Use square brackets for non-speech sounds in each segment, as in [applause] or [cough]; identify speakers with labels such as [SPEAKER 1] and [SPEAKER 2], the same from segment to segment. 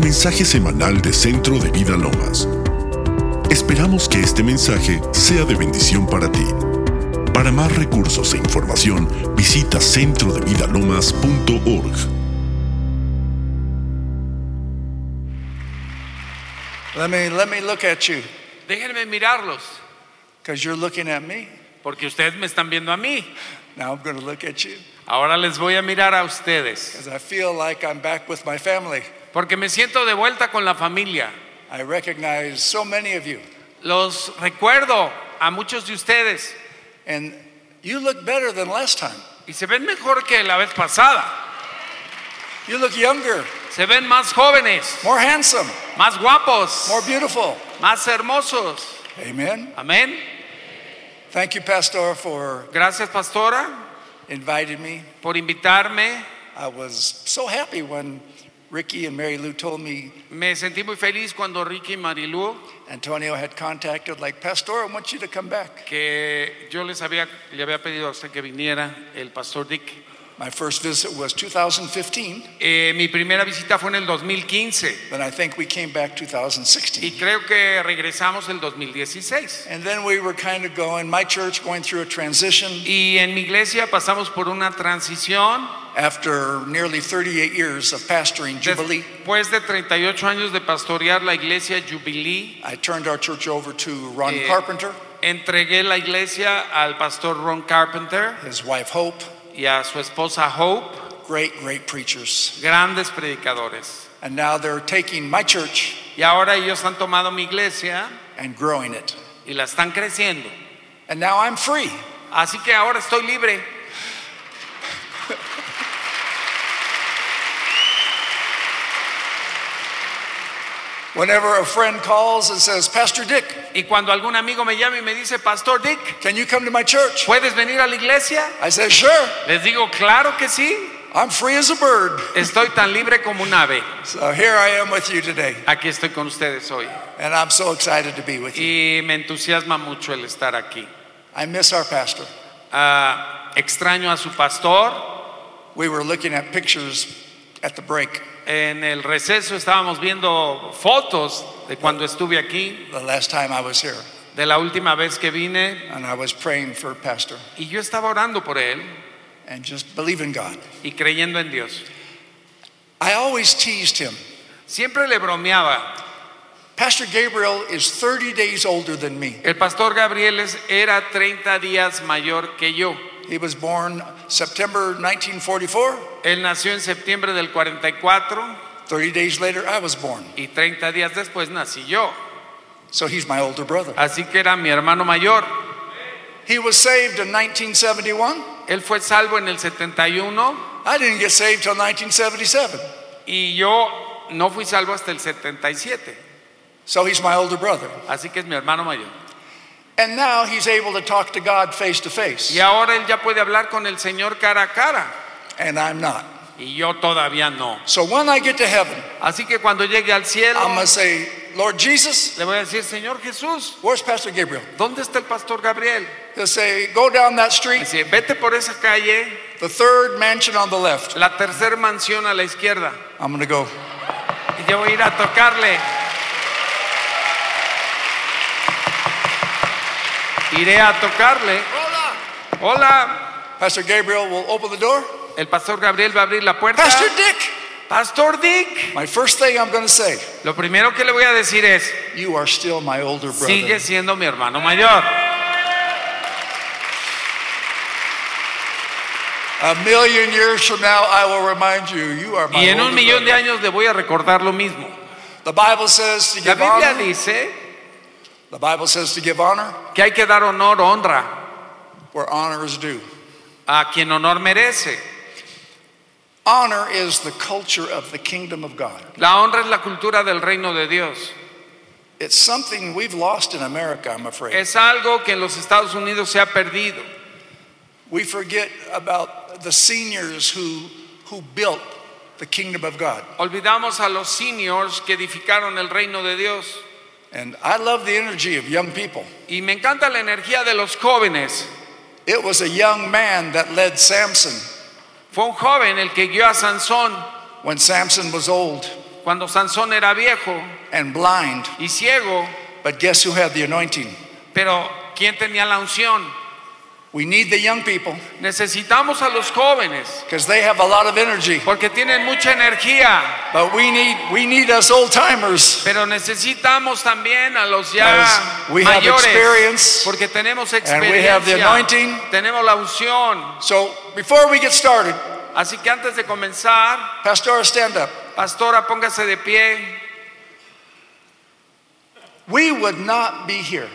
[SPEAKER 1] mensaje semanal de Centro de Vida Lomas. Esperamos que este mensaje sea de bendición para ti. Para más recursos e información, visita centrodevidalomas.org.
[SPEAKER 2] Let me, let me look at you
[SPEAKER 3] Déjenme mirarlos,
[SPEAKER 2] because you're looking at me.
[SPEAKER 3] porque ustedes me están viendo a mí.
[SPEAKER 2] Now I'm going to look at you
[SPEAKER 3] Ahora les voy a mirar a ustedes,
[SPEAKER 2] because I feel like I'm back with my family.
[SPEAKER 3] porque me siento de vuelta con la familia.
[SPEAKER 2] I recognize so many of you.
[SPEAKER 3] Los recuerdo a muchos de ustedes
[SPEAKER 2] And you look better than last time.
[SPEAKER 3] y se ven mejor que la vez pasada.
[SPEAKER 2] You look younger,
[SPEAKER 3] Se ven más jóvenes,
[SPEAKER 2] more handsome,
[SPEAKER 3] más guapos,
[SPEAKER 2] more beautiful.
[SPEAKER 3] más hermosos.
[SPEAKER 2] Amen.
[SPEAKER 3] Amén.
[SPEAKER 2] Thank you, Pastor, for
[SPEAKER 3] Gracias, pastora,
[SPEAKER 2] inviting me.
[SPEAKER 3] por invitarme.
[SPEAKER 2] I was so happy when Ricky and Mary Lou told me
[SPEAKER 3] Me sentí muy feliz cuando Ricky y Marilu,
[SPEAKER 2] Antonio had contacted, like, Pastor, I want you to come back.
[SPEAKER 3] que yo les había, le había pedido a usted que viniera, el pastor Dick.
[SPEAKER 2] My first visit was 2015.
[SPEAKER 3] Eh, mi primera visita fue en el 2015.
[SPEAKER 2] Then I think we came back 2016.
[SPEAKER 3] Y creo que regresamos el 2016.
[SPEAKER 2] And then we were kind of going, my church going through a transition
[SPEAKER 3] Y en mi iglesia pasamos por una transición.
[SPEAKER 2] after nearly 38 years of pastoring Jubilee.
[SPEAKER 3] Después de 38 años de pastorear la iglesia Jubilee,
[SPEAKER 2] I turned our church over to Ron
[SPEAKER 3] Yeah.
[SPEAKER 2] Carpenter,
[SPEAKER 3] entregué la iglesia al pastor Ron Carpenter
[SPEAKER 2] his wife Hope,
[SPEAKER 3] y a su esposa Hope,
[SPEAKER 2] great, great preachers.
[SPEAKER 3] grandes predicadores.
[SPEAKER 2] And now they're taking my church
[SPEAKER 3] Y ahora ellos han tomado mi iglesia
[SPEAKER 2] and growing it.
[SPEAKER 3] y la están creciendo.
[SPEAKER 2] And now I'm free.
[SPEAKER 3] Así que ahora estoy libre.
[SPEAKER 2] Whenever a friend calls and says, Pastor Dick,
[SPEAKER 3] Y cuando algún amigo me llama y me dice, Pastor Dick,
[SPEAKER 2] can you come to my church?
[SPEAKER 3] ¿puedes venir a la iglesia?
[SPEAKER 2] I say, sure,
[SPEAKER 3] Les digo, claro que sí.
[SPEAKER 2] I'm free as a bird.
[SPEAKER 3] Estoy tan libre como un ave.
[SPEAKER 2] So here I am with you today,
[SPEAKER 3] Aquí estoy con ustedes hoy.
[SPEAKER 2] and I'm so excited to be with you.
[SPEAKER 3] Y me entusiasma mucho el estar aquí.
[SPEAKER 2] I miss our pastor.
[SPEAKER 3] Ah, extraño a su pastor.
[SPEAKER 2] We were looking at pictures at the break
[SPEAKER 3] En el receso estábamos viendo fotos de cuando estuve aquí,
[SPEAKER 2] the last time I was here,
[SPEAKER 3] de la última vez que vine.
[SPEAKER 2] and I was praying for pastor
[SPEAKER 3] Y yo estaba orando por él
[SPEAKER 2] and just believing God.
[SPEAKER 3] y creyendo en Dios.
[SPEAKER 2] I always teased him.
[SPEAKER 3] Siempre le bromeaba.
[SPEAKER 2] Pastor Gabriel is 30 days older than me.
[SPEAKER 3] El pastor Gabriel es- era 30 días mayor que yo.
[SPEAKER 2] He was born September 1944.
[SPEAKER 3] Él nació en septiembre del 44
[SPEAKER 2] 30 days later, I was born.
[SPEAKER 3] y 30 días después nací yo.
[SPEAKER 2] So he's my older brother.
[SPEAKER 3] Así que era mi hermano mayor.
[SPEAKER 2] He was saved in 1971.
[SPEAKER 3] Él fue salvo en el 71
[SPEAKER 2] I didn't get saved till 1977.
[SPEAKER 3] y yo no fui salvo hasta el 77.
[SPEAKER 2] So he's my older brother.
[SPEAKER 3] Así que es mi hermano mayor.
[SPEAKER 2] And now he's able to talk to God face to face.
[SPEAKER 3] Y ahora él ya puede hablar con el Señor cara a cara.
[SPEAKER 2] And I'm not.
[SPEAKER 3] Y yo todavía no.
[SPEAKER 2] So when I get to heaven,
[SPEAKER 3] Así que cuando llegue al cielo,
[SPEAKER 2] I'm going to say, Lord Jesus,
[SPEAKER 3] le voy a decir, Señor Jesús,
[SPEAKER 2] where's Pastor Gabriel?
[SPEAKER 3] ¿dónde está el pastor Gabriel?
[SPEAKER 2] He'll say, Go down that street,
[SPEAKER 3] Dice, vete por esa calle,
[SPEAKER 2] the third mansion on the left.
[SPEAKER 3] la tercera mansión a la izquierda.
[SPEAKER 2] I'm going to go.
[SPEAKER 3] Y yo voy a ir a tocarle. Iré a tocarle. Hola.
[SPEAKER 2] Pastor Gabriel will open the door.
[SPEAKER 3] El pastor Gabriel va a abrir la puerta.
[SPEAKER 2] Pastor Dick,
[SPEAKER 3] Pastor Dick.
[SPEAKER 2] my first thing I'm going to say,
[SPEAKER 3] Lo primero que le voy a decir es,
[SPEAKER 2] You are still my older brother.
[SPEAKER 3] sigue siendo mi hermano mayor.
[SPEAKER 2] A million years from now, I will remind you, you are my
[SPEAKER 3] Y en
[SPEAKER 2] older
[SPEAKER 3] un millón de
[SPEAKER 2] brother.
[SPEAKER 3] años le voy a recordar lo mismo.
[SPEAKER 2] The Bible says to
[SPEAKER 3] La
[SPEAKER 2] give
[SPEAKER 3] Biblia
[SPEAKER 2] honor.
[SPEAKER 3] dice
[SPEAKER 2] The Bible says to give honor
[SPEAKER 3] que hay que dar honor, honra
[SPEAKER 2] where honor is due.
[SPEAKER 3] a quien honor merece.
[SPEAKER 2] Honor is the culture of the kingdom of God.
[SPEAKER 3] La honra es la cultura del reino de Dios.
[SPEAKER 2] It's something we've lost in America, I'm afraid.
[SPEAKER 3] Es algo que en los Estados Unidos se ha perdido.
[SPEAKER 2] we forget about the seniors who, who built the kingdom of God.
[SPEAKER 3] Olvidamos a los seniors que edificaron el reino de Dios.
[SPEAKER 2] And I love the energy of young people.
[SPEAKER 3] Y me encanta la energía de los jóvenes.
[SPEAKER 2] It was a young man that led Samson
[SPEAKER 3] Fue un joven el que guió a Sansón
[SPEAKER 2] when Samson was old.
[SPEAKER 3] cuando Sansón era viejo
[SPEAKER 2] and blind,
[SPEAKER 3] y ciego,
[SPEAKER 2] but guess who had the anointing?
[SPEAKER 3] pero ¿quién tenía la unción?
[SPEAKER 2] We need the young people
[SPEAKER 3] Necesitamos a los jóvenes
[SPEAKER 2] because they have a lot of energy,
[SPEAKER 3] porque tienen mucha energía,
[SPEAKER 2] but we need we need us old timers
[SPEAKER 3] pero necesitamos también a los ya
[SPEAKER 2] Because we have
[SPEAKER 3] mayores
[SPEAKER 2] experience,
[SPEAKER 3] porque tenemos
[SPEAKER 2] and we have the
[SPEAKER 3] experiencia,
[SPEAKER 2] anointing.
[SPEAKER 3] tenemos la unción.
[SPEAKER 2] So before we get started,
[SPEAKER 3] Así que antes de comenzar,
[SPEAKER 2] Pastora, stand up.
[SPEAKER 3] pastora, póngase de pie.
[SPEAKER 2] We would not be here.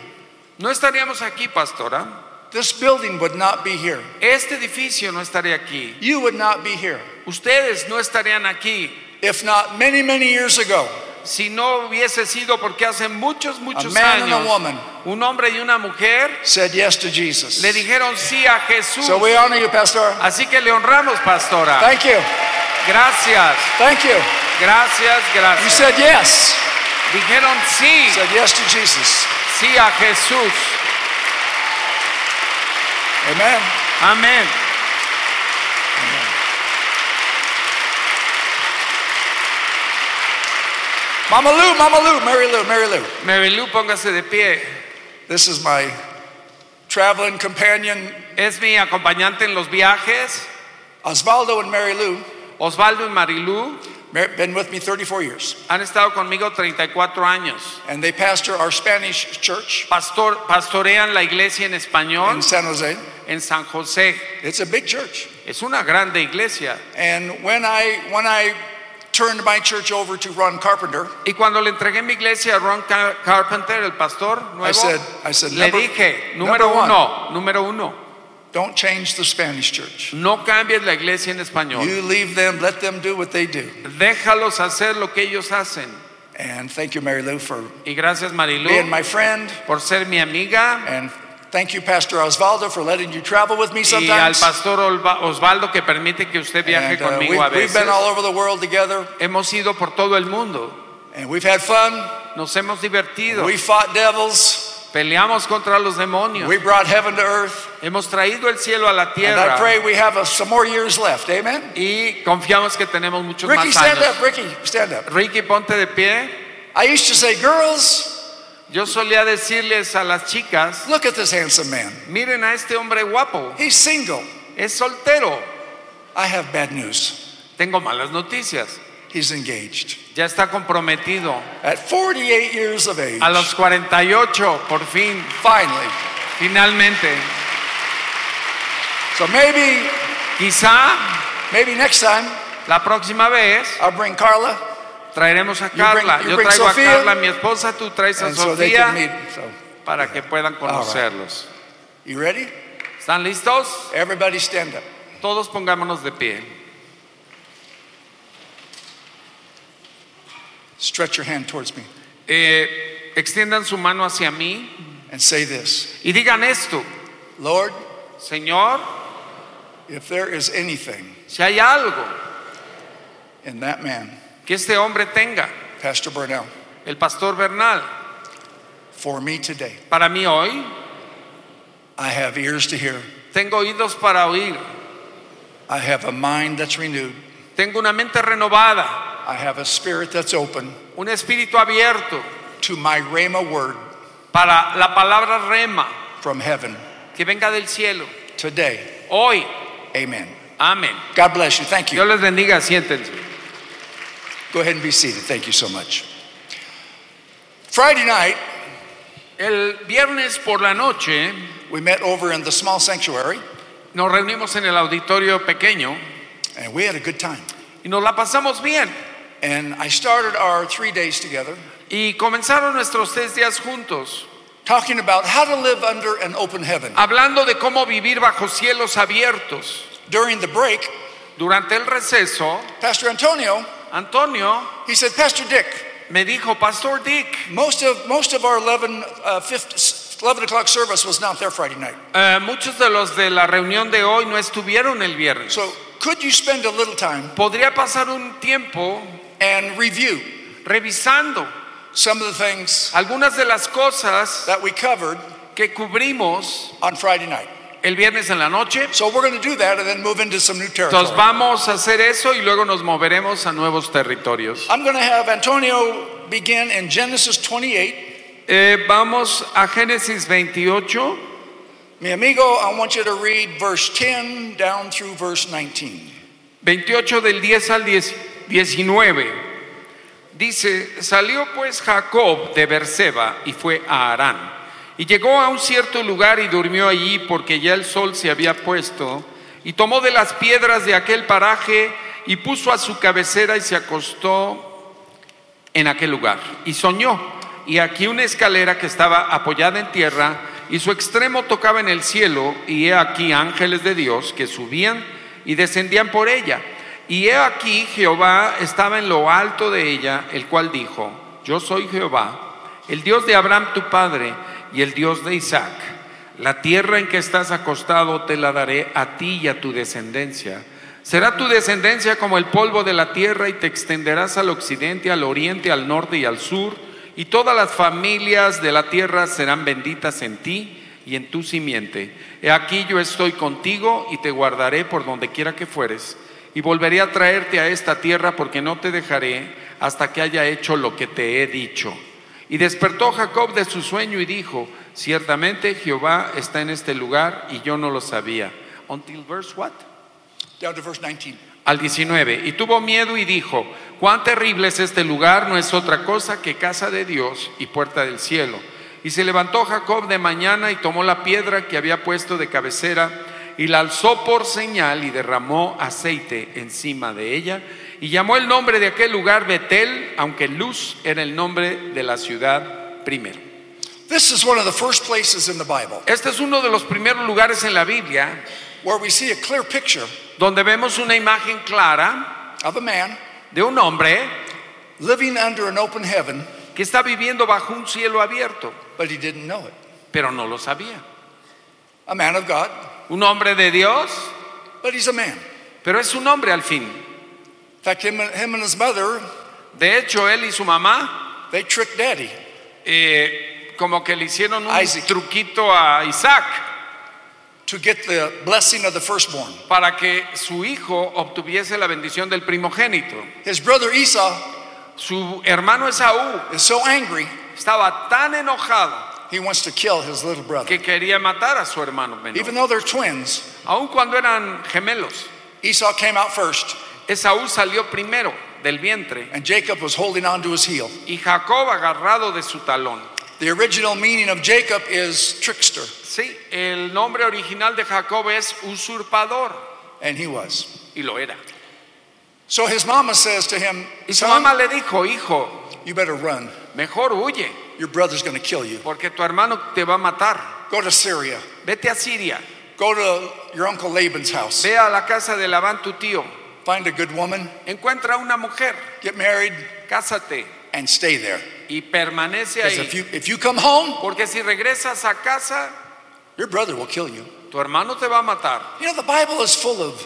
[SPEAKER 3] No estaríamos aquí, pastora.
[SPEAKER 2] This building would not be here.
[SPEAKER 3] Este edificio no estaría aquí.
[SPEAKER 2] You would not be here
[SPEAKER 3] Ustedes no estarían aquí
[SPEAKER 2] if not many, many years ago.
[SPEAKER 3] si no hubiese sido porque hace muchos, muchos
[SPEAKER 2] man and a
[SPEAKER 3] años
[SPEAKER 2] woman.
[SPEAKER 3] un hombre y una mujer
[SPEAKER 2] Said yes to Jesus.
[SPEAKER 3] le dijeron sí a Jesús.
[SPEAKER 2] So we honor you, Pastora.
[SPEAKER 3] Así que le honramos, pastora.
[SPEAKER 2] Thank you.
[SPEAKER 3] Gracias,
[SPEAKER 2] Thank you.
[SPEAKER 3] gracias,
[SPEAKER 2] You
[SPEAKER 3] gracias.
[SPEAKER 2] said yes.
[SPEAKER 3] Dijeron sí,
[SPEAKER 2] Said yes to Jesus.
[SPEAKER 3] sí a Jesús.
[SPEAKER 2] Amen.
[SPEAKER 3] Amén.
[SPEAKER 2] Mama Lou, Mama Lou, Mary Lou, Mary Lou.
[SPEAKER 3] Mary Lou, póngase de pie.
[SPEAKER 2] This is my traveling companion,
[SPEAKER 3] Es mi acompañante en los viajes,
[SPEAKER 2] Osvaldo and Mary Lou.
[SPEAKER 3] Osvaldo y Marilú.
[SPEAKER 2] Mar- Been with me 34 years.
[SPEAKER 3] Han estado conmigo 34 años.
[SPEAKER 2] And they pastor our Spanish church
[SPEAKER 3] Pastor, pastorean la iglesia en español
[SPEAKER 2] in San Jose.
[SPEAKER 3] en San José.
[SPEAKER 2] It's a big church.
[SPEAKER 3] Es una grande iglesia.
[SPEAKER 2] And when I when I turned my church over to Ron Carpenter,
[SPEAKER 3] Y cuando le entregué mi iglesia a Ron Car- Carpenter, el pastor
[SPEAKER 2] I
[SPEAKER 3] nuevo,
[SPEAKER 2] said, I said,
[SPEAKER 3] le
[SPEAKER 2] "Number-
[SPEAKER 3] dije,
[SPEAKER 2] number
[SPEAKER 3] número
[SPEAKER 2] one,
[SPEAKER 3] uno, número uno,
[SPEAKER 2] don't change the Spanish church.
[SPEAKER 3] no cambies la iglesia en español.
[SPEAKER 2] You leave them, let them do what they do.
[SPEAKER 3] Déjalos hacer lo que ellos hacen.
[SPEAKER 2] And thank you, Mary Lou, for
[SPEAKER 3] Y gracias Marilu
[SPEAKER 2] being my friend.
[SPEAKER 3] por ser mi amiga
[SPEAKER 2] And thank you, Pastor Osvaldo, for letting you travel with me
[SPEAKER 3] y al
[SPEAKER 2] sometimes.
[SPEAKER 3] pastor Olva- Osvaldo que permite que usted viaje
[SPEAKER 2] And, uh,
[SPEAKER 3] conmigo
[SPEAKER 2] we've,
[SPEAKER 3] a
[SPEAKER 2] we've
[SPEAKER 3] veces.
[SPEAKER 2] been all over the world together,
[SPEAKER 3] Hemos ido por todo el mundo,
[SPEAKER 2] and we've had fun.
[SPEAKER 3] nos hemos divertido,
[SPEAKER 2] We fought devils.
[SPEAKER 3] peleamos contra los demonios,
[SPEAKER 2] We brought heaven to earth.
[SPEAKER 3] hemos traído el cielo a la
[SPEAKER 2] And I
[SPEAKER 3] tierra
[SPEAKER 2] pray we have uh, some more years left. Amen.
[SPEAKER 3] y confiamos que tenemos muchos
[SPEAKER 2] Ricky,
[SPEAKER 3] más
[SPEAKER 2] stand
[SPEAKER 3] años.
[SPEAKER 2] up. Ricky, stand up.
[SPEAKER 3] Ricky, ponte de pie.
[SPEAKER 2] I used to say, girls,
[SPEAKER 3] Yo solía decirles a las chicas,
[SPEAKER 2] look at this handsome man.
[SPEAKER 3] miren a este hombre guapo,
[SPEAKER 2] He's single.
[SPEAKER 3] es soltero.
[SPEAKER 2] I have bad news.
[SPEAKER 3] Tengo malas noticias,
[SPEAKER 2] He's engaged.
[SPEAKER 3] ya está comprometido.
[SPEAKER 2] At 48 years of age,
[SPEAKER 3] A los 48, por fin,
[SPEAKER 2] finally.
[SPEAKER 3] finalmente.
[SPEAKER 2] So maybe,
[SPEAKER 3] Quizá
[SPEAKER 2] maybe next time
[SPEAKER 3] la próxima vez
[SPEAKER 2] I'll bring Carla,
[SPEAKER 3] traeremos a
[SPEAKER 2] bring-
[SPEAKER 3] Carla.
[SPEAKER 2] you
[SPEAKER 3] Yo
[SPEAKER 2] bring
[SPEAKER 3] traigo a
[SPEAKER 2] Sofía.
[SPEAKER 3] Carla, mi esposa, tú traes a
[SPEAKER 2] and so they can
[SPEAKER 3] Sofía
[SPEAKER 2] meet. So,
[SPEAKER 3] para que puedan conocerlos.
[SPEAKER 2] you ready?
[SPEAKER 3] ¿Están listos?
[SPEAKER 2] Everybody stand up.
[SPEAKER 3] Todos pongámonos de pie.
[SPEAKER 2] Stretch your hand towards me
[SPEAKER 3] Eh, extiendan su mano hacia mí
[SPEAKER 2] and say this
[SPEAKER 3] y digan esto,
[SPEAKER 2] Lord,
[SPEAKER 3] Señor,
[SPEAKER 2] if there is anything
[SPEAKER 3] si hay algo
[SPEAKER 2] in that man,
[SPEAKER 3] que este hombre tenga,
[SPEAKER 2] Pastor Burnell,
[SPEAKER 3] el pastor Bernal,
[SPEAKER 2] for me today,
[SPEAKER 3] para mí hoy,
[SPEAKER 2] I have ears to hear.
[SPEAKER 3] tengo oídos para oír,
[SPEAKER 2] I have a mind that's renewed.
[SPEAKER 3] tengo una mente renovada,
[SPEAKER 2] I have a spirit that's open
[SPEAKER 3] un espíritu abierto
[SPEAKER 2] to my Rhema word
[SPEAKER 3] para la palabra rema
[SPEAKER 2] from heaven
[SPEAKER 3] que venga del cielo.
[SPEAKER 2] today.
[SPEAKER 3] Hoy,
[SPEAKER 2] Amen.
[SPEAKER 3] amén.
[SPEAKER 2] God bless you. Thank
[SPEAKER 3] Dios
[SPEAKER 2] you.
[SPEAKER 3] les bendiga, siéntense.
[SPEAKER 2] Go ahead and be seated. Thank you so much. Friday night,
[SPEAKER 3] El viernes por la noche
[SPEAKER 2] we met over in the small sanctuary
[SPEAKER 3] nos reunimos en el auditorio pequeño
[SPEAKER 2] and we had a good time.
[SPEAKER 3] y nos la pasamos bien.
[SPEAKER 2] And I started our three days together
[SPEAKER 3] Y comenzaron nuestros tres días juntos,
[SPEAKER 2] talking about how to live under an open heaven.
[SPEAKER 3] hablando de cómo vivir bajo cielos abiertos.
[SPEAKER 2] During the break,
[SPEAKER 3] Durante el receso,
[SPEAKER 2] Pastor Antonio,
[SPEAKER 3] Antonio
[SPEAKER 2] he said, Pastor Dick,
[SPEAKER 3] me dijo, Pastor Dick,
[SPEAKER 2] most of, most of our 11, uh, 50, 11 o'clock service was not there Friday night.
[SPEAKER 3] eh, muchos de los de la reunión de hoy no estuvieron el viernes.
[SPEAKER 2] So could you spend a little time
[SPEAKER 3] Podría pasar un tiempo
[SPEAKER 2] and review
[SPEAKER 3] revisando
[SPEAKER 2] some of the things
[SPEAKER 3] algunas de las cosas
[SPEAKER 2] that we covered
[SPEAKER 3] que cubrimos
[SPEAKER 2] on Friday night?
[SPEAKER 3] el viernes en la noche.
[SPEAKER 2] So we're going to do that and then move into some new territory.
[SPEAKER 3] Entonces vamos a hacer eso y luego nos moveremos a nuevos territorios.
[SPEAKER 2] I'm going to have Antonio begin in Genesis 28.
[SPEAKER 3] Eh, vamos a Génesis 28.
[SPEAKER 2] Mi amigo, I want you to read verse 10 down through verse 19.
[SPEAKER 3] 28 del 10 al 10 19. Dice, salió pues Jacob de Berseba y fue a Harán. Y llegó a un cierto lugar y durmió allí porque ya el sol se había puesto. Y tomó de las piedras de aquel paraje y puso a su cabecera y se acostó en aquel lugar. Y soñó. Y aquí una escalera que estaba apoyada en tierra y su extremo tocaba en el cielo. Y he aquí ángeles de Dios que subían y descendían por ella. Y he aquí Jehová estaba en lo alto de ella, el cual dijo, yo soy Jehová, el Dios de Abraham tu padre y el Dios de Isaac. La tierra en que estás acostado te la daré a ti y a tu descendencia. Será tu descendencia como el polvo de la tierra y te extenderás al occidente, al oriente, al norte y al sur. Y todas las familias de la tierra serán benditas en ti y en tu simiente. He aquí yo estoy contigo y te guardaré por donde quiera que fueres. Y volveré a traerte a esta tierra porque no te dejaré hasta que haya hecho lo que te he dicho. Y despertó Jacob de su sueño y dijo, ciertamente Jehová está en este lugar y yo no lo sabía. Until verse what?
[SPEAKER 2] Down to verse 19.
[SPEAKER 3] Al 19. Y tuvo miedo y dijo, cuán terrible es este lugar, no es otra cosa que casa de Dios y puerta del cielo. Y se levantó Jacob de mañana y tomó la piedra que había puesto de cabecera y la alzó por señal y derramó aceite encima de ella y llamó el nombre de aquel lugar Betel, aunque Luz era el nombre de la ciudad primero.
[SPEAKER 2] This is one of the first places in the Bible
[SPEAKER 3] Este es uno de los primeros lugares en la Biblia
[SPEAKER 2] where we see a clear picture
[SPEAKER 3] donde vemos una imagen clara
[SPEAKER 2] of a man
[SPEAKER 3] de un hombre
[SPEAKER 2] living under an open heaven,
[SPEAKER 3] que está viviendo bajo un cielo abierto,
[SPEAKER 2] but he didn't know it.
[SPEAKER 3] pero no lo sabía.
[SPEAKER 2] A man of God,
[SPEAKER 3] Un hombre de Dios,
[SPEAKER 2] but he's a man.
[SPEAKER 3] pero es un hombre al fin.
[SPEAKER 2] In fact, him, and- him and his mother,
[SPEAKER 3] De hecho, él y su mamá
[SPEAKER 2] they tricked daddy.
[SPEAKER 3] eh, como que le hicieron un
[SPEAKER 2] Isaac.
[SPEAKER 3] truquito a Isaac.
[SPEAKER 2] to get the blessing of the firstborn.
[SPEAKER 3] para que su hijo obtuviese la bendición del primogénito.
[SPEAKER 2] His brother Esau
[SPEAKER 3] Su hermano Esaú
[SPEAKER 2] is so angry,
[SPEAKER 3] estaba tan enojado
[SPEAKER 2] he wants to kill his little brother.
[SPEAKER 3] que quería matar a su hermano menor.
[SPEAKER 2] Even though they're twins,
[SPEAKER 3] Aun cuando eran gemelos,
[SPEAKER 2] Esau came out first,
[SPEAKER 3] Esaú salió primero del vientre
[SPEAKER 2] and Jacob was holding on to his heel.
[SPEAKER 3] y Jacob agarrado de su talón.
[SPEAKER 2] The original meaning of Jacob is trickster,
[SPEAKER 3] Sí, el nombre original de Jacob es usurpador
[SPEAKER 2] and he was.
[SPEAKER 3] y lo era.
[SPEAKER 2] So his mama says to him,
[SPEAKER 3] Y su mamá
[SPEAKER 2] Son,
[SPEAKER 3] le dijo, hijo,
[SPEAKER 2] you better run.
[SPEAKER 3] mejor huye
[SPEAKER 2] Your brother's going to kill you.
[SPEAKER 3] porque tu hermano te va a matar.
[SPEAKER 2] Go to Syria.
[SPEAKER 3] Vete a Siria,
[SPEAKER 2] Go to your uncle Laban's house.
[SPEAKER 3] ve a la casa de Labán tu tío.
[SPEAKER 2] Find a good woman,
[SPEAKER 3] Encuentra una mujer,
[SPEAKER 2] get married,
[SPEAKER 3] cásate
[SPEAKER 2] and stay there.
[SPEAKER 3] y permanece
[SPEAKER 2] Because if
[SPEAKER 3] ahí.
[SPEAKER 2] you, if you come home,
[SPEAKER 3] Porque si regresas a casa,
[SPEAKER 2] your brother will kill you.
[SPEAKER 3] tu hermano te va a matar.
[SPEAKER 2] You know, the Bible is full of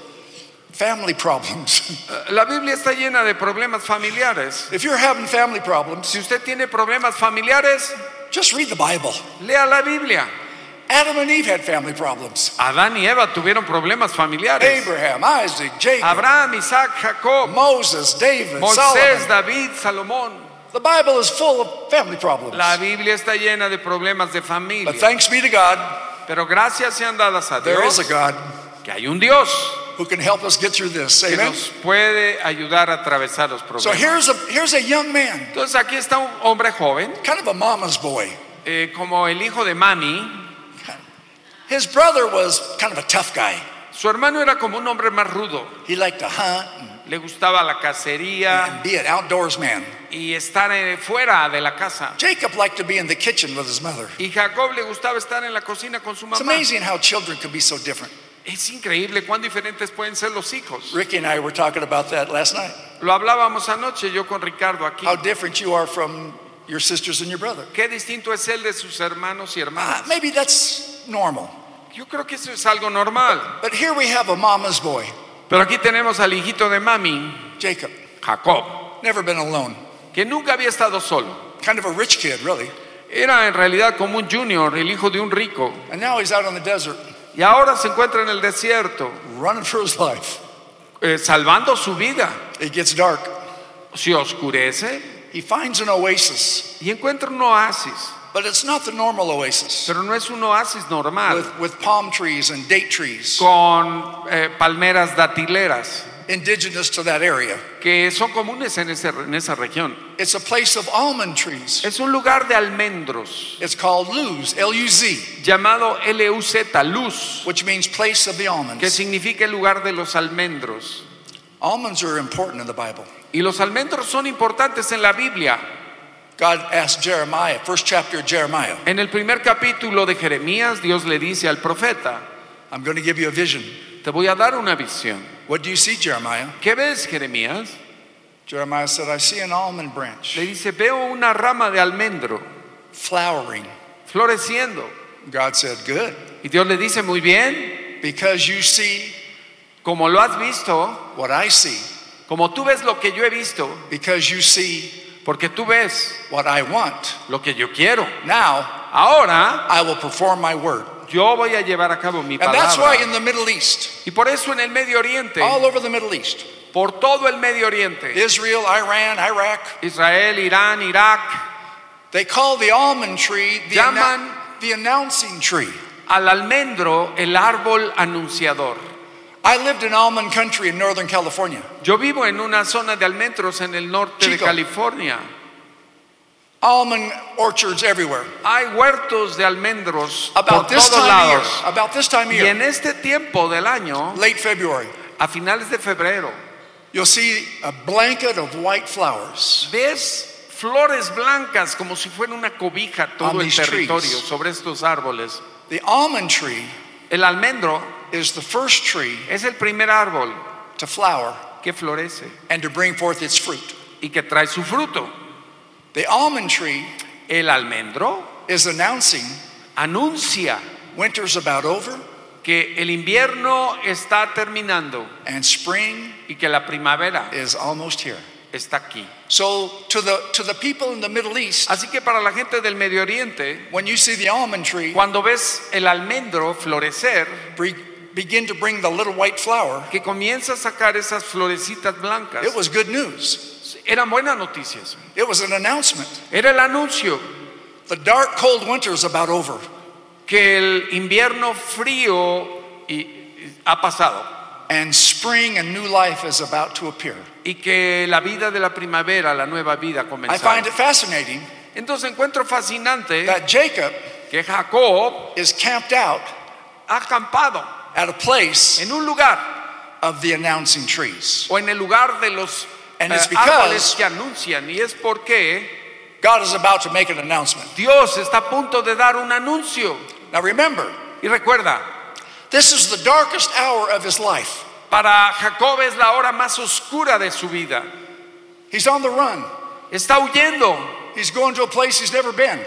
[SPEAKER 2] family problems. [laughs]
[SPEAKER 3] Eh, La Biblia está llena de problemas familiares.
[SPEAKER 2] if you're having family
[SPEAKER 3] Si
[SPEAKER 2] problems,
[SPEAKER 3] usted tiene problemas familiares,
[SPEAKER 2] just read the Bible.
[SPEAKER 3] lea la Biblia.
[SPEAKER 2] Adam and Eve had family problems.
[SPEAKER 3] Adán y Eva tuvieron problemas familiares.
[SPEAKER 2] Abraham, Isaac, Jacob,
[SPEAKER 3] Abraham, Isaac, Jacob,
[SPEAKER 2] Moses, David,
[SPEAKER 3] Moisés,
[SPEAKER 2] Solomon.
[SPEAKER 3] David, Salomón.
[SPEAKER 2] The Bible is full of family problems.
[SPEAKER 3] La Biblia está llena de problemas de
[SPEAKER 2] But
[SPEAKER 3] familia.
[SPEAKER 2] thanks be to God,
[SPEAKER 3] Pero gracias sean dadas a
[SPEAKER 2] there is
[SPEAKER 3] Dios
[SPEAKER 2] a God
[SPEAKER 3] que hay un Dios
[SPEAKER 2] who can help us get through this.
[SPEAKER 3] que
[SPEAKER 2] Amen.
[SPEAKER 3] nos puede ayudar a atravesar los
[SPEAKER 2] So
[SPEAKER 3] problemas.
[SPEAKER 2] here's a here's a young man,
[SPEAKER 3] Entonces aquí está un hombre joven,
[SPEAKER 2] kind of a mama's boy.
[SPEAKER 3] eh, como el hijo de mami.
[SPEAKER 2] His brother was kind of a tough guy.
[SPEAKER 3] Su hermano era como un hombre más rudo.
[SPEAKER 2] He liked to hunt
[SPEAKER 3] Le gustaba la cacería
[SPEAKER 2] and be an outdoors man.
[SPEAKER 3] y estar eh, fuera de la casa.
[SPEAKER 2] Jacob liked to be in the kitchen with his mother.
[SPEAKER 3] Y Jacob le gustaba estar en la cocina con su
[SPEAKER 2] It's
[SPEAKER 3] mamá.
[SPEAKER 2] amazing how children can be so different.
[SPEAKER 3] Es increíble cuán diferentes pueden ser los hijos.
[SPEAKER 2] Ricky and I were talking about that last night.
[SPEAKER 3] Lo hablábamos anoche yo con Ricardo aquí.
[SPEAKER 2] How different you are from your sisters and your brother.
[SPEAKER 3] Qué distinto es él de sus hermanos y
[SPEAKER 2] Ah,
[SPEAKER 3] hermanas.
[SPEAKER 2] maybe that's normal.
[SPEAKER 3] Yo creo que eso es algo normal.
[SPEAKER 2] But here we have a mama's boy,
[SPEAKER 3] Pero aquí tenemos al hijito de mami,
[SPEAKER 2] Jacob.
[SPEAKER 3] Jacob,
[SPEAKER 2] Never been alone.
[SPEAKER 3] que nunca había estado solo.
[SPEAKER 2] Kind of a rich kid, really.
[SPEAKER 3] Era en realidad como un junior, el hijo de un rico.
[SPEAKER 2] And now he's out on the desert.
[SPEAKER 3] Y ahora se encuentra en el desierto,
[SPEAKER 2] running for his life.
[SPEAKER 3] eh, salvando su vida.
[SPEAKER 2] It gets dark.
[SPEAKER 3] Se oscurece
[SPEAKER 2] He finds an oasis,
[SPEAKER 3] y encuentra un oasis,
[SPEAKER 2] but it's not the normal oasis
[SPEAKER 3] pero no es un oasis normal,
[SPEAKER 2] with, with palm trees and date trees,
[SPEAKER 3] con eh, palmeras datileras,
[SPEAKER 2] indigenous to that area.
[SPEAKER 3] que son comunes en, ese- en esa región.
[SPEAKER 2] It's a place of almond trees.
[SPEAKER 3] Es un lugar de almendros,
[SPEAKER 2] It's called Luz, L U Z,
[SPEAKER 3] llamado LUZ, luz,
[SPEAKER 2] which means place of the
[SPEAKER 3] que
[SPEAKER 2] almonds.
[SPEAKER 3] significa el lugar de los almendros.
[SPEAKER 2] Almonds are important in the Bible.
[SPEAKER 3] Y los almendros son importantes en la Biblia.
[SPEAKER 2] God asked Jeremiah, first chapter of Jeremiah,
[SPEAKER 3] En el primer capítulo de Jeremías, Dios le dice al profeta,
[SPEAKER 2] I'm going to give you a vision.
[SPEAKER 3] te voy a dar una visión.
[SPEAKER 2] What do you see, Jeremiah?
[SPEAKER 3] ¿Qué ves, Jeremías?
[SPEAKER 2] Jeremiah said, I see an almond
[SPEAKER 3] Le
[SPEAKER 2] branch
[SPEAKER 3] dice, veo una rama de almendro
[SPEAKER 2] flowering.
[SPEAKER 3] floreciendo.
[SPEAKER 2] God said, Good,
[SPEAKER 3] Y Dios le dice, muy bien,
[SPEAKER 2] because you see
[SPEAKER 3] como lo has visto,
[SPEAKER 2] what I see,
[SPEAKER 3] como tú ves lo que yo he visto,
[SPEAKER 2] because you see
[SPEAKER 3] porque tú ves
[SPEAKER 2] what I want.
[SPEAKER 3] lo que yo quiero.
[SPEAKER 2] Now
[SPEAKER 3] Ahora
[SPEAKER 2] I will perform my word.
[SPEAKER 3] yo voy a llevar a cabo mi
[SPEAKER 2] And that's why in
[SPEAKER 3] palabra.
[SPEAKER 2] the Middle East,
[SPEAKER 3] Y por eso en el Medio Oriente,
[SPEAKER 2] all over the Middle East,
[SPEAKER 3] por todo el Medio Oriente,
[SPEAKER 2] Israel, Iran, Iraq,
[SPEAKER 3] Israel, Irán, Irak,
[SPEAKER 2] they call the almond tree the, annou-
[SPEAKER 3] Llaman-
[SPEAKER 2] the announcing tree.
[SPEAKER 3] al almendro el árbol anunciador.
[SPEAKER 2] I lived in almond country in Northern California.
[SPEAKER 3] Yo vivo en una zona de almendros en el norte de
[SPEAKER 2] Chico.
[SPEAKER 3] California.
[SPEAKER 2] Almond orchards everywhere.
[SPEAKER 3] Hay huertos de almendros por
[SPEAKER 2] About this time
[SPEAKER 3] todos
[SPEAKER 2] of
[SPEAKER 3] lados.
[SPEAKER 2] year, about this time of
[SPEAKER 3] Y
[SPEAKER 2] year,
[SPEAKER 3] en este tiempo del año,
[SPEAKER 2] late February,
[SPEAKER 3] a finales de febrero,
[SPEAKER 2] you'll see a blanket of white flowers.
[SPEAKER 3] ves flores blancas como si fuera una cobija todo
[SPEAKER 2] On
[SPEAKER 3] el
[SPEAKER 2] these trees.
[SPEAKER 3] territorio sobre estos árboles.
[SPEAKER 2] The almond tree
[SPEAKER 3] El almendro
[SPEAKER 2] is the first tree
[SPEAKER 3] es el primer árbol
[SPEAKER 2] to flower
[SPEAKER 3] que florece
[SPEAKER 2] and to bring forth its fruit.
[SPEAKER 3] y que trae su fruto.
[SPEAKER 2] The almond tree
[SPEAKER 3] El almendro
[SPEAKER 2] is announcing
[SPEAKER 3] anuncia
[SPEAKER 2] winter's about over
[SPEAKER 3] que el invierno está terminando
[SPEAKER 2] and spring
[SPEAKER 3] y que la primavera
[SPEAKER 2] is almost here.
[SPEAKER 3] está aquí.
[SPEAKER 2] So to the to the people in the Middle East,
[SPEAKER 3] Así que para la gente del Medio Oriente,
[SPEAKER 2] when you see the almond tree
[SPEAKER 3] cuando ves el almendro florecer,
[SPEAKER 2] be- begin to bring the little white flower,
[SPEAKER 3] que comienza a sacar esas florecitas blancas,
[SPEAKER 2] it was good news.
[SPEAKER 3] eran buenas noticias.
[SPEAKER 2] It was an announcement.
[SPEAKER 3] Era el anuncio
[SPEAKER 2] The dark cold winter is about over.
[SPEAKER 3] que el invierno frío y- y- ha pasado
[SPEAKER 2] and spring and new life is about to appear.
[SPEAKER 3] y que la vida de la primavera, la nueva vida
[SPEAKER 2] I find
[SPEAKER 3] comenzaba.
[SPEAKER 2] it fascinating
[SPEAKER 3] Entonces encuentro fascinante
[SPEAKER 2] that Jacob
[SPEAKER 3] que Jacob
[SPEAKER 2] is camped out
[SPEAKER 3] ha acampado
[SPEAKER 2] at a place
[SPEAKER 3] en un lugar
[SPEAKER 2] of the announcing trees.
[SPEAKER 3] o en el lugar de los
[SPEAKER 2] And
[SPEAKER 3] eh,
[SPEAKER 2] it's because-
[SPEAKER 3] árboles que anuncian. Y es porque
[SPEAKER 2] God is about to make an announcement.
[SPEAKER 3] Dios está a punto de dar un anuncio.
[SPEAKER 2] Now remember,
[SPEAKER 3] Y recuerda,
[SPEAKER 2] this is the darkest hour of his life.
[SPEAKER 3] para Jacob es la hora más oscura de su vida.
[SPEAKER 2] He's on the run.
[SPEAKER 3] Está huyendo,
[SPEAKER 2] He's going to a place he's never been.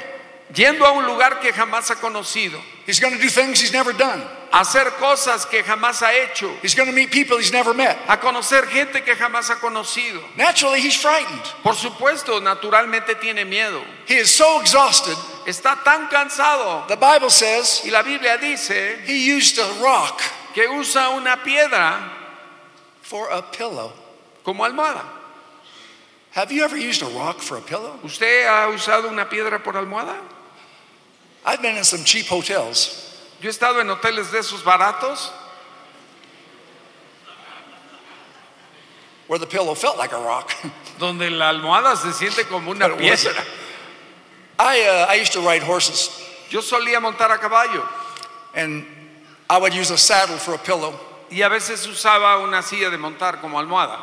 [SPEAKER 3] yendo a un lugar que jamás ha conocido,
[SPEAKER 2] He's going to do things he's never done.
[SPEAKER 3] a hacer cosas que jamás ha hecho,
[SPEAKER 2] He's going to meet people he's never met.
[SPEAKER 3] a conocer gente que jamás ha conocido.
[SPEAKER 2] Naturally, he's frightened.
[SPEAKER 3] Por supuesto, naturalmente tiene miedo.
[SPEAKER 2] He is so exhausted.
[SPEAKER 3] Está tan cansado.
[SPEAKER 2] The Bible says
[SPEAKER 3] Y la Biblia dice
[SPEAKER 2] he used a rock
[SPEAKER 3] que usa una piedra
[SPEAKER 2] for a pillow.
[SPEAKER 3] como almohada.
[SPEAKER 2] Have you ever used a rock for a pillow?
[SPEAKER 3] ¿Usted ha usado una piedra por almohada?
[SPEAKER 2] I've been in some cheap hotels.
[SPEAKER 3] Yo he estado en hoteles de esos baratos
[SPEAKER 2] where the pillow felt like a rock. [laughs]
[SPEAKER 3] donde la almohada se siente como una
[SPEAKER 2] Pero bueno.
[SPEAKER 3] piedra.
[SPEAKER 2] I, uh, I used to ride horses,
[SPEAKER 3] Yo solía montar a caballo
[SPEAKER 2] and I would use a saddle for a pillow.
[SPEAKER 3] y a veces usaba una silla de montar como almohada.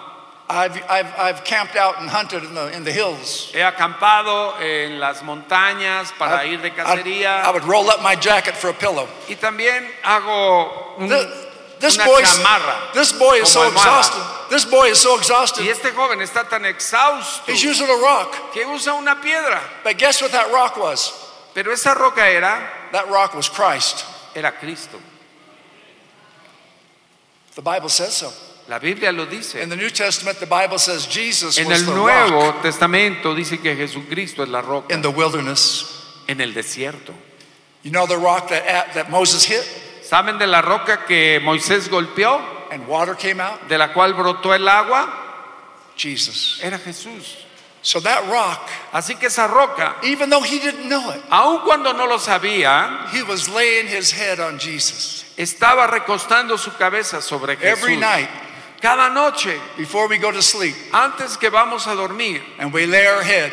[SPEAKER 2] I've, I've, I've camped out and hunted in the, in the hills.
[SPEAKER 3] He acampado en las montañas para
[SPEAKER 2] Ah,
[SPEAKER 3] ir de
[SPEAKER 2] I, I
[SPEAKER 3] cacería
[SPEAKER 2] would roll up my jacket for a pillow.
[SPEAKER 3] y también hago un-
[SPEAKER 2] Th- This,
[SPEAKER 3] una
[SPEAKER 2] boy's,
[SPEAKER 3] chamarra.
[SPEAKER 2] this boy is so
[SPEAKER 3] como almohada.
[SPEAKER 2] exhausted. This boy is so
[SPEAKER 3] Y
[SPEAKER 2] exhausted.
[SPEAKER 3] este joven está tan exhausto
[SPEAKER 2] He's using a rock.
[SPEAKER 3] que usa una piedra.
[SPEAKER 2] But guess what that rock was?
[SPEAKER 3] Pero esa roca era,
[SPEAKER 2] That rock was Christ.
[SPEAKER 3] era Cristo.
[SPEAKER 2] The Bible says so.
[SPEAKER 3] La Biblia lo dice.
[SPEAKER 2] In the New Testament, the Bible says Jesus
[SPEAKER 3] En
[SPEAKER 2] was
[SPEAKER 3] el
[SPEAKER 2] the
[SPEAKER 3] Nuevo
[SPEAKER 2] rock
[SPEAKER 3] Testamento dice que Jesucristo es la roca
[SPEAKER 2] in the wilderness.
[SPEAKER 3] en el desierto.
[SPEAKER 2] You know the rock that, that Moses hit?
[SPEAKER 3] ¿Saben de la roca que Moisés golpeó,
[SPEAKER 2] and water came out?
[SPEAKER 3] de la cual brotó el agua?
[SPEAKER 2] Jesus.
[SPEAKER 3] Era Jesús.
[SPEAKER 2] So that rock,
[SPEAKER 3] Así que esa roca,
[SPEAKER 2] even though he didn't know it,
[SPEAKER 3] aun cuando no lo sabía,
[SPEAKER 2] he was laying his head on Jesus.
[SPEAKER 3] estaba recostando su cabeza sobre Jesús.
[SPEAKER 2] Every night,
[SPEAKER 3] Cada noche,
[SPEAKER 2] before we go to sleep,
[SPEAKER 3] antes que vamos a dormir,
[SPEAKER 2] and we lay our head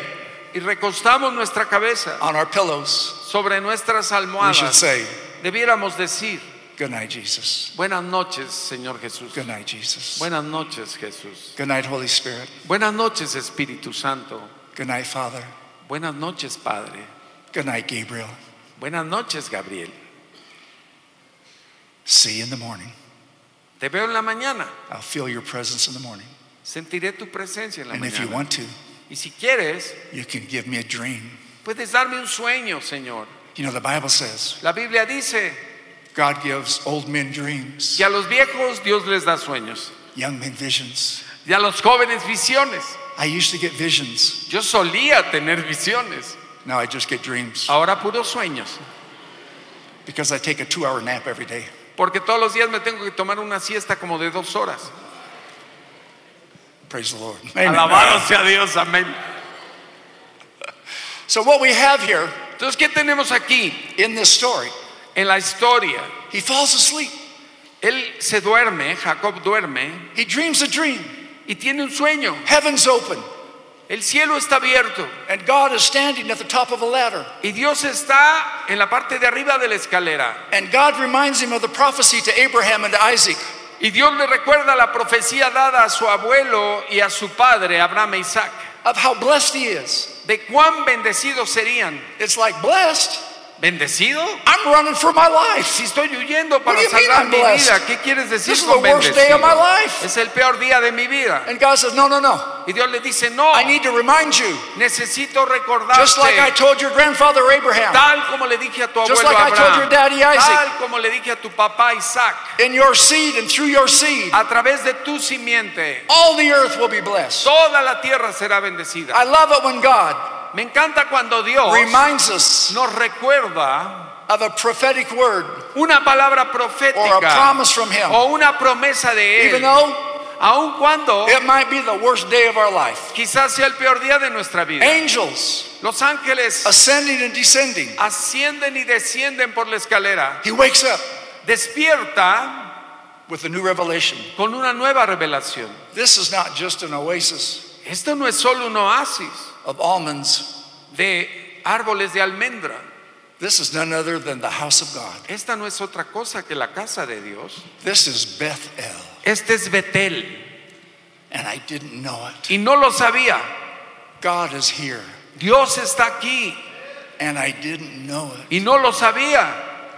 [SPEAKER 3] y recostamos nuestra cabeza
[SPEAKER 2] on our pillows,
[SPEAKER 3] sobre nuestras
[SPEAKER 2] we should
[SPEAKER 3] almohadas,
[SPEAKER 2] say,
[SPEAKER 3] debiéramos decir,
[SPEAKER 2] Good night, Jesus.
[SPEAKER 3] buenas noches, Señor Jesús.
[SPEAKER 2] Good night, Jesus.
[SPEAKER 3] Buenas noches, Jesús.
[SPEAKER 2] Good night, Holy Spirit.
[SPEAKER 3] Buenas noches, Espíritu Santo.
[SPEAKER 2] Good night, Father.
[SPEAKER 3] Buenas noches, Padre.
[SPEAKER 2] Good night, Gabriel.
[SPEAKER 3] Buenas noches, Gabriel.
[SPEAKER 2] See you in the morning.
[SPEAKER 3] Te veo en la mañana.
[SPEAKER 2] I'll feel your presence in the morning.
[SPEAKER 3] Sentiré tu presencia en la
[SPEAKER 2] And if you
[SPEAKER 3] mañana.
[SPEAKER 2] want to,
[SPEAKER 3] Y si quieres,
[SPEAKER 2] you can give me a dream.
[SPEAKER 3] puedes darme un sueño, Señor.
[SPEAKER 2] You know, the Bible says
[SPEAKER 3] La Biblia dice
[SPEAKER 2] God gives old men dreams,
[SPEAKER 3] que a los viejos Dios les da sueños
[SPEAKER 2] young men visions.
[SPEAKER 3] y a los jóvenes visiones.
[SPEAKER 2] I used to get visions,
[SPEAKER 3] Yo solía tener visiones,
[SPEAKER 2] now I just get dreams
[SPEAKER 3] ahora puros sueños,
[SPEAKER 2] because I take a two hour nap every day.
[SPEAKER 3] porque todos los días me tengo que tomar una siesta como de dos horas.
[SPEAKER 2] Praise the Lord.
[SPEAKER 3] Alabado sea Dios, amén.
[SPEAKER 2] So, what we have here
[SPEAKER 3] Entonces, ¿qué tenemos aquí
[SPEAKER 2] in this story,
[SPEAKER 3] en la historia?
[SPEAKER 2] he falls asleep.
[SPEAKER 3] Él se duerme, Jacob duerme
[SPEAKER 2] He dreams a dream.
[SPEAKER 3] y tiene un sueño.
[SPEAKER 2] Heaven's open,
[SPEAKER 3] El cielo está abierto
[SPEAKER 2] and God is standing at the top of a ladder.
[SPEAKER 3] y Dios está en la parte de arriba de la escalera.
[SPEAKER 2] And God reminds him of the prophecy to Abraham and Isaac.
[SPEAKER 3] Y Dios le recuerda la profecía dada a su abuelo y a su padre, Abraham e Isaac,
[SPEAKER 2] of how blessed he is.
[SPEAKER 3] de cuán bendecidos serían.
[SPEAKER 2] It's like, blessed?
[SPEAKER 3] ¿Bendecido?
[SPEAKER 2] I'm running for my life.
[SPEAKER 3] Si estoy huyendo para
[SPEAKER 2] What do you mean
[SPEAKER 3] salvar
[SPEAKER 2] I'm
[SPEAKER 3] mi
[SPEAKER 2] blessed?
[SPEAKER 3] vida, ¿qué quieres decir
[SPEAKER 2] This is
[SPEAKER 3] con
[SPEAKER 2] the worst day
[SPEAKER 3] bendecido?
[SPEAKER 2] of my life.
[SPEAKER 3] Es el peor día de mi vida.
[SPEAKER 2] And God says, No, no, no.
[SPEAKER 3] Y Dios le dice, no,
[SPEAKER 2] I need to remind you,
[SPEAKER 3] necesito recordarte.
[SPEAKER 2] just like I told your grandfather Abraham,
[SPEAKER 3] Tal como le dije a tu
[SPEAKER 2] Just
[SPEAKER 3] abuelo
[SPEAKER 2] like I
[SPEAKER 3] Abraham,
[SPEAKER 2] told your daddy Isaac.
[SPEAKER 3] tal como le dije a tu papá Isaac,
[SPEAKER 2] in your seed and through your seed,
[SPEAKER 3] a través de tu simiente,
[SPEAKER 2] all the earth will be blessed.
[SPEAKER 3] toda la tierra será bendecida.
[SPEAKER 2] I love it when God
[SPEAKER 3] Me encanta cuando Dios
[SPEAKER 2] reminds us
[SPEAKER 3] nos recuerda
[SPEAKER 2] of a prophetic word
[SPEAKER 3] una palabra
[SPEAKER 2] or a
[SPEAKER 3] profética
[SPEAKER 2] promise from Him,
[SPEAKER 3] o una promesa de
[SPEAKER 2] even
[SPEAKER 3] Él,
[SPEAKER 2] though
[SPEAKER 3] aun cuando
[SPEAKER 2] it might be the worst day of our life.
[SPEAKER 3] quizás sea el peor día de nuestra vida.
[SPEAKER 2] Angels
[SPEAKER 3] Los ángeles
[SPEAKER 2] ascending and descending.
[SPEAKER 3] ascienden y descienden por la escalera.
[SPEAKER 2] He wakes up
[SPEAKER 3] Despierta
[SPEAKER 2] with a new revelation.
[SPEAKER 3] con una nueva revelación.
[SPEAKER 2] This is not just an oasis
[SPEAKER 3] Esto no es solo un oasis
[SPEAKER 2] of almonds.
[SPEAKER 3] de árboles de almendra.
[SPEAKER 2] This is none other than the house of God.
[SPEAKER 3] Esta no es otra cosa que la casa de Dios.
[SPEAKER 2] This is Bethel,
[SPEAKER 3] Este es Betel.
[SPEAKER 2] and I didn't know it.
[SPEAKER 3] Y no lo sabía.
[SPEAKER 2] God is here,
[SPEAKER 3] Dios está aquí.
[SPEAKER 2] and I didn't know it.
[SPEAKER 3] Y no lo sabía.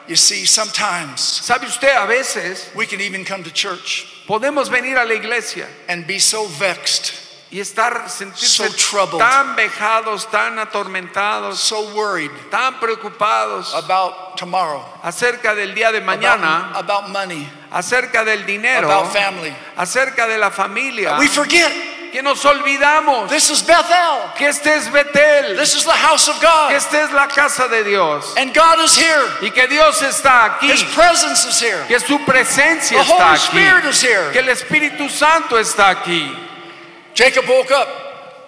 [SPEAKER 2] You see, sometimes
[SPEAKER 3] ¿Sabe usted? A veces
[SPEAKER 2] we can even come to church
[SPEAKER 3] podemos venir a la iglesia
[SPEAKER 2] and be so vexed,
[SPEAKER 3] y estar, sentirse
[SPEAKER 2] So troubled.
[SPEAKER 3] tan vejados, tan atormentados,
[SPEAKER 2] so worried
[SPEAKER 3] tan preocupados
[SPEAKER 2] about tomorrow,
[SPEAKER 3] acerca del día de mañana.
[SPEAKER 2] about, about money,
[SPEAKER 3] acerca del dinero,
[SPEAKER 2] about family.
[SPEAKER 3] acerca de la familia,
[SPEAKER 2] We forget
[SPEAKER 3] que nos olvidamos
[SPEAKER 2] this is Bethel.
[SPEAKER 3] que este es Betel,
[SPEAKER 2] This is the house of
[SPEAKER 3] que
[SPEAKER 2] God,
[SPEAKER 3] esta es la casa de Dios
[SPEAKER 2] and God is here.
[SPEAKER 3] y que Dios está aquí,
[SPEAKER 2] His presence is here.
[SPEAKER 3] que su presencia
[SPEAKER 2] The
[SPEAKER 3] está
[SPEAKER 2] Holy Spirit
[SPEAKER 3] aquí,
[SPEAKER 2] is
[SPEAKER 3] que
[SPEAKER 2] here.
[SPEAKER 3] el Espíritu Santo está aquí.
[SPEAKER 2] Jacob woke up.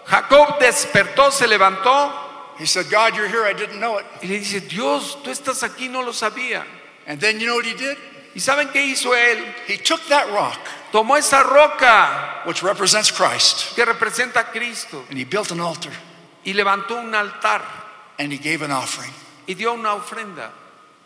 [SPEAKER 3] Jacob despertó, se levantó
[SPEAKER 2] He said, God, you're here. I didn't know it.
[SPEAKER 3] y le dice, Dios, tú estás aquí, no lo sabía.
[SPEAKER 2] And then you know what he did?
[SPEAKER 3] ¿Y saben qué hizo él?
[SPEAKER 2] He took that rock,
[SPEAKER 3] Tomó esa roca
[SPEAKER 2] which represents Christ,
[SPEAKER 3] que representa a Cristo
[SPEAKER 2] and he built an altar
[SPEAKER 3] y levantó un altar
[SPEAKER 2] and he gave an offering.
[SPEAKER 3] y dio una ofrenda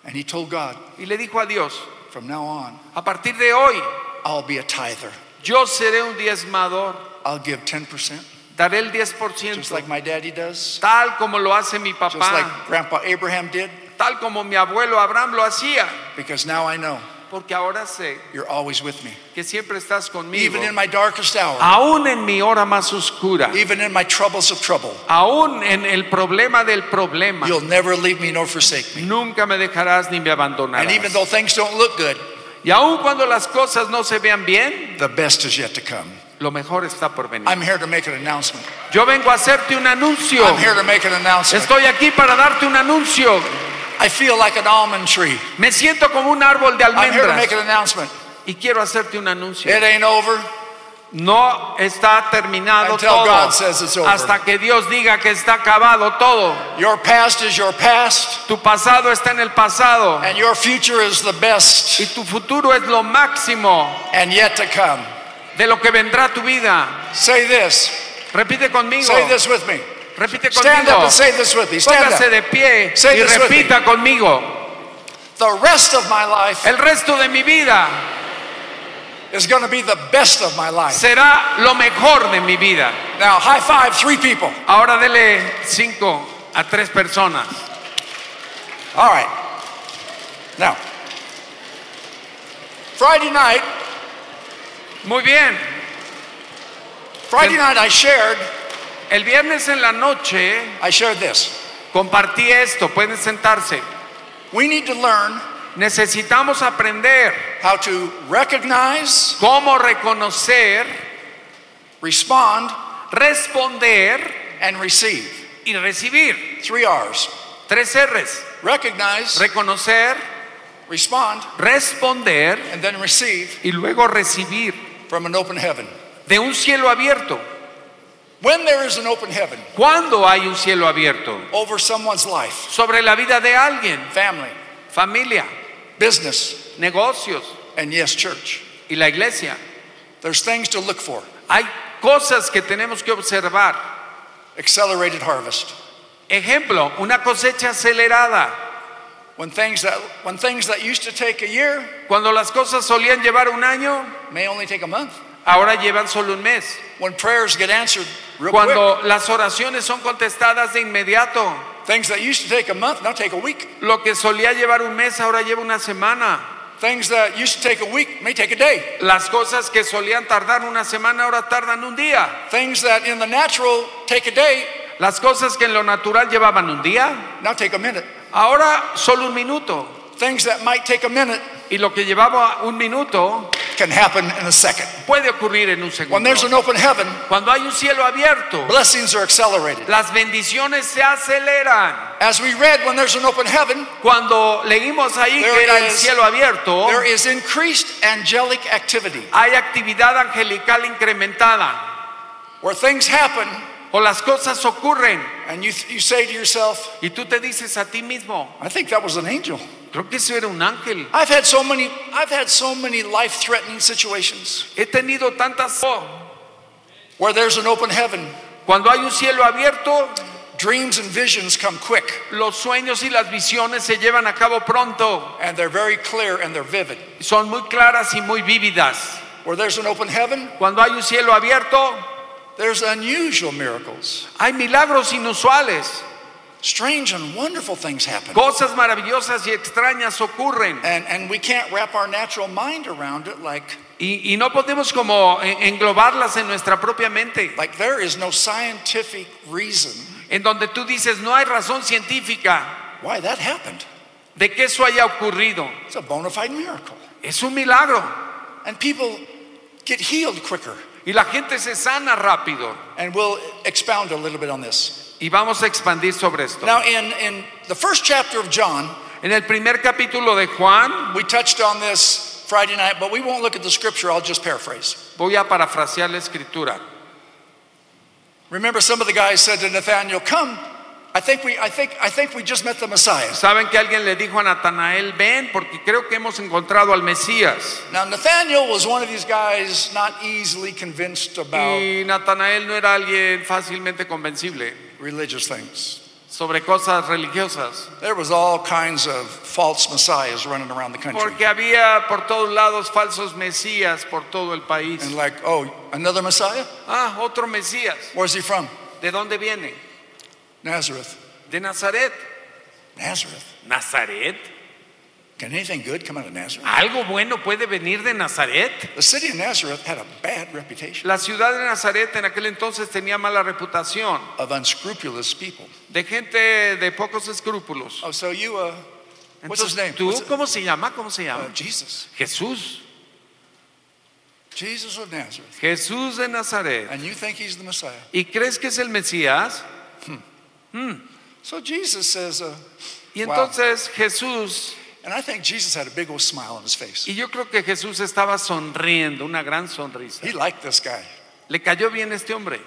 [SPEAKER 2] And he told God,
[SPEAKER 3] y le dijo a Dios,
[SPEAKER 2] from now on,
[SPEAKER 3] A partir de hoy,
[SPEAKER 2] I'll be a tither.
[SPEAKER 3] yo seré un diezmador.
[SPEAKER 2] I'll give 10%,
[SPEAKER 3] Daré el
[SPEAKER 2] just
[SPEAKER 3] 10%,
[SPEAKER 2] like my daddy does,
[SPEAKER 3] tal como lo hace mi
[SPEAKER 2] just
[SPEAKER 3] papá,
[SPEAKER 2] like Grandpa Abraham did,
[SPEAKER 3] tal como mi abuelo Abraham lo hacía.
[SPEAKER 2] because now I know
[SPEAKER 3] Porque ahora sé
[SPEAKER 2] you're always with me.
[SPEAKER 3] que siempre estás conmigo.
[SPEAKER 2] Even in my darkest hour,
[SPEAKER 3] Aún en mi hora más oscura,
[SPEAKER 2] even in my troubles of trouble,
[SPEAKER 3] aún en el problema del problema,
[SPEAKER 2] you'll never leave me nor forsake me.
[SPEAKER 3] nunca me dejarás ni me
[SPEAKER 2] And
[SPEAKER 3] abandonarás.
[SPEAKER 2] even though things don't look good,
[SPEAKER 3] Y aún cuando las cosas no se vean bien,
[SPEAKER 2] the best is yet to come.
[SPEAKER 3] lo mejor está por venir.
[SPEAKER 2] I'm here to make an announcement.
[SPEAKER 3] Mm. Yo vengo a hacerte un anuncio.
[SPEAKER 2] I'm here to make an announcement.
[SPEAKER 3] Estoy aquí para darte un anuncio.
[SPEAKER 2] I feel like an almond tree.
[SPEAKER 3] Me siento como un árbol de
[SPEAKER 2] I'm here to make Eh-
[SPEAKER 3] almendras.
[SPEAKER 2] an announcement.
[SPEAKER 3] Y quiero hacerte un anuncio.
[SPEAKER 2] It ain't over.
[SPEAKER 3] No está terminado
[SPEAKER 2] Until
[SPEAKER 3] todo
[SPEAKER 2] God says it's over.
[SPEAKER 3] hasta que Dios diga que está acabado todo.
[SPEAKER 2] Your past is your past,
[SPEAKER 3] Tu pasado está en el pasado
[SPEAKER 2] and your future is the best
[SPEAKER 3] y tu futuro es lo máximo
[SPEAKER 2] and yet to come.
[SPEAKER 3] de lo que vendrá a tu vida.
[SPEAKER 2] Say this.
[SPEAKER 3] Repite conmigo.
[SPEAKER 2] Say this with me.
[SPEAKER 3] Repite
[SPEAKER 2] Stand up
[SPEAKER 3] conmigo.
[SPEAKER 2] and say this with me. Stand
[SPEAKER 3] Póngase
[SPEAKER 2] up.
[SPEAKER 3] de pie
[SPEAKER 2] Say
[SPEAKER 3] y
[SPEAKER 2] this with
[SPEAKER 3] repita conmigo.
[SPEAKER 2] The rest of my life
[SPEAKER 3] El resto de mi vida
[SPEAKER 2] is going to be the best of my life.
[SPEAKER 3] será lo mejor de mi vida.
[SPEAKER 2] Now, high five three people.
[SPEAKER 3] Ahora dele cinco a tres personas.
[SPEAKER 2] All right. Now, Friday night,
[SPEAKER 3] Muy bien.
[SPEAKER 2] Friday
[SPEAKER 3] Then-
[SPEAKER 2] night I shared,
[SPEAKER 3] El viernes en la noche
[SPEAKER 2] I shared this.
[SPEAKER 3] compartí esto. Pueden sentarse.
[SPEAKER 2] We need to learn
[SPEAKER 3] Necesitamos aprender
[SPEAKER 2] how to recognize,
[SPEAKER 3] cómo reconocer,
[SPEAKER 2] respond,
[SPEAKER 3] responder
[SPEAKER 2] and receive.
[SPEAKER 3] y recibir.
[SPEAKER 2] Three R's.
[SPEAKER 3] Tres R's.
[SPEAKER 2] Recognize,
[SPEAKER 3] Reconocer,
[SPEAKER 2] respond,
[SPEAKER 3] responder
[SPEAKER 2] and then receive
[SPEAKER 3] y luego recibir
[SPEAKER 2] from an open heaven.
[SPEAKER 3] de un cielo abierto.
[SPEAKER 2] When there is an open heaven
[SPEAKER 3] ¿Cuándo hay un cielo abierto?
[SPEAKER 2] over someone's life,
[SPEAKER 3] Sobre la vida de alguien,
[SPEAKER 2] family,
[SPEAKER 3] familia,
[SPEAKER 2] business,
[SPEAKER 3] negocios
[SPEAKER 2] and yes, church,
[SPEAKER 3] y la iglesia.
[SPEAKER 2] there's things to look for.
[SPEAKER 3] Hay cosas que tenemos que observar.
[SPEAKER 2] Accelerated harvest.
[SPEAKER 3] Ejemplo, una cosecha acelerada.
[SPEAKER 2] When things that when things that used to take a year
[SPEAKER 3] Cuando las cosas solían llevar un año,
[SPEAKER 2] may only take a month.
[SPEAKER 3] ahora llevan solo un mes.
[SPEAKER 2] When prayers get answered real
[SPEAKER 3] Cuando las oraciones son contestadas de inmediato,
[SPEAKER 2] quick, things that used to take a month now take a week.
[SPEAKER 3] lo que solía llevar un mes ahora lleva una semana.
[SPEAKER 2] Things that used to take a week may take a day.
[SPEAKER 3] Las cosas que solían tardar una semana ahora tardan un día.
[SPEAKER 2] Things that in the natural take a day
[SPEAKER 3] Las cosas que en lo natural llevaban un día,
[SPEAKER 2] now take a minute.
[SPEAKER 3] ahora solo un minuto.
[SPEAKER 2] Things that might take a minute
[SPEAKER 3] Y lo que llevaba un minuto
[SPEAKER 2] can happen in a second.
[SPEAKER 3] puede ocurrir en un
[SPEAKER 2] When there's an
[SPEAKER 3] segundo.
[SPEAKER 2] open heaven,
[SPEAKER 3] Cuando hay un cielo abierto,
[SPEAKER 2] blessings are accelerated.
[SPEAKER 3] las bendiciones se aceleran.
[SPEAKER 2] As we read, when there's an open heaven,
[SPEAKER 3] Cuando leímos ahí
[SPEAKER 2] There
[SPEAKER 3] que era el
[SPEAKER 2] is-
[SPEAKER 3] cielo abierto,
[SPEAKER 2] there is increased angelic activity
[SPEAKER 3] hay actividad angelical incrementada.
[SPEAKER 2] where things happen
[SPEAKER 3] o las cosas ocurren
[SPEAKER 2] and you, you say to yourself,
[SPEAKER 3] y tú te dices a ti mismo,
[SPEAKER 2] I think that was an angel.
[SPEAKER 3] creo que eso era un ángel.
[SPEAKER 2] I've had so many I've had so many life-threatening situations
[SPEAKER 3] He tenido tantas... Oh,
[SPEAKER 2] where there's an open heaven,
[SPEAKER 3] Cuando hay un cielo abierto,
[SPEAKER 2] dreams and visions come quick
[SPEAKER 3] los sueños y las visiones se llevan a cabo pronto.
[SPEAKER 2] and they're very clear and they're vivid.
[SPEAKER 3] Son muy claras y muy vívidas.
[SPEAKER 2] Where there's an open heaven,
[SPEAKER 3] Cuando hay un cielo abierto,
[SPEAKER 2] there's unusual miracles.
[SPEAKER 3] hay milagros inusuales.
[SPEAKER 2] Strange and wonderful things happen.
[SPEAKER 3] Cosas maravillosas y extrañas ocurren.
[SPEAKER 2] And and we can't wrap our natural mind around it like
[SPEAKER 3] Y, y no podemos como en- englobarlas en nuestra propia mente.
[SPEAKER 2] like there is no scientific reason
[SPEAKER 3] En donde tú dices, no hay razón científica
[SPEAKER 2] why that happened.
[SPEAKER 3] de que eso haya ocurrido.
[SPEAKER 2] It's a bona fide miracle.
[SPEAKER 3] Es un milagro.
[SPEAKER 2] And people get healed quicker.
[SPEAKER 3] Y la gente se sana rápido.
[SPEAKER 2] And we'll expound a little bit on this.
[SPEAKER 3] Y vamos a expandir sobre esto.
[SPEAKER 2] Now in in the first chapter of John,
[SPEAKER 3] En el primer capítulo de Juan,
[SPEAKER 2] We touched on this Friday night, but we won't look at the scripture. I'll just paraphrase.
[SPEAKER 3] voy a parafrasear la escritura.
[SPEAKER 2] Remember, some of the guys said to Nathaniel, "Come, I think we, I think, I think we just met the Messiah."
[SPEAKER 3] Saben que alguien le dijo a Natanael, ven, porque creo que hemos encontrado al Mesías.
[SPEAKER 2] Now, Nathaniel was one of these guys not easily convinced about
[SPEAKER 3] Y Natanael no era alguien fácilmente convencible
[SPEAKER 2] religious things.
[SPEAKER 3] sobre cosas religiosas,
[SPEAKER 2] There was all kinds of false messiahs running around the country,
[SPEAKER 3] porque había por todos lados falsos Mesías por todo el país.
[SPEAKER 2] and like, oh, another Messiah?
[SPEAKER 3] Ah, otro Mesías.
[SPEAKER 2] Where's he from?
[SPEAKER 3] ¿De dónde viene?
[SPEAKER 2] Nazareth.
[SPEAKER 3] De Nazaret.
[SPEAKER 2] Nazareth.
[SPEAKER 3] ¿Nazaret?
[SPEAKER 2] Can anything good come out of Nazareth?
[SPEAKER 3] ¿Algo bueno puede venir de Nazaret?
[SPEAKER 2] The city of Nazareth had a bad reputation
[SPEAKER 3] La ciudad de Nazaret en aquel entonces tenía mala reputación
[SPEAKER 2] of unscrupulous people.
[SPEAKER 3] de gente de pocos escrúpulos.
[SPEAKER 2] Oh, so you, uh, what's his name?
[SPEAKER 3] Entonces, ¿tú
[SPEAKER 2] What's-
[SPEAKER 3] cómo se llama? ¿Cómo se
[SPEAKER 2] Uh,
[SPEAKER 3] llama?
[SPEAKER 2] Jesus.
[SPEAKER 3] Jesús.
[SPEAKER 2] Jesus of Nazareth.
[SPEAKER 3] Jesús de Nazaret.
[SPEAKER 2] And you think he's the Messiah.
[SPEAKER 3] ¿Y crees que es el Mesías?
[SPEAKER 2] So Jesus says, uh,
[SPEAKER 3] Y entonces Jesús,
[SPEAKER 2] And I think Jesus had a big old smile on his face.
[SPEAKER 3] y yo creo que Jesús estaba sonriendo, una gran sonrisa.
[SPEAKER 2] He liked this guy.
[SPEAKER 3] Le cayó bien este hombre.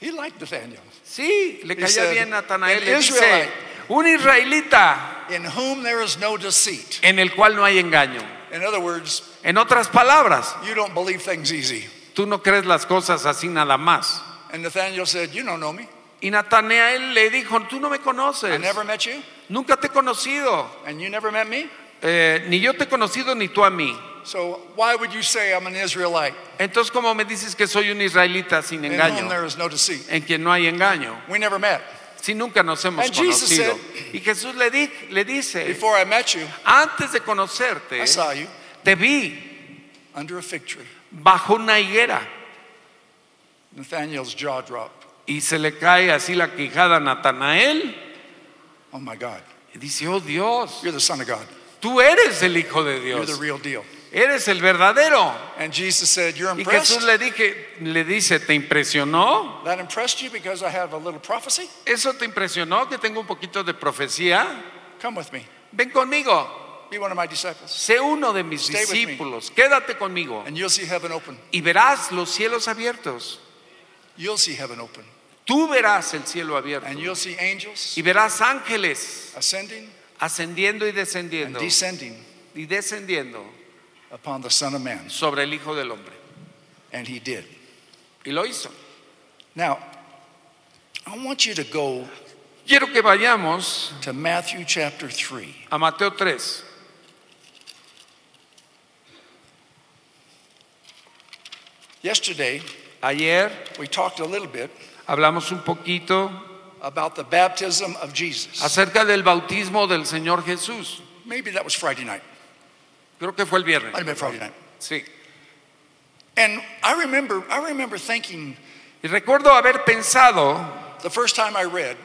[SPEAKER 2] He liked Nathaniel,
[SPEAKER 3] Sí, le
[SPEAKER 2] He
[SPEAKER 3] cayó
[SPEAKER 2] said,
[SPEAKER 3] bien Natanael.
[SPEAKER 2] "An
[SPEAKER 3] Le dice,
[SPEAKER 2] Israelite."
[SPEAKER 3] un israelita
[SPEAKER 2] in whom there is no deceit.
[SPEAKER 3] en el cual no hay engaño.
[SPEAKER 2] In other words,
[SPEAKER 3] En otras palabras,
[SPEAKER 2] you don't believe things easy.
[SPEAKER 3] tú no crees las cosas así nada más.
[SPEAKER 2] And Nathaniel said, You don't know me.
[SPEAKER 3] Y Natanael le dijo, tú no me
[SPEAKER 2] I
[SPEAKER 3] conoces,
[SPEAKER 2] never met you,
[SPEAKER 3] nunca te he conocido,
[SPEAKER 2] and you never met me.
[SPEAKER 3] Eh, ni yo te he conocido ni tú a mí.
[SPEAKER 2] So why would you say I'm an Israelite
[SPEAKER 3] Entonces, ¿cómo me dices que soy un israelita sin
[SPEAKER 2] in
[SPEAKER 3] engaño?
[SPEAKER 2] whom there is no deceit?
[SPEAKER 3] En quien no hay engaño.
[SPEAKER 2] We never met.
[SPEAKER 3] Si nunca nos hemos
[SPEAKER 2] And Jesus
[SPEAKER 3] conocido. y Jesús le, di- le dice,
[SPEAKER 2] Before I met you,
[SPEAKER 3] antes de conocerte,
[SPEAKER 2] I saw you
[SPEAKER 3] te vi
[SPEAKER 2] under a fig tree.
[SPEAKER 3] bajo una higuera.
[SPEAKER 2] Nathaniel's jaw dropped.
[SPEAKER 3] Y se le cae así la quijada a Natanael.
[SPEAKER 2] Oh my God,
[SPEAKER 3] Y dice, oh Dios,
[SPEAKER 2] you're the Son of God.
[SPEAKER 3] tú eres el Hijo de
[SPEAKER 2] You're the
[SPEAKER 3] Dios.
[SPEAKER 2] real deal.
[SPEAKER 3] Eres el verdadero.
[SPEAKER 2] And Jesus said, You're
[SPEAKER 3] Y
[SPEAKER 2] impressed?
[SPEAKER 3] Jesús le, dije, le dice, ¿te impresionó?
[SPEAKER 2] That impressed you because I have a little prophecy?
[SPEAKER 3] ¿Eso te impresionó que tengo un poquito de profecía?
[SPEAKER 2] Come with me.
[SPEAKER 3] Ven conmigo,
[SPEAKER 2] Be one of my disciples.
[SPEAKER 3] sé uno de mis
[SPEAKER 2] Stay with me.
[SPEAKER 3] discípulos, quédate conmigo
[SPEAKER 2] And you'll see heaven open.
[SPEAKER 3] y verás los cielos abiertos.
[SPEAKER 2] You'll see heaven open.
[SPEAKER 3] Tú verás el cielo abierto
[SPEAKER 2] And you'll see angels
[SPEAKER 3] y verás ángeles
[SPEAKER 2] ascending
[SPEAKER 3] ascendiendo y
[SPEAKER 2] and
[SPEAKER 3] descendiendo
[SPEAKER 2] descending
[SPEAKER 3] y descendiendo
[SPEAKER 2] upon the Son of Man.
[SPEAKER 3] sobre el Hijo del Hombre.
[SPEAKER 2] And he did.
[SPEAKER 3] Y lo hizo.
[SPEAKER 2] Now, I want you to go
[SPEAKER 3] Quiero que vayamos
[SPEAKER 2] to Matthew chapter 3.
[SPEAKER 3] a Mateo 3.
[SPEAKER 2] Yesterday,
[SPEAKER 3] Ayer
[SPEAKER 2] we talked a little bit
[SPEAKER 3] hablamos un poquito
[SPEAKER 2] about the baptism of Jesus.
[SPEAKER 3] acerca del bautismo del Señor Jesús.
[SPEAKER 2] Maybe that was Friday night.
[SPEAKER 3] Creo que fue el viernes.
[SPEAKER 2] Might have been Friday night.
[SPEAKER 3] Sí.
[SPEAKER 2] And I remember, I remember thinking
[SPEAKER 3] Y recuerdo haber pensado
[SPEAKER 2] the first time I read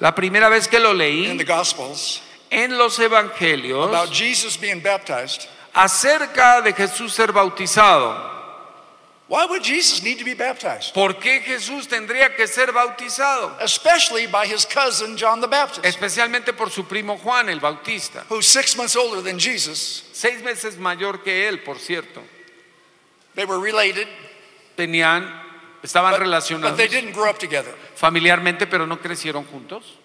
[SPEAKER 3] La primera vez que lo
[SPEAKER 2] in the
[SPEAKER 3] leí
[SPEAKER 2] Gospels
[SPEAKER 3] en los
[SPEAKER 2] about
[SPEAKER 3] evangelios
[SPEAKER 2] Jesus being baptized.
[SPEAKER 3] acerca de Jesús ser bautizado.
[SPEAKER 2] Why would Jesus need to be baptized?
[SPEAKER 3] ¿Por qué Jesús tendría que ser bautizado?
[SPEAKER 2] Especially by his cousin John the Baptist,
[SPEAKER 3] Especialmente por su primo Juan el Bautista,
[SPEAKER 2] who's six months older than Jesus.
[SPEAKER 3] seis meses mayor que él, por cierto.
[SPEAKER 2] They were related,
[SPEAKER 3] Tenían, estaban
[SPEAKER 2] but, but
[SPEAKER 3] relacionados
[SPEAKER 2] they didn't grow up together.
[SPEAKER 3] familiarmente, pero no crecieron juntos.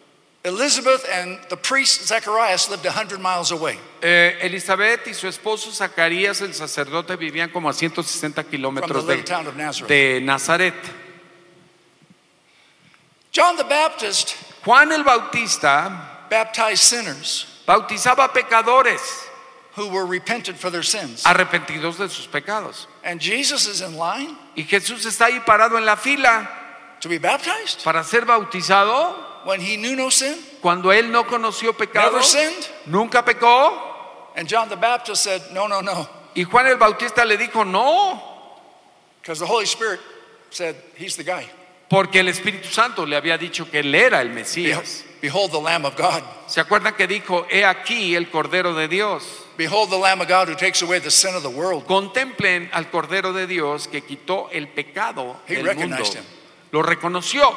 [SPEAKER 2] Elizabeth and the priest Zacharias lived 100 miles away
[SPEAKER 3] Eh, Elizabeth y su esposo Zacarías, el sacerdote, vivían como a 160
[SPEAKER 2] from the
[SPEAKER 3] kilómetros
[SPEAKER 2] little
[SPEAKER 3] de,
[SPEAKER 2] town of Nazareth.
[SPEAKER 3] de Nazaret.
[SPEAKER 2] John the Baptist
[SPEAKER 3] Juan el Bautista
[SPEAKER 2] baptized sinners
[SPEAKER 3] bautizaba pecadores.
[SPEAKER 2] who were repented for their sins.
[SPEAKER 3] Ah. arrepentidos de sus pecados.
[SPEAKER 2] And Jesus is in line
[SPEAKER 3] Y Jesús está ahí parado en la fila
[SPEAKER 2] to be baptized
[SPEAKER 3] para ser bautizado
[SPEAKER 2] when he knew no sin,
[SPEAKER 3] cuando él no conoció pecado,
[SPEAKER 2] never sinned.
[SPEAKER 3] nunca pecó.
[SPEAKER 2] And John the Baptist said, No, no, no,
[SPEAKER 3] Y Juan el Bautista le dijo, no,
[SPEAKER 2] because the Holy Spirit said, He's the guy.
[SPEAKER 3] porque el Espíritu Santo le había dicho que él era el Mesías.
[SPEAKER 2] Behold, behold the Lamb of God.
[SPEAKER 3] ¿Se acuerdan que dijo, he aquí el Cordero de Dios?
[SPEAKER 2] Behold the Lamb of God who takes away the sin of the world.
[SPEAKER 3] Contemplen al Cordero de Dios que quitó el pecado
[SPEAKER 2] He
[SPEAKER 3] del mundo.
[SPEAKER 2] recognized him.
[SPEAKER 3] Lo reconoció.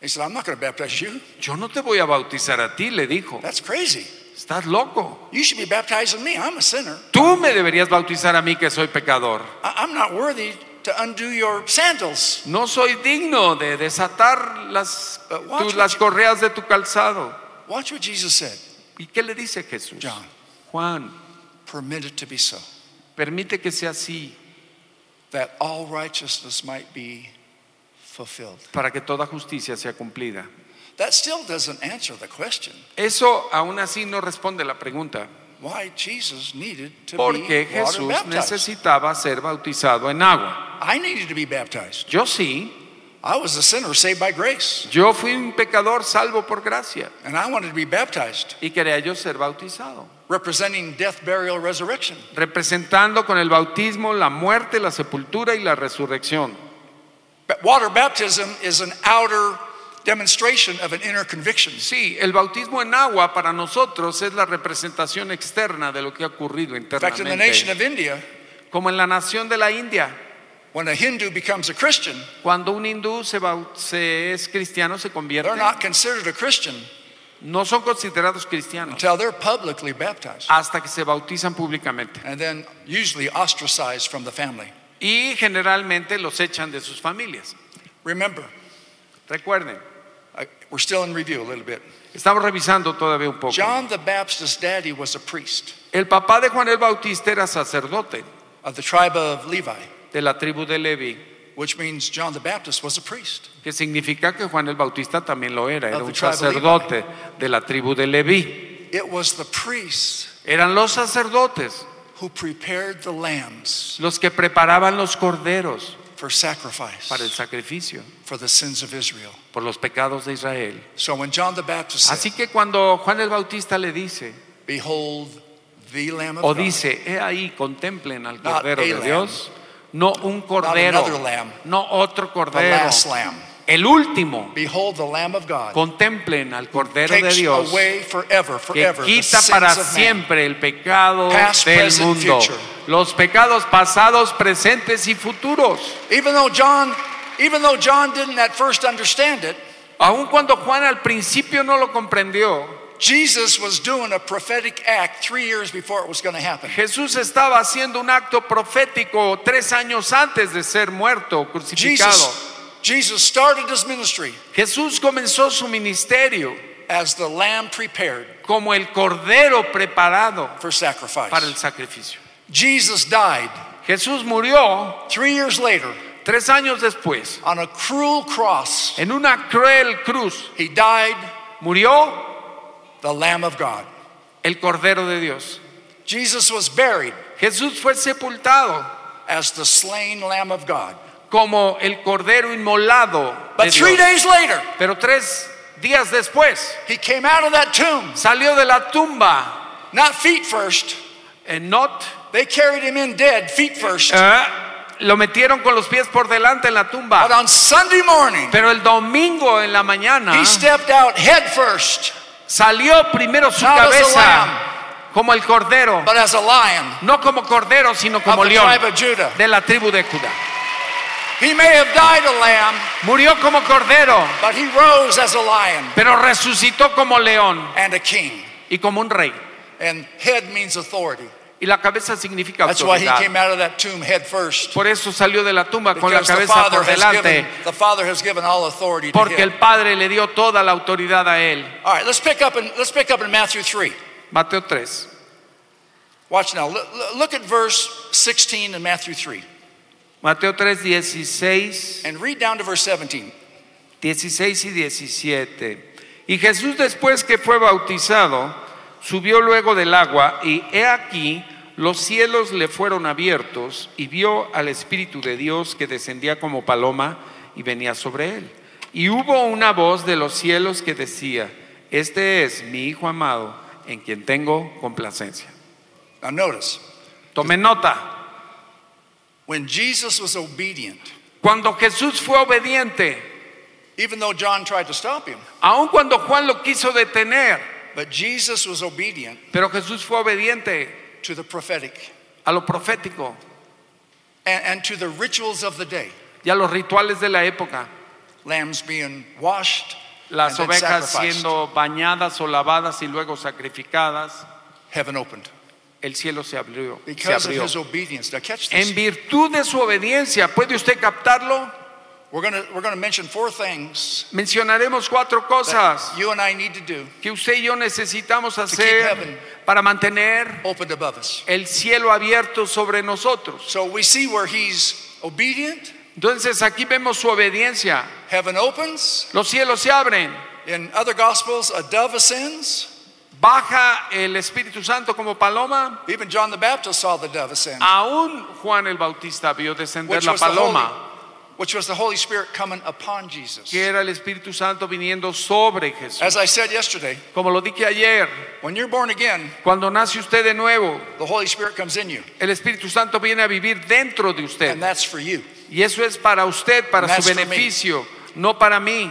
[SPEAKER 2] He said, I'm not going to baptize you.
[SPEAKER 3] Yo no te voy a bautizar a ti, le dijo.
[SPEAKER 2] That's crazy.
[SPEAKER 3] Estás loco.
[SPEAKER 2] You should be baptizing me. I'm a sinner.
[SPEAKER 3] Tú me deberías bautizar a mí que soy pecador.
[SPEAKER 2] I- I'm not worthy to undo your sandals.
[SPEAKER 3] No soy digno de desatar las,
[SPEAKER 2] But watch
[SPEAKER 3] tus-
[SPEAKER 2] what
[SPEAKER 3] las
[SPEAKER 2] you-
[SPEAKER 3] correas de tu calzado.
[SPEAKER 2] Watch what Jesus said.
[SPEAKER 3] ¿Y qué le dice Jesús?
[SPEAKER 2] John,
[SPEAKER 3] Juan,
[SPEAKER 2] permit it to be so,
[SPEAKER 3] permite que sea así
[SPEAKER 2] that all righteousness might be fulfilled.
[SPEAKER 3] para que toda justicia sea cumplida.
[SPEAKER 2] That still doesn't answer the question
[SPEAKER 3] Eso aún así no responde la pregunta.
[SPEAKER 2] why Jesus needed to
[SPEAKER 3] ¿Por
[SPEAKER 2] be
[SPEAKER 3] qué
[SPEAKER 2] water
[SPEAKER 3] Jesús
[SPEAKER 2] baptized.
[SPEAKER 3] necesitaba ser bautizado en agua?
[SPEAKER 2] I needed to be baptized.
[SPEAKER 3] Yo sí,
[SPEAKER 2] I was a sinner saved by grace,
[SPEAKER 3] yo fui un pecador salvo por gracia
[SPEAKER 2] and I wanted to be baptized,
[SPEAKER 3] y quería yo ser bautizado,
[SPEAKER 2] representing death, burial, resurrection.
[SPEAKER 3] representando con el bautismo la muerte, la sepultura y la resurrección.
[SPEAKER 2] But water baptism is an outer demonstration of an inner conviction.
[SPEAKER 3] Sí, el bautismo en agua para nosotros es la representación externa de lo que ha ocurrido
[SPEAKER 2] In fact, in the nation
[SPEAKER 3] internamente.
[SPEAKER 2] of India,
[SPEAKER 3] Como en la nación de la India,
[SPEAKER 2] when a Hindu becomes a Christian,
[SPEAKER 3] cuando un hindú se, bau- se es cristiano, se convierte,
[SPEAKER 2] they're not considered a Christian
[SPEAKER 3] No son considerados cristianos
[SPEAKER 2] until they're publicly baptized
[SPEAKER 3] hasta que se bautizan públicamente.
[SPEAKER 2] and then usually ostracized from the family.
[SPEAKER 3] Y generalmente los echan de sus familias.
[SPEAKER 2] Remember,
[SPEAKER 3] Recuerden,
[SPEAKER 2] I- we're still in review a little bit.
[SPEAKER 3] estamos revisando todavía un poco.
[SPEAKER 2] John the Baptist's daddy was a priest
[SPEAKER 3] El papá de Juan el Bautista era sacerdote
[SPEAKER 2] of the tribe of Levi,
[SPEAKER 3] de la tribu de Levi,
[SPEAKER 2] which means John the Baptist was a priest.
[SPEAKER 3] que significa que Juan el Bautista también lo era, era
[SPEAKER 2] Of the
[SPEAKER 3] un
[SPEAKER 2] tribe of
[SPEAKER 3] sacerdote de la tribu de Levi.
[SPEAKER 2] It was the priests
[SPEAKER 3] Eran los sacerdotes
[SPEAKER 2] who prepared the lambs
[SPEAKER 3] los que preparaban los corderos
[SPEAKER 2] for sacrifice
[SPEAKER 3] para el sacrificio
[SPEAKER 2] for the sins of Israel.
[SPEAKER 3] por los pecados de Israel.
[SPEAKER 2] So when John the Baptist
[SPEAKER 3] Así
[SPEAKER 2] said,
[SPEAKER 3] que cuando Juan el Bautista le dice,
[SPEAKER 2] Behold the Lamb of
[SPEAKER 3] o
[SPEAKER 2] God,
[SPEAKER 3] dice, he ahí, contemplen al
[SPEAKER 2] Not
[SPEAKER 3] Cordero
[SPEAKER 2] a
[SPEAKER 3] de
[SPEAKER 2] lamb.
[SPEAKER 3] Dios, no un cordero,
[SPEAKER 2] another lamb.
[SPEAKER 3] no otro
[SPEAKER 2] the
[SPEAKER 3] cordero,
[SPEAKER 2] last lamb,
[SPEAKER 3] el último,
[SPEAKER 2] behold the Lamb of God,
[SPEAKER 3] contemplen al Cordero de
[SPEAKER 2] takes
[SPEAKER 3] Dios
[SPEAKER 2] away forever,
[SPEAKER 3] que
[SPEAKER 2] forever the
[SPEAKER 3] quita
[SPEAKER 2] sins
[SPEAKER 3] para
[SPEAKER 2] of man.
[SPEAKER 3] siempre el pecado
[SPEAKER 2] Past,
[SPEAKER 3] del
[SPEAKER 2] present,
[SPEAKER 3] mundo,
[SPEAKER 2] future.
[SPEAKER 3] los pecados pasados, presentes y futuros.
[SPEAKER 2] Even though John, even though John didn't at first understand it,
[SPEAKER 3] Aun cuando Juan al principio no lo comprendió,
[SPEAKER 2] Jesus was doing a prophetic act three years before it was going to happen.
[SPEAKER 3] Jesús estaba haciendo un acto profético tres años antes de ser muerto, crucificado.
[SPEAKER 2] Jesus, Jesus started his ministry
[SPEAKER 3] Jesús comenzó su ministerio
[SPEAKER 2] as the lamb prepared
[SPEAKER 3] como el cordero preparado
[SPEAKER 2] for sacrifice.
[SPEAKER 3] para el sacrificio.
[SPEAKER 2] Jesus died
[SPEAKER 3] Jesús murió
[SPEAKER 2] three years later
[SPEAKER 3] tres años después
[SPEAKER 2] on a cruel cross.
[SPEAKER 3] en una cruel cruz.
[SPEAKER 2] He died
[SPEAKER 3] Murió
[SPEAKER 2] the Lamb of God.
[SPEAKER 3] el cordero de Dios.
[SPEAKER 2] Jesus was buried
[SPEAKER 3] Jesús fue sepultado
[SPEAKER 2] as the slain Lamb of God.
[SPEAKER 3] como el cordero inmolado. de
[SPEAKER 2] But three
[SPEAKER 3] Dios.
[SPEAKER 2] days later,
[SPEAKER 3] Pero tres días después
[SPEAKER 2] he came out of that tomb,
[SPEAKER 3] salió de la tumba
[SPEAKER 2] not feet first.
[SPEAKER 3] en Not.
[SPEAKER 2] They carried him in dead, feet first.
[SPEAKER 3] Ah, lo metieron con los pies por delante en la
[SPEAKER 2] But
[SPEAKER 3] tumba.
[SPEAKER 2] on Sunday morning,
[SPEAKER 3] Pero el domingo en la mañana
[SPEAKER 2] he stepped out head first,
[SPEAKER 3] salió primero su
[SPEAKER 2] Not as a lamb.
[SPEAKER 3] cabeza como el cordero,
[SPEAKER 2] but as a lion
[SPEAKER 3] no como cordero, sino
[SPEAKER 2] of
[SPEAKER 3] como
[SPEAKER 2] the tribe
[SPEAKER 3] león
[SPEAKER 2] of Judah.
[SPEAKER 3] de la tribu de Judá.
[SPEAKER 2] He may have died a lamb,
[SPEAKER 3] Murió como cordero,
[SPEAKER 2] but he rose as a lion
[SPEAKER 3] pero resucitó como león
[SPEAKER 2] and a king.
[SPEAKER 3] y como un rey.
[SPEAKER 2] And head means authority.
[SPEAKER 3] Y la cabeza significa
[SPEAKER 2] That's why he
[SPEAKER 3] autoridad.
[SPEAKER 2] came out of that tomb head first.
[SPEAKER 3] Por eso salió de la tumba con la
[SPEAKER 2] Because the
[SPEAKER 3] cabeza
[SPEAKER 2] Father
[SPEAKER 3] por
[SPEAKER 2] has given,
[SPEAKER 3] delante,
[SPEAKER 2] the Father has given all authority to
[SPEAKER 3] porque
[SPEAKER 2] him.
[SPEAKER 3] el Padre le dio toda la autoridad a él.
[SPEAKER 2] All right, let's pick up in let's pick up in Matthew 3.
[SPEAKER 3] Mateo 3.
[SPEAKER 2] Watch now. Look- Look at verse 16 in Matthew 3
[SPEAKER 3] Mateo 3, 16.
[SPEAKER 2] and read down to verse 17.
[SPEAKER 3] 16 y 17. Y Jesús después que fue bautizado, subió luego del agua y he aquí los cielos le fueron abiertos y vio al Espíritu de Dios que descendía como paloma y venía sobre él. Y hubo una voz de los cielos que decía, este es mi Hijo amado en quien tengo complacencia.
[SPEAKER 2] Now notice,
[SPEAKER 3] Tome nota,
[SPEAKER 2] when Jesus was obedient,
[SPEAKER 3] cuando Jesús fue obediente,
[SPEAKER 2] even though John tried to stop him,
[SPEAKER 3] aun cuando Juan lo quiso detener,
[SPEAKER 2] but Jesus was obedient
[SPEAKER 3] pero Jesús fue obediente
[SPEAKER 2] to the prophetic
[SPEAKER 3] a lo profético
[SPEAKER 2] and, and to the rituals of the day.
[SPEAKER 3] y a los rituales de la época.
[SPEAKER 2] Lambs being washed,
[SPEAKER 3] Las
[SPEAKER 2] And then
[SPEAKER 3] ovejas
[SPEAKER 2] sacrificed.
[SPEAKER 3] siendo bañadas o lavadas y luego sacrificadas,
[SPEAKER 2] heaven opened.
[SPEAKER 3] el cielo se abrió. se
[SPEAKER 2] Because of
[SPEAKER 3] abrió.
[SPEAKER 2] his obedience. Now catch this.
[SPEAKER 3] En virtud de su obediencia, ¿puede usted captarlo?
[SPEAKER 2] We're gonna we're gonna mention four things
[SPEAKER 3] Mencionaremos cuatro
[SPEAKER 2] that
[SPEAKER 3] cosas
[SPEAKER 2] you and I need to do
[SPEAKER 3] que usted y yo necesitamos
[SPEAKER 2] heaven.
[SPEAKER 3] hacer para mantener
[SPEAKER 2] opened above us.
[SPEAKER 3] el cielo abierto sobre nosotros.
[SPEAKER 2] So we see where he's obedient,
[SPEAKER 3] Entonces aquí vemos su obediencia.
[SPEAKER 2] heaven opens.
[SPEAKER 3] Los cielos se abren,
[SPEAKER 2] In other gospels, a dove ascends.
[SPEAKER 3] baja el Espíritu Santo como paloma.
[SPEAKER 2] Even John the Baptist saw the dove ascend,
[SPEAKER 3] Aún Juan el Bautista vio descender
[SPEAKER 2] Which
[SPEAKER 3] Ah, la
[SPEAKER 2] was the
[SPEAKER 3] paloma.
[SPEAKER 2] holy- which was the Holy Spirit coming upon Jesus.
[SPEAKER 3] que era el Espíritu Santo viniendo sobre Jesús.
[SPEAKER 2] As I said yesterday,
[SPEAKER 3] Como lo dije ayer,
[SPEAKER 2] when you're born again,
[SPEAKER 3] cuando nace usted de nuevo,
[SPEAKER 2] the Holy Spirit comes in you,
[SPEAKER 3] el Espíritu Santo viene a vivir dentro de
[SPEAKER 2] and
[SPEAKER 3] usted.
[SPEAKER 2] that's for you.
[SPEAKER 3] Y eso es para usted, para
[SPEAKER 2] And
[SPEAKER 3] su
[SPEAKER 2] that's for me.
[SPEAKER 3] beneficio, no para mí.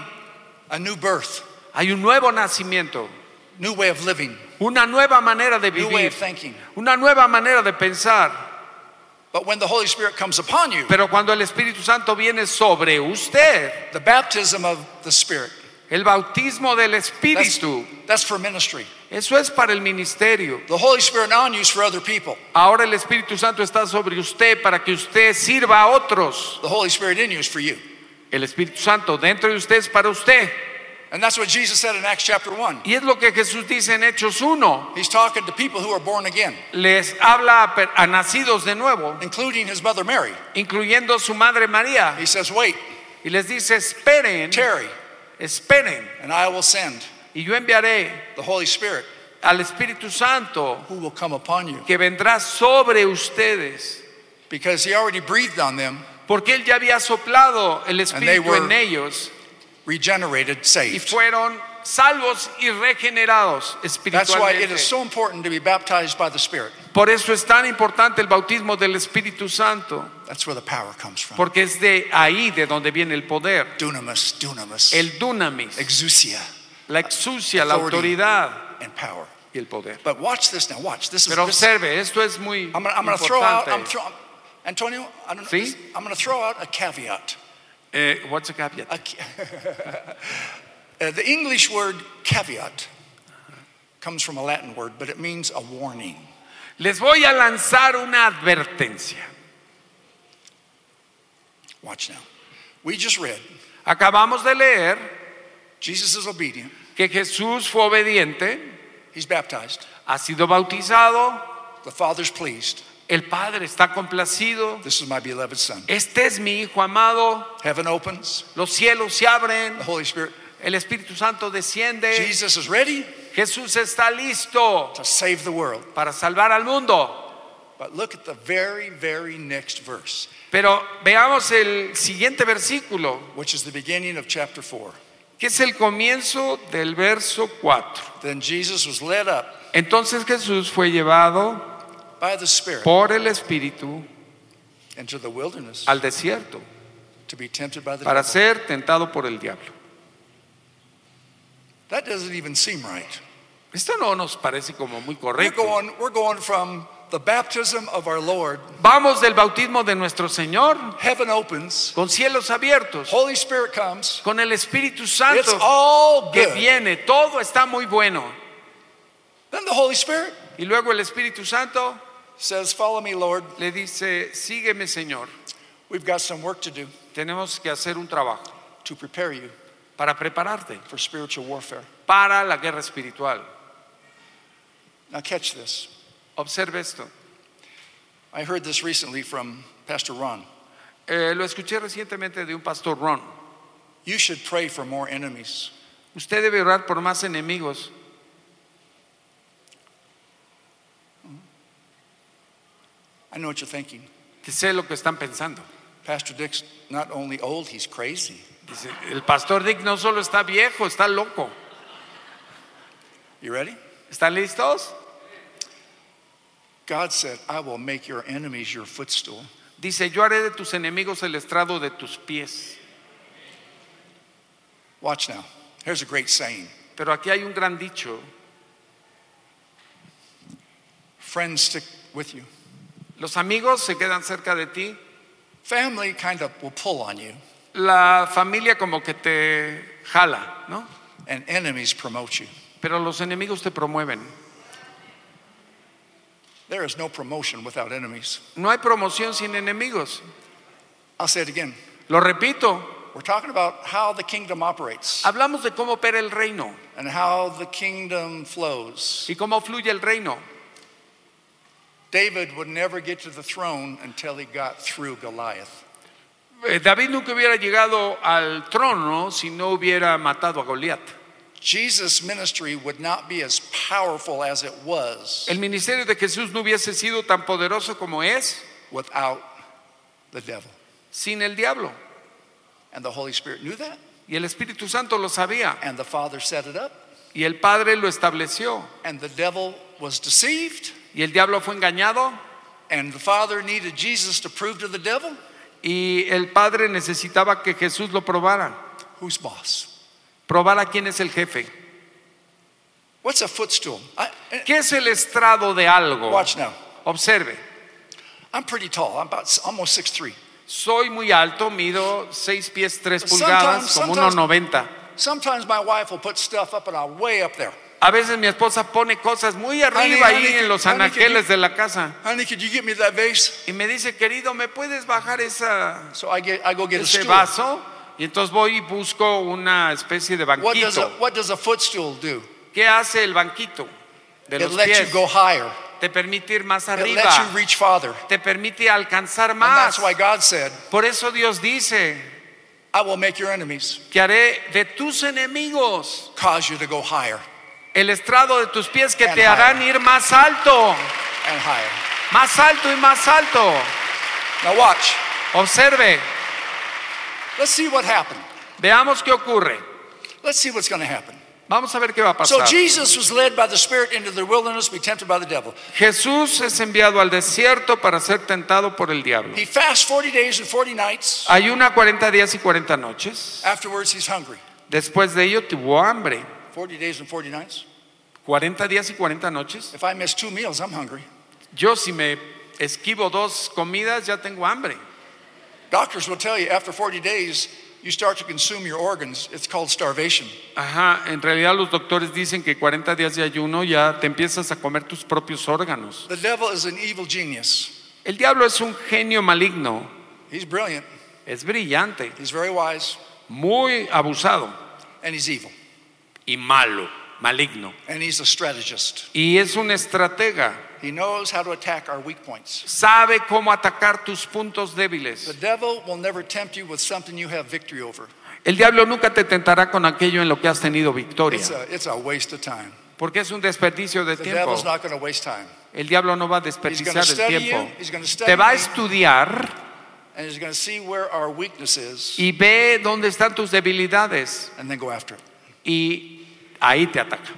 [SPEAKER 2] A new birth,
[SPEAKER 3] Hay un nuevo nacimiento,
[SPEAKER 2] new way of living,
[SPEAKER 3] una nueva manera de
[SPEAKER 2] new way
[SPEAKER 3] vivir,
[SPEAKER 2] of thinking.
[SPEAKER 3] una nueva manera de pensar.
[SPEAKER 2] But when the Holy Spirit comes upon you,
[SPEAKER 3] Pero cuando el Espíritu Santo viene sobre usted,
[SPEAKER 2] the baptism of the Spirit
[SPEAKER 3] El bautismo del
[SPEAKER 2] That's,
[SPEAKER 3] Espíritu.
[SPEAKER 2] that's for ministry.
[SPEAKER 3] Eso es para el ministerio.
[SPEAKER 2] The Holy Spirit now in use for other people.
[SPEAKER 3] Ahora el Espíritu Santo está sobre usted para que usted sirva a otros.
[SPEAKER 2] The Holy Spirit in use for you.
[SPEAKER 3] El Espíritu Santo dentro de usted es para usted.
[SPEAKER 2] And that's what Jesus said in Acts chapter 1.
[SPEAKER 3] Y es lo que Jesús dice en Hechos 1.
[SPEAKER 2] He's talking to people who are born again,
[SPEAKER 3] Les habla a, per- a nacidos de nuevo,
[SPEAKER 2] including his mother Mary.
[SPEAKER 3] incluyendo su madre María.
[SPEAKER 2] He says, Wait,
[SPEAKER 3] Y les dice, esperen,
[SPEAKER 2] tarry,
[SPEAKER 3] esperen.
[SPEAKER 2] and I will send
[SPEAKER 3] Y yo enviaré
[SPEAKER 2] the Holy Spirit
[SPEAKER 3] al Espíritu Santo
[SPEAKER 2] who will come upon you.
[SPEAKER 3] que vendrá sobre ustedes.
[SPEAKER 2] Because he already breathed on them,
[SPEAKER 3] Porque Él ya había soplado el Espíritu
[SPEAKER 2] were-
[SPEAKER 3] en ellos
[SPEAKER 2] regenerated,
[SPEAKER 3] y
[SPEAKER 2] saved.
[SPEAKER 3] fueron salvos y regenerados
[SPEAKER 2] That's why it
[SPEAKER 3] espiritualmente.
[SPEAKER 2] is so important to be baptized by the Spirit.
[SPEAKER 3] Por eso es tan importante el bautismo del Espíritu Santo,
[SPEAKER 2] That's where the power comes from.
[SPEAKER 3] porque es de ahí de donde viene el poder,
[SPEAKER 2] Dunamis, dunamis,
[SPEAKER 3] el dunamis,
[SPEAKER 2] exousia,
[SPEAKER 3] la exucia, la
[SPEAKER 2] authority.
[SPEAKER 3] autoridad
[SPEAKER 2] and power.
[SPEAKER 3] y el poder.
[SPEAKER 2] But watch this now. Watch this. Is,
[SPEAKER 3] Pero
[SPEAKER 2] this
[SPEAKER 3] observe, esto es muy
[SPEAKER 2] I'm going to throw out. I'm
[SPEAKER 3] importante.
[SPEAKER 2] throw, Antonio, I don't know.
[SPEAKER 3] Sí?
[SPEAKER 2] I'm going to throw out a caveat.
[SPEAKER 3] Eh, what's a caveat?
[SPEAKER 2] A ca- [laughs] Uh, the English word caveat comes from a Latin word, but it means a warning.
[SPEAKER 3] Les voy a lanzar una advertencia.
[SPEAKER 2] Watch now. We just read
[SPEAKER 3] Acabamos de leer
[SPEAKER 2] Jesus is obedient.
[SPEAKER 3] que Jesús fue obediente,
[SPEAKER 2] He's baptized.
[SPEAKER 3] ha sido bautizado,
[SPEAKER 2] The Father's pleased.
[SPEAKER 3] el Padre está complacido,
[SPEAKER 2] This is my beloved Son.
[SPEAKER 3] este es mi Hijo amado,
[SPEAKER 2] Heaven opens.
[SPEAKER 3] los cielos se abren,
[SPEAKER 2] The Holy Spirit.
[SPEAKER 3] el Espíritu Santo desciende.
[SPEAKER 2] Jesus is ready
[SPEAKER 3] Jesús está listo
[SPEAKER 2] to save the world.
[SPEAKER 3] para salvar al mundo.
[SPEAKER 2] But look at the very, very next verse,
[SPEAKER 3] Pero veamos el siguiente versículo,
[SPEAKER 2] which is the beginning of chapter 4.
[SPEAKER 3] que es el comienzo del verso 4.
[SPEAKER 2] Then Jesus was led up
[SPEAKER 3] Entonces Jesús fue llevado
[SPEAKER 2] by the Spirit
[SPEAKER 3] por el Espíritu
[SPEAKER 2] into the wilderness
[SPEAKER 3] al desierto
[SPEAKER 2] to be tempted by the
[SPEAKER 3] para
[SPEAKER 2] devil.
[SPEAKER 3] ser tentado por el diablo.
[SPEAKER 2] That doesn't even seem right.
[SPEAKER 3] Esto no nos parece como muy
[SPEAKER 2] We're
[SPEAKER 3] correcto.
[SPEAKER 2] going, we're going from the baptism of our Lord,
[SPEAKER 3] Vamos del bautismo de nuestro Señor
[SPEAKER 2] heaven opens,
[SPEAKER 3] con cielos abiertos,
[SPEAKER 2] Holy Spirit comes.
[SPEAKER 3] con el Espíritu
[SPEAKER 2] It's
[SPEAKER 3] Santo
[SPEAKER 2] all
[SPEAKER 3] que
[SPEAKER 2] good.
[SPEAKER 3] viene, todo está muy bueno.
[SPEAKER 2] Then the Holy Spirit
[SPEAKER 3] Y luego el Espíritu Santo
[SPEAKER 2] says, Follow me, Lord.
[SPEAKER 3] le dice, sígueme Señor,
[SPEAKER 2] We've got some work to do
[SPEAKER 3] tenemos que hacer un trabajo
[SPEAKER 2] to prepare you
[SPEAKER 3] para prepararte
[SPEAKER 2] for spiritual warfare.
[SPEAKER 3] para la guerra espiritual.
[SPEAKER 2] Now, catch this.
[SPEAKER 3] Observe esto.
[SPEAKER 2] I heard this recently from Pastor Ron.
[SPEAKER 3] Eh, lo escuché recientemente de un pastor Ron.
[SPEAKER 2] You should pray for more enemies.
[SPEAKER 3] Usted debe orar por más enemigos.
[SPEAKER 2] I know what you're thinking.
[SPEAKER 3] Que sé lo que están pensando.
[SPEAKER 2] Pastor Dick's not only old, he's crazy.
[SPEAKER 3] Dice, el pastor Dick no solo está viejo, está loco.
[SPEAKER 2] You ready?
[SPEAKER 3] ¿Están listos?
[SPEAKER 2] God said, I will make your enemies your footstool.
[SPEAKER 3] Dice, yo haré de tus enemigos el estrado de tus pies.
[SPEAKER 2] Watch now. Here's a great saying
[SPEAKER 3] Pero aquí hay un gran dicho.
[SPEAKER 2] friends stick with you,
[SPEAKER 3] Los amigos se quedan cerca de ti.
[SPEAKER 2] family kind of will pull on you,
[SPEAKER 3] La familia como que te jala, ¿no?
[SPEAKER 2] and enemies promote you.
[SPEAKER 3] Pero los enemigos te promueven.
[SPEAKER 2] There is no promotion without enemies.
[SPEAKER 3] No hay promoción sin enemigos.
[SPEAKER 2] I'll say it again.
[SPEAKER 3] Lo repito,
[SPEAKER 2] We're talking about how the kingdom operates
[SPEAKER 3] hablamos de cómo opera el reino
[SPEAKER 2] and how the kingdom flows.
[SPEAKER 3] y cómo fluye el reino.
[SPEAKER 2] David would never get to the throne until he got through Goliath.
[SPEAKER 3] Eh, David nunca hubiera llegado al trono si no hubiera matado a Goliat.
[SPEAKER 2] Jesus' ministry would not be as powerful as it was
[SPEAKER 3] El ministerio de Jesús no hubiese sido tan poderoso como es
[SPEAKER 2] without the devil.
[SPEAKER 3] sin el diablo.
[SPEAKER 2] And the Holy Spirit knew that,
[SPEAKER 3] Y el Espíritu Santo lo sabía
[SPEAKER 2] and the Father set it up,
[SPEAKER 3] y el Padre lo estableció.
[SPEAKER 2] and the devil was deceived,
[SPEAKER 3] Y el diablo fue engañado
[SPEAKER 2] and the Father needed Jesus to prove to the devil
[SPEAKER 3] y el Padre necesitaba que Jesús lo probara.
[SPEAKER 2] who's boss.
[SPEAKER 3] Probara quién es el jefe.
[SPEAKER 2] What's a footstool? I, eh,
[SPEAKER 3] ¿Qué es el estrado de algo?
[SPEAKER 2] watch now.
[SPEAKER 3] Observe.
[SPEAKER 2] I'm pretty tall. I'm about s- almost 6'3.
[SPEAKER 3] Soy muy alto, mido 6 pies 3
[SPEAKER 2] Sometimes-
[SPEAKER 3] pulgadas, como
[SPEAKER 2] sometimes-
[SPEAKER 3] 1,90.
[SPEAKER 2] Sometimes my wife will put stuff up and I'm way up there.
[SPEAKER 3] A veces mi esposa pone cosas muy arriba
[SPEAKER 2] Honey,
[SPEAKER 3] ahí
[SPEAKER 2] honey,
[SPEAKER 3] en los
[SPEAKER 2] honey,
[SPEAKER 3] anaqueles
[SPEAKER 2] can
[SPEAKER 3] de la casa
[SPEAKER 2] Honey, could you get me that vase?
[SPEAKER 3] y me dice, querido, ¿me puedes bajar esa,
[SPEAKER 2] So I get I go get a
[SPEAKER 3] ese
[SPEAKER 2] stool.
[SPEAKER 3] vaso? Y entonces voy y busco una especie de
[SPEAKER 2] What does a,
[SPEAKER 3] banquito.
[SPEAKER 2] what does a footstool do?
[SPEAKER 3] ¿Qué hace el banquito de
[SPEAKER 2] It
[SPEAKER 3] los
[SPEAKER 2] lets
[SPEAKER 3] pies?
[SPEAKER 2] you go higher.
[SPEAKER 3] Te permite ir más
[SPEAKER 2] It lets you
[SPEAKER 3] arriba,
[SPEAKER 2] reach farther. And
[SPEAKER 3] te permite alcanzar más.
[SPEAKER 2] that's why God said,
[SPEAKER 3] Por eso Dios dice
[SPEAKER 2] I will make your enemies
[SPEAKER 3] que haré de tus enemigos
[SPEAKER 2] cause you to go higher
[SPEAKER 3] el estrado de tus pies que
[SPEAKER 2] And
[SPEAKER 3] te
[SPEAKER 2] higher.
[SPEAKER 3] harán ir más alto,
[SPEAKER 2] and higher.
[SPEAKER 3] más alto y más alto.
[SPEAKER 2] Now watch.
[SPEAKER 3] Observe,
[SPEAKER 2] Let's see what happened.
[SPEAKER 3] veamos qué ocurre.
[SPEAKER 2] Let's see what's going to happen.
[SPEAKER 3] Vamos a ver qué va a
[SPEAKER 2] So
[SPEAKER 3] pasar.
[SPEAKER 2] Jesus was led by the Spirit into the wilderness to be tempted by the devil.
[SPEAKER 3] Jesús es enviado al desierto para ser tentado por el diablo.
[SPEAKER 2] He fasts 40 days and 40 nights.
[SPEAKER 3] Ayuna 40 días y 40 noches.
[SPEAKER 2] Afterwards, he's hungry.
[SPEAKER 3] Después de ello tuvo hambre.
[SPEAKER 2] 40 days and 40 nights.
[SPEAKER 3] 40 días y 40 noches.
[SPEAKER 2] If I miss two meals, I'm hungry.
[SPEAKER 3] Yo si me esquivo dos comidas ya tengo hambre.
[SPEAKER 2] Doctors will tell you after 40 days, you start to consume your organs. It's called starvation.
[SPEAKER 3] Ajá, en realidad los doctores dicen que 40 días de ayuno ya te empiezas a comer tus propios órganos.
[SPEAKER 2] The devil is an evil genius.
[SPEAKER 3] El diablo es un genio maligno,
[SPEAKER 2] He's brilliant,
[SPEAKER 3] es brillante,
[SPEAKER 2] he's very wise,
[SPEAKER 3] muy abusado
[SPEAKER 2] and he's evil.
[SPEAKER 3] y malo, maligno.
[SPEAKER 2] And he's a strategist.
[SPEAKER 3] Y es un estratega,
[SPEAKER 2] He knows how to attack our weak points.
[SPEAKER 3] sabe cómo atacar tus puntos
[SPEAKER 2] The
[SPEAKER 3] débiles.
[SPEAKER 2] devil will never tempt you with something you have victory over.
[SPEAKER 3] El diablo nunca te tentará con aquello en lo que has tenido victoria,
[SPEAKER 2] It's a, it's a waste of time.
[SPEAKER 3] porque es un desperdicio de
[SPEAKER 2] The
[SPEAKER 3] tiempo.
[SPEAKER 2] devil's not going to waste time.
[SPEAKER 3] El diablo no va a
[SPEAKER 2] He's going to
[SPEAKER 3] desperdiciar el
[SPEAKER 2] study you,
[SPEAKER 3] tiempo.
[SPEAKER 2] he's going to
[SPEAKER 3] Te
[SPEAKER 2] study
[SPEAKER 3] va a
[SPEAKER 2] me,
[SPEAKER 3] estudiar
[SPEAKER 2] and he's going to see where our weakness is,
[SPEAKER 3] y ve dónde están tus debilidades
[SPEAKER 2] and then go after it.
[SPEAKER 3] y ahí te ataca.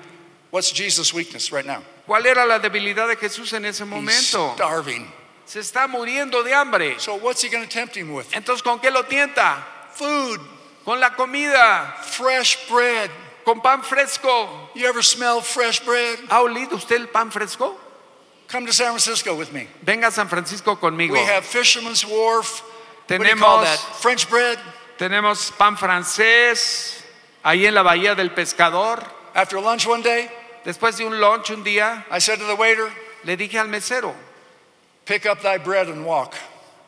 [SPEAKER 2] What's Jesus' weakness right now?
[SPEAKER 3] ¿Cuál era la debilidad de Jesús en ese
[SPEAKER 2] He's
[SPEAKER 3] momento?
[SPEAKER 2] starving.
[SPEAKER 3] Se está muriendo de hambre.
[SPEAKER 2] So what's he going to tempt him with?
[SPEAKER 3] Entonces, ¿con qué lo tienta?
[SPEAKER 2] Food,
[SPEAKER 3] Con la comida,
[SPEAKER 2] fresh bread.
[SPEAKER 3] con pan fresco.
[SPEAKER 2] You ever smell fresh bread?
[SPEAKER 3] ¿Ha olido usted el pan fresco?
[SPEAKER 2] Come to San Francisco with me.
[SPEAKER 3] Venga a San Francisco conmigo.
[SPEAKER 2] We have Fisherman's Wharf. What do you call that?
[SPEAKER 3] Tenemos,
[SPEAKER 2] French bread.
[SPEAKER 3] tenemos pan francés ahí en la Bahía del Pescador.
[SPEAKER 2] After lunch one day,
[SPEAKER 3] Después de un lunch un día,
[SPEAKER 2] I said to the waiter,
[SPEAKER 3] le dije al mesero,
[SPEAKER 2] "Pick up thy bread and walk."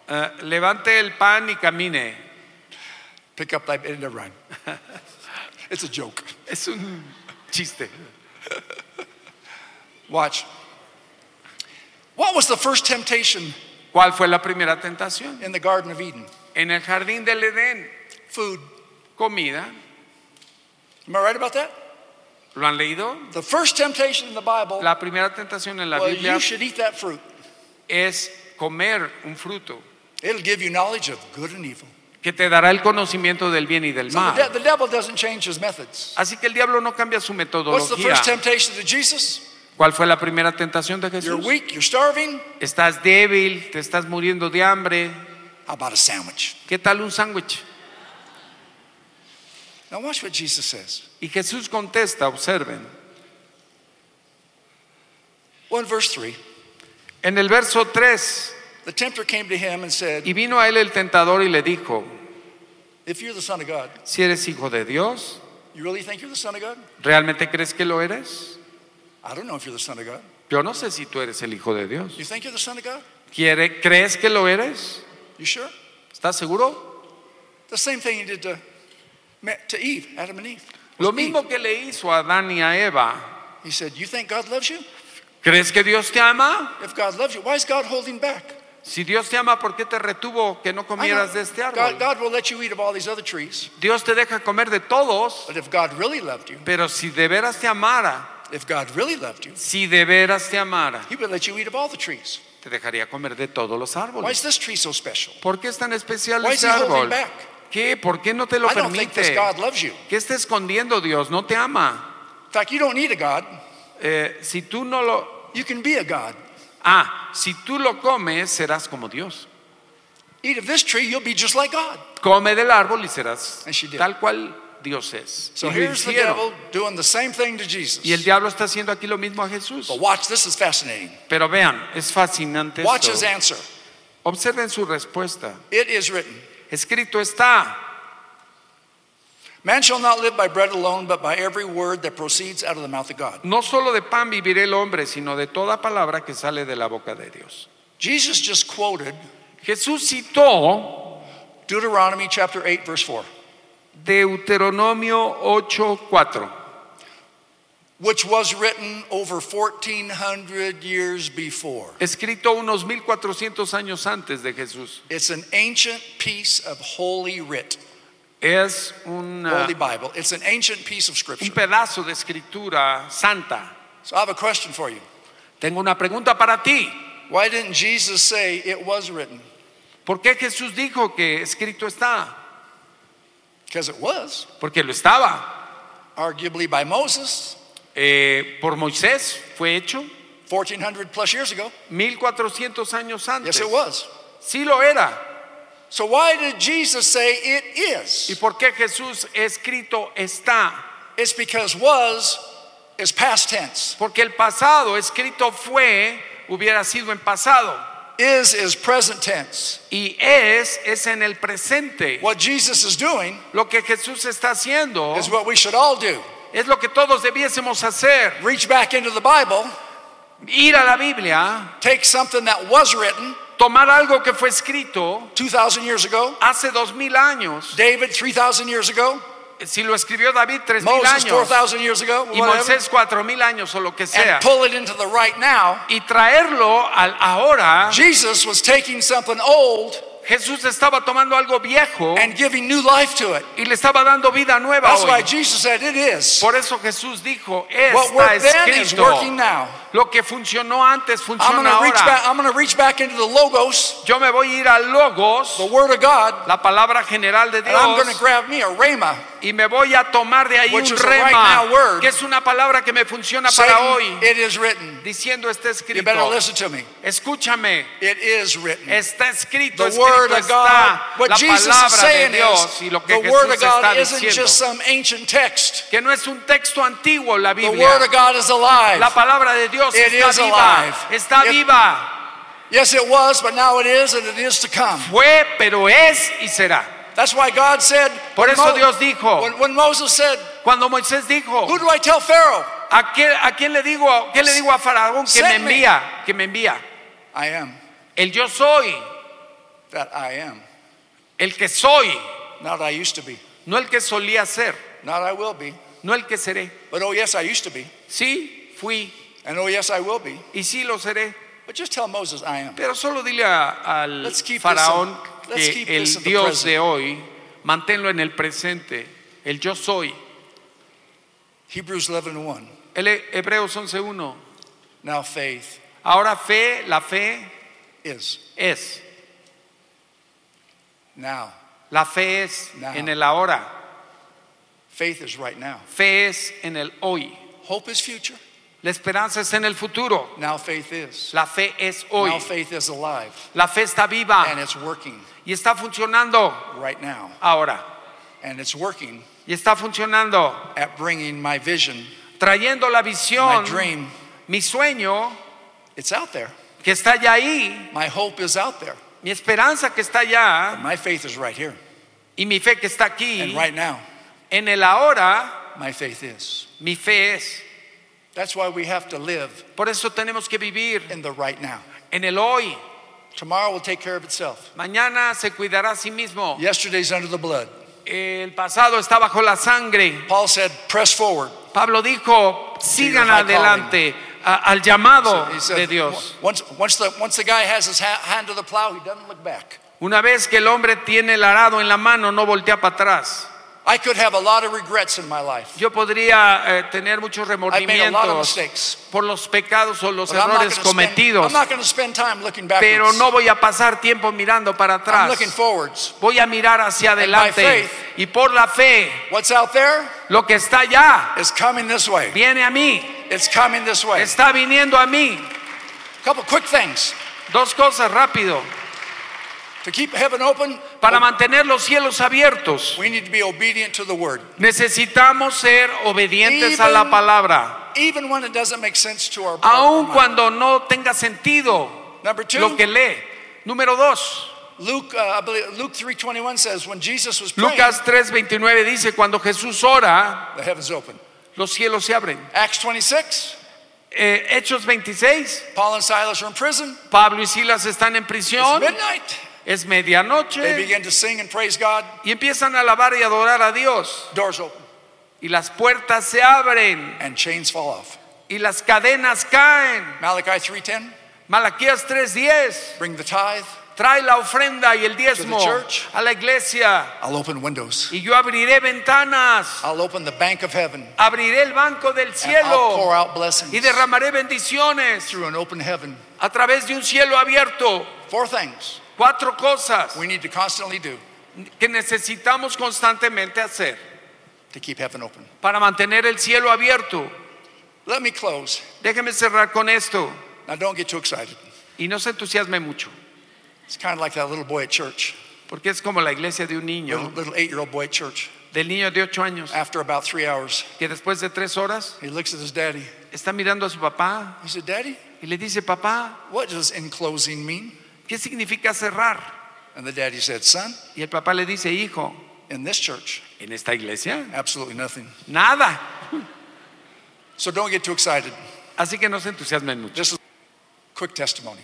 [SPEAKER 3] "Eh, levante el pan y camine.
[SPEAKER 2] Pick up thy bread. Never mind. It's a joke.
[SPEAKER 3] Es un chiste.
[SPEAKER 2] [laughs] Watch. What was the first temptation
[SPEAKER 3] ¿Cuál fue la primera tentación?
[SPEAKER 2] in the Garden of Eden?
[SPEAKER 3] En el jardín del Edén,
[SPEAKER 2] Food.
[SPEAKER 3] comida.
[SPEAKER 2] Am I right about that?
[SPEAKER 3] ¿Lo han leído?
[SPEAKER 2] The first temptation in the Bible
[SPEAKER 3] La primera tentación en la
[SPEAKER 2] well,
[SPEAKER 3] Biblia
[SPEAKER 2] you should eat that fruit.
[SPEAKER 3] es comer un fruto
[SPEAKER 2] It'll give you knowledge of good and evil.
[SPEAKER 3] que te dará el conocimiento del bien y del
[SPEAKER 2] So the,
[SPEAKER 3] mal.
[SPEAKER 2] de- the devil doesn't change his methods.
[SPEAKER 3] Así que el diablo no cambia su
[SPEAKER 2] What's the
[SPEAKER 3] metodología.
[SPEAKER 2] first temptation to Jesus?
[SPEAKER 3] ¿Cuál fue la primera tentación de
[SPEAKER 2] You're
[SPEAKER 3] Jesús?
[SPEAKER 2] weak, you're starving.
[SPEAKER 3] Estás débil, te estás muriendo de hambre.
[SPEAKER 2] How about a sandwich?
[SPEAKER 3] ¿Qué tal un sándwich?
[SPEAKER 2] Now, watch what Jesus says.
[SPEAKER 3] Y Jesús contesta, observen.
[SPEAKER 2] Well, in verse 3,
[SPEAKER 3] En el verso 3,
[SPEAKER 2] the tempter came to him and said,
[SPEAKER 3] y vino a él el tentador y le dijo,
[SPEAKER 2] If you're the Son of God,
[SPEAKER 3] si eres hijo de Dios,
[SPEAKER 2] you really think you're the Son of God?
[SPEAKER 3] ¿realmente crees que lo eres?
[SPEAKER 2] I don't know if you're the Son of God.
[SPEAKER 3] Yo no sé si tú eres el hijo de Dios.
[SPEAKER 2] You think you're the Son of God?
[SPEAKER 3] ¿Quiere- ¿Crees que lo eres?
[SPEAKER 2] You sure?
[SPEAKER 3] ¿Estás seguro?
[SPEAKER 2] The same thing he did to, Ma- to Eve, Adam and Eve.
[SPEAKER 3] Lo
[SPEAKER 2] Was Eve.
[SPEAKER 3] mismo que le hizo a Adán y a Eva.
[SPEAKER 2] He said, You think God loves you?
[SPEAKER 3] ¿Crees que Dios te ama?
[SPEAKER 2] If God loves you, why is God holding back?
[SPEAKER 3] Si Dios te ama, ¿por qué te retuvo que no
[SPEAKER 2] I know.
[SPEAKER 3] comieras de este
[SPEAKER 2] God,
[SPEAKER 3] árbol?
[SPEAKER 2] God will let you eat of all these other trees.
[SPEAKER 3] Dios te deja comer de todos,
[SPEAKER 2] But if God really loved you,
[SPEAKER 3] pero si de veras te amara,
[SPEAKER 2] if God really loved you,
[SPEAKER 3] si de veras te amara,
[SPEAKER 2] He would let you eat of all the trees.
[SPEAKER 3] te dejaría comer de todos los
[SPEAKER 2] Why is
[SPEAKER 3] árboles.
[SPEAKER 2] this tree so special?
[SPEAKER 3] ¿Por qué es tan especial
[SPEAKER 2] Why is
[SPEAKER 3] este
[SPEAKER 2] He holding
[SPEAKER 3] árbol?
[SPEAKER 2] back?
[SPEAKER 3] ¿Qué? ¿Por qué no te lo
[SPEAKER 2] I don't think this
[SPEAKER 3] permite?
[SPEAKER 2] God loves you.
[SPEAKER 3] ¿Qué está escondiendo Dios? No te ama.
[SPEAKER 2] In fact, you don't need a God.
[SPEAKER 3] Eh, si tú no lo...
[SPEAKER 2] You can be a God.
[SPEAKER 3] Ah, si tú lo comes, serás como Dios.
[SPEAKER 2] Eat of this tree, you'll be just like God.
[SPEAKER 3] Come del árbol y serás
[SPEAKER 2] And she did.
[SPEAKER 3] tal cual Dios es.
[SPEAKER 2] So
[SPEAKER 3] Y lo
[SPEAKER 2] here's the
[SPEAKER 3] hicieron.
[SPEAKER 2] devil doing the same thing to
[SPEAKER 3] Y el
[SPEAKER 2] Jesus.
[SPEAKER 3] diablo está haciendo aquí lo mismo a Jesús.
[SPEAKER 2] But watch, this is fascinating.
[SPEAKER 3] Pero vean, es fascinante.
[SPEAKER 2] Watch
[SPEAKER 3] Esto.
[SPEAKER 2] his answer.
[SPEAKER 3] Observen su respuesta.
[SPEAKER 2] It is written,
[SPEAKER 3] Escrito está,
[SPEAKER 2] Man shall not live by bread alone, but by every word that proceeds out of the mouth of God.
[SPEAKER 3] No solo de pan vivirá el hombre, sino de toda palabra que sale de la boca de Dios.
[SPEAKER 2] Jesus just quoted
[SPEAKER 3] Jesús citó
[SPEAKER 2] Deuteronomy chapter 8, verse 4,
[SPEAKER 3] Deuteronomio 8:4,
[SPEAKER 2] which was written over 1,400 years before.
[SPEAKER 3] escrito unos 1400 años antes de Jesús.
[SPEAKER 2] It's an ancient piece of holy writ,
[SPEAKER 3] Es una-
[SPEAKER 2] holy Bible. It's an ancient piece of
[SPEAKER 3] un
[SPEAKER 2] scripture.
[SPEAKER 3] pedazo de escritura santa.
[SPEAKER 2] So I have a question for you.
[SPEAKER 3] Tengo una pregunta para ti.
[SPEAKER 2] Why didn't Jesus say it was written?
[SPEAKER 3] ¿Por qué Jesús dijo que escrito está?
[SPEAKER 2] Because it was,
[SPEAKER 3] Porque lo estaba.
[SPEAKER 2] arguably by Moses,
[SPEAKER 3] Eh, por Moisés fue hecho
[SPEAKER 2] 1,400 plus years ago.
[SPEAKER 3] 1400 años
[SPEAKER 2] Yes,
[SPEAKER 3] antes.
[SPEAKER 2] it was.
[SPEAKER 3] Sí lo era.
[SPEAKER 2] So why did Jesus say it
[SPEAKER 3] ¿Y
[SPEAKER 2] is?
[SPEAKER 3] por qué Jesús escrito está?
[SPEAKER 2] It's because was is past tense.
[SPEAKER 3] Porque el pasado, escrito fue, hubiera sido en pasado.
[SPEAKER 2] Is is present tense.
[SPEAKER 3] Y es, es en el presente.
[SPEAKER 2] What Jesus is doing
[SPEAKER 3] Lo que Jesús está haciendo
[SPEAKER 2] is what we should all do.
[SPEAKER 3] es lo que todos debiésemos hacer.
[SPEAKER 2] Reach back into the Bible,
[SPEAKER 3] Ir a la Biblia,
[SPEAKER 2] take something that was written
[SPEAKER 3] tomar algo que fue escrito
[SPEAKER 2] 2,000 years ago,
[SPEAKER 3] hace dos mil años.
[SPEAKER 2] David 3,000 years ago,
[SPEAKER 3] Si lo escribió David tres mil
[SPEAKER 2] Moses
[SPEAKER 3] años
[SPEAKER 2] 4,000 years ago,
[SPEAKER 3] y
[SPEAKER 2] whatever,
[SPEAKER 3] Moisés cuatro mil años o lo que sea.
[SPEAKER 2] and pull it into the right now.
[SPEAKER 3] Y traerlo al ahora,
[SPEAKER 2] Jesus was taking something old
[SPEAKER 3] Jesús estaba tomando algo viejo
[SPEAKER 2] and giving new life to it.
[SPEAKER 3] y le estaba dando vida nueva
[SPEAKER 2] That's why
[SPEAKER 3] hoy.
[SPEAKER 2] Jesus said it is.
[SPEAKER 3] Oh, Por eso Jesús dijo,
[SPEAKER 2] What
[SPEAKER 3] está
[SPEAKER 2] worked then is working
[SPEAKER 3] escrito.
[SPEAKER 2] now.
[SPEAKER 3] Lo que funcionó antes
[SPEAKER 2] I'm going
[SPEAKER 3] funciona
[SPEAKER 2] to reach back.
[SPEAKER 3] ahora.
[SPEAKER 2] I'm going to reach back into the logos,
[SPEAKER 3] Yo me voy a ir al
[SPEAKER 2] the
[SPEAKER 3] Logos,
[SPEAKER 2] Word of God,
[SPEAKER 3] la palabra general de
[SPEAKER 2] and I'm going to
[SPEAKER 3] Dios,
[SPEAKER 2] grab me a rhema.
[SPEAKER 3] y me voy a tomar de ahí
[SPEAKER 2] Which
[SPEAKER 3] un
[SPEAKER 2] is a right
[SPEAKER 3] rema,
[SPEAKER 2] now word.
[SPEAKER 3] que es una palabra que me funciona para
[SPEAKER 2] Saying,
[SPEAKER 3] hoy,
[SPEAKER 2] it is written.
[SPEAKER 3] diciendo está
[SPEAKER 2] You
[SPEAKER 3] escrito.
[SPEAKER 2] better listen to me.
[SPEAKER 3] Escúchame,
[SPEAKER 2] It is written.
[SPEAKER 3] está escrito,
[SPEAKER 2] The
[SPEAKER 3] escrito
[SPEAKER 2] Word of God.
[SPEAKER 3] está
[SPEAKER 2] What
[SPEAKER 3] la
[SPEAKER 2] Jesus is
[SPEAKER 3] palabra de
[SPEAKER 2] saying
[SPEAKER 3] Dios y
[SPEAKER 2] is
[SPEAKER 3] lo que
[SPEAKER 2] the Word
[SPEAKER 3] Jesús
[SPEAKER 2] of God
[SPEAKER 3] está
[SPEAKER 2] isn't
[SPEAKER 3] diciendo.
[SPEAKER 2] just some ancient text.
[SPEAKER 3] Que no es un texto antiguo la
[SPEAKER 2] The
[SPEAKER 3] Biblia.
[SPEAKER 2] Word of God is alive.
[SPEAKER 3] La palabra de Dios
[SPEAKER 2] It
[SPEAKER 3] está
[SPEAKER 2] is
[SPEAKER 3] viva,
[SPEAKER 2] alive.
[SPEAKER 3] está
[SPEAKER 2] It-
[SPEAKER 3] viva.
[SPEAKER 2] Yes, it was, but now it is, and it is to come.
[SPEAKER 3] Fue, pero es y será.
[SPEAKER 2] That's why God said.
[SPEAKER 3] Por
[SPEAKER 2] when
[SPEAKER 3] eso
[SPEAKER 2] Mo-
[SPEAKER 3] Dios dijo.
[SPEAKER 2] When, when Moses said,
[SPEAKER 3] Cuando Moisés dijo,
[SPEAKER 2] "Who do I tell Pharaoh?
[SPEAKER 3] ¿a, qué- a quién le digo, a- qué le digo a Faraón que me
[SPEAKER 2] Send me.
[SPEAKER 3] envía? Que me envía.
[SPEAKER 2] I am
[SPEAKER 3] El yo soy,
[SPEAKER 2] that I am,
[SPEAKER 3] el que soy,
[SPEAKER 2] not I used to be,
[SPEAKER 3] no el que solía ser,
[SPEAKER 2] not I will be,
[SPEAKER 3] no el que seré.
[SPEAKER 2] but oh yes, I used to be,
[SPEAKER 3] Sí, fui
[SPEAKER 2] and oh yes, I will be."
[SPEAKER 3] y sí lo seré.
[SPEAKER 2] But just tell Moses, I am.
[SPEAKER 3] Pero solo dile a- al
[SPEAKER 2] Let's keep this
[SPEAKER 3] faraón
[SPEAKER 2] in- let's keep
[SPEAKER 3] que
[SPEAKER 2] this
[SPEAKER 3] el
[SPEAKER 2] in the
[SPEAKER 3] Dios
[SPEAKER 2] present.
[SPEAKER 3] de hoy, manténlo en el presente, el yo soy.
[SPEAKER 2] Hebrews 11 and 1.
[SPEAKER 3] El He- Hebreos 11.1.
[SPEAKER 2] Now faith
[SPEAKER 3] Ahora fe, la fe
[SPEAKER 2] is
[SPEAKER 3] es,
[SPEAKER 2] now.
[SPEAKER 3] la fe es
[SPEAKER 2] Now.
[SPEAKER 3] en el ahora,
[SPEAKER 2] Faith is right now.
[SPEAKER 3] fe es en el hoy,
[SPEAKER 2] Hope is future.
[SPEAKER 3] la esperanza es en el futuro,
[SPEAKER 2] Now faith is.
[SPEAKER 3] la Ah. fe es hoy,
[SPEAKER 2] Now faith is alive
[SPEAKER 3] la fe está viva
[SPEAKER 2] and it's working
[SPEAKER 3] y está funcionando
[SPEAKER 2] right now.
[SPEAKER 3] ahora,
[SPEAKER 2] And it's working
[SPEAKER 3] y está funcionando,
[SPEAKER 2] at bringing my vision,
[SPEAKER 3] trayendo la
[SPEAKER 2] my
[SPEAKER 3] visión,
[SPEAKER 2] dream.
[SPEAKER 3] mi sueño
[SPEAKER 2] It's out there.
[SPEAKER 3] que está ya ahí,
[SPEAKER 2] My hope is out there.
[SPEAKER 3] mi esperanza que está allá.
[SPEAKER 2] My faith is right here.
[SPEAKER 3] Y mi fe que está aquí,
[SPEAKER 2] And right now,
[SPEAKER 3] en el ahora,
[SPEAKER 2] my faith is.
[SPEAKER 3] mi fe es.
[SPEAKER 2] That's why we have to live
[SPEAKER 3] Por eso tenemos que vivir
[SPEAKER 2] in the right now.
[SPEAKER 3] en el hoy.
[SPEAKER 2] Tomorrow will take care of itself.
[SPEAKER 3] Mañana se cuidará a sí mismo.
[SPEAKER 2] Yesterday's under the blood.
[SPEAKER 3] El pasado está bajo la sangre.
[SPEAKER 2] Paul said, press forward.
[SPEAKER 3] Pablo dijo, sigan
[SPEAKER 2] high
[SPEAKER 3] adelante a- al llamado
[SPEAKER 2] He
[SPEAKER 3] Oh, de
[SPEAKER 2] said,
[SPEAKER 3] Dios.
[SPEAKER 2] once, once, the, once the guy has his ha- hand to the plow, he doesn't look back.
[SPEAKER 3] Una vez que el hombre tiene el arado en la mano, no voltea para atrás.
[SPEAKER 2] I could have a lot of regrets in my life.
[SPEAKER 3] Yo podría eh, tener muchos
[SPEAKER 2] I've made a lot of
[SPEAKER 3] remordimientos
[SPEAKER 2] mistakes.
[SPEAKER 3] por los pecados o los
[SPEAKER 2] But I'm not
[SPEAKER 3] errores
[SPEAKER 2] gonna spend-
[SPEAKER 3] cometidos,
[SPEAKER 2] I'm not going to spend time looking
[SPEAKER 3] pero
[SPEAKER 2] backwards.
[SPEAKER 3] no voy a pasar tiempo mirando para
[SPEAKER 2] I'm
[SPEAKER 3] atrás.
[SPEAKER 2] looking forwards.
[SPEAKER 3] Voy a mirar hacia
[SPEAKER 2] by
[SPEAKER 3] adelante
[SPEAKER 2] faith,
[SPEAKER 3] y por la fe,
[SPEAKER 2] What's out there
[SPEAKER 3] lo que está allá
[SPEAKER 2] is coming this way.
[SPEAKER 3] viene a mí,
[SPEAKER 2] It's coming this way.
[SPEAKER 3] está viniendo a mí.
[SPEAKER 2] A couple quick things
[SPEAKER 3] Dos cosas rápido.
[SPEAKER 2] to keep heaven open.
[SPEAKER 3] Para mantener los cielos abiertos,
[SPEAKER 2] We need to be obedient to the word,
[SPEAKER 3] necesitamos ser obedientes a la
[SPEAKER 2] Even-
[SPEAKER 3] palabra,
[SPEAKER 2] even when it doesn't make sense to our.
[SPEAKER 3] aun
[SPEAKER 2] our mind.
[SPEAKER 3] cuando no tenga sentido
[SPEAKER 2] Number two,
[SPEAKER 3] lo que lee. Número dos,
[SPEAKER 2] Luke, uh, I believe, Luke 3.21 says, when Jesus was praying,
[SPEAKER 3] Lucas 3:29 dice, cuando Jesús ora,
[SPEAKER 2] the heavens opened.
[SPEAKER 3] los cielos se abren.
[SPEAKER 2] Acts 26,
[SPEAKER 3] Eh, Hechos 26,
[SPEAKER 2] Paul and Silas are in prison.
[SPEAKER 3] Pablo y Silas están en
[SPEAKER 2] It's
[SPEAKER 3] prisión,
[SPEAKER 2] midnight.
[SPEAKER 3] es
[SPEAKER 2] They
[SPEAKER 3] medianoche
[SPEAKER 2] begin to sing and praise God.
[SPEAKER 3] y empiezan a alabar y adorar a Dios.
[SPEAKER 2] Doors open
[SPEAKER 3] Y las puertas se abren
[SPEAKER 2] and chains fall off.
[SPEAKER 3] y las cadenas caen.
[SPEAKER 2] Malachi 3.10,
[SPEAKER 3] Malaquías 3:10,
[SPEAKER 2] bring the tithe.
[SPEAKER 3] trae la ofrenda y el diezmo
[SPEAKER 2] To the church.
[SPEAKER 3] a la iglesia
[SPEAKER 2] I'll open windows.
[SPEAKER 3] y yo abriré ventanas,
[SPEAKER 2] I'll open the bank of heaven.
[SPEAKER 3] abriré el banco del
[SPEAKER 2] And I'll pour
[SPEAKER 3] cielo
[SPEAKER 2] out blessings
[SPEAKER 3] y derramaré bendiciones
[SPEAKER 2] through an open heaven.
[SPEAKER 3] a través de un cielo abierto.
[SPEAKER 2] Four things
[SPEAKER 3] Cuatro cosas
[SPEAKER 2] we need to constantly do
[SPEAKER 3] que necesitamos constantemente hacer
[SPEAKER 2] to keep heaven open.
[SPEAKER 3] para mantener el cielo abierto.
[SPEAKER 2] Let me close.
[SPEAKER 3] Déjeme cerrar con esto
[SPEAKER 2] Now, don't get too excited.
[SPEAKER 3] y no se entusiasme mucho,
[SPEAKER 2] It's kind of like that little boy at church,
[SPEAKER 3] porque es como la iglesia de un
[SPEAKER 2] little,
[SPEAKER 3] niño,
[SPEAKER 2] little eight year old boy at church.
[SPEAKER 3] del niño de ocho años,
[SPEAKER 2] After about three hours,
[SPEAKER 3] que después de tres horas
[SPEAKER 2] he looks at his daddy.
[SPEAKER 3] está mirando a su papá
[SPEAKER 2] He said, Daddy,
[SPEAKER 3] y le dice, papá,
[SPEAKER 2] what does enclosing mean?
[SPEAKER 3] ¿qué significa cerrar?
[SPEAKER 2] And the daddy said, Son,
[SPEAKER 3] Y el papá le dice, hijo,
[SPEAKER 2] in this church,
[SPEAKER 3] ¿en esta iglesia?
[SPEAKER 2] absolutely nothing.
[SPEAKER 3] Nada.
[SPEAKER 2] So don't get too excited.
[SPEAKER 3] Así que no se entusiasmen mucho.
[SPEAKER 2] This is quick testimony.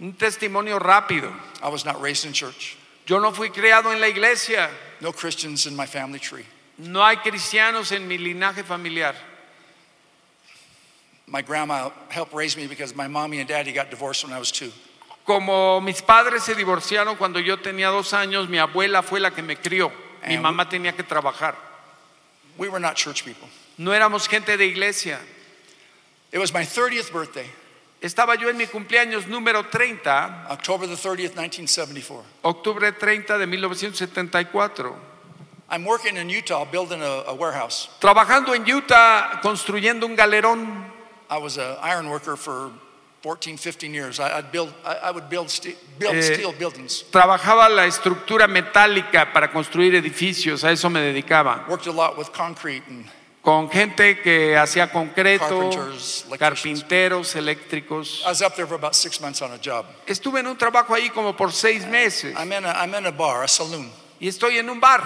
[SPEAKER 3] Un testimonio rápido.
[SPEAKER 2] I was not raised in church,
[SPEAKER 3] Yo no fui criado en la iglesia.
[SPEAKER 2] no Christians in my family tree.
[SPEAKER 3] No hay cristianos en mi linaje familiar.
[SPEAKER 2] My grandma helped raise me because my mommy and daddy got divorced when I was two.
[SPEAKER 3] Como mis padres se divorciaron cuando yo tenía dos años, mi abuela fue la que me crió. Mi
[SPEAKER 2] Ah,
[SPEAKER 3] mamá tenía que trabajar.
[SPEAKER 2] We were not church people.
[SPEAKER 3] No éramos gente de iglesia.
[SPEAKER 2] It was my 30th birthday,
[SPEAKER 3] Estaba yo en mi cumpleaños número 30,
[SPEAKER 2] October the 30th, 1974.
[SPEAKER 3] octubre 30 de 1974,
[SPEAKER 2] I'm working in Utah building a, a warehouse.
[SPEAKER 3] trabajando en Utah construyendo un galerón.
[SPEAKER 2] I was an iron worker for 14, 15 years. I, I'd build, I, I would build, ste- build
[SPEAKER 3] Eh.
[SPEAKER 2] steel buildings.
[SPEAKER 3] Trabajaba la estructura metálica para construir edificios, a eso me dedicaba.
[SPEAKER 2] Worked a lot with concrete and
[SPEAKER 3] Con gente que hacía concreto,
[SPEAKER 2] Carpenters, electricians.
[SPEAKER 3] carpinteros, eléctricos.
[SPEAKER 2] I was up there for about six months on a job.
[SPEAKER 3] Estuve en un trabajo ahí como por seis meses
[SPEAKER 2] I'm in a, I'm in a bar, a saloon,
[SPEAKER 3] y estoy en un bar,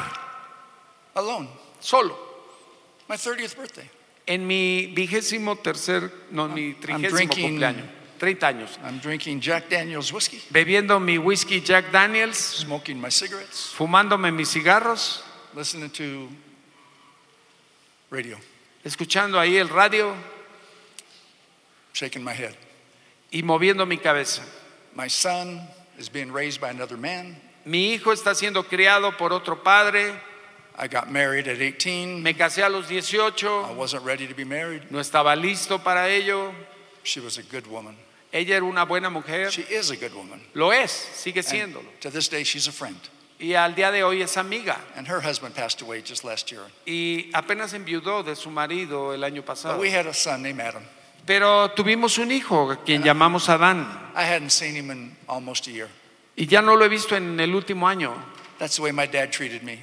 [SPEAKER 2] alone.
[SPEAKER 3] solo.
[SPEAKER 2] My 30th birthday.
[SPEAKER 3] En mi vigésimo tercer, no, mi trigésimo
[SPEAKER 2] drinking-
[SPEAKER 3] cumpleaños, 30 años.
[SPEAKER 2] I'm drinking Jack Daniels whiskey,
[SPEAKER 3] Bebiendo mi whisky Jack Daniels,
[SPEAKER 2] smoking my cigarettes,
[SPEAKER 3] fumándome mis cigarros,
[SPEAKER 2] listening to radio,
[SPEAKER 3] escuchando ahí el radio
[SPEAKER 2] shaking my head.
[SPEAKER 3] y moviendo mi cabeza.
[SPEAKER 2] My son is being raised by another man.
[SPEAKER 3] Mi hijo está siendo criado por otro padre,
[SPEAKER 2] I got married at 18.
[SPEAKER 3] me casé a los
[SPEAKER 2] I
[SPEAKER 3] 18,
[SPEAKER 2] wasn't ready to be married.
[SPEAKER 3] no estaba listo para ello.
[SPEAKER 2] She was a good woman.
[SPEAKER 3] Ella era una buena mujer,
[SPEAKER 2] She is a good woman.
[SPEAKER 3] lo es, sigue
[SPEAKER 2] And
[SPEAKER 3] siéndolo.
[SPEAKER 2] to this day, she's a friend.
[SPEAKER 3] Y al día de hoy es amiga.
[SPEAKER 2] And her husband passed away just last year.
[SPEAKER 3] Y apenas enviudó de su marido el año
[SPEAKER 2] But
[SPEAKER 3] pasado.
[SPEAKER 2] we had a son named Adam.
[SPEAKER 3] Pero tuvimos un hijo, a quien llamamos Adán,
[SPEAKER 2] I hadn't seen him in almost a year.
[SPEAKER 3] y ya no lo he visto en el último año,
[SPEAKER 2] That's the way my dad treated me.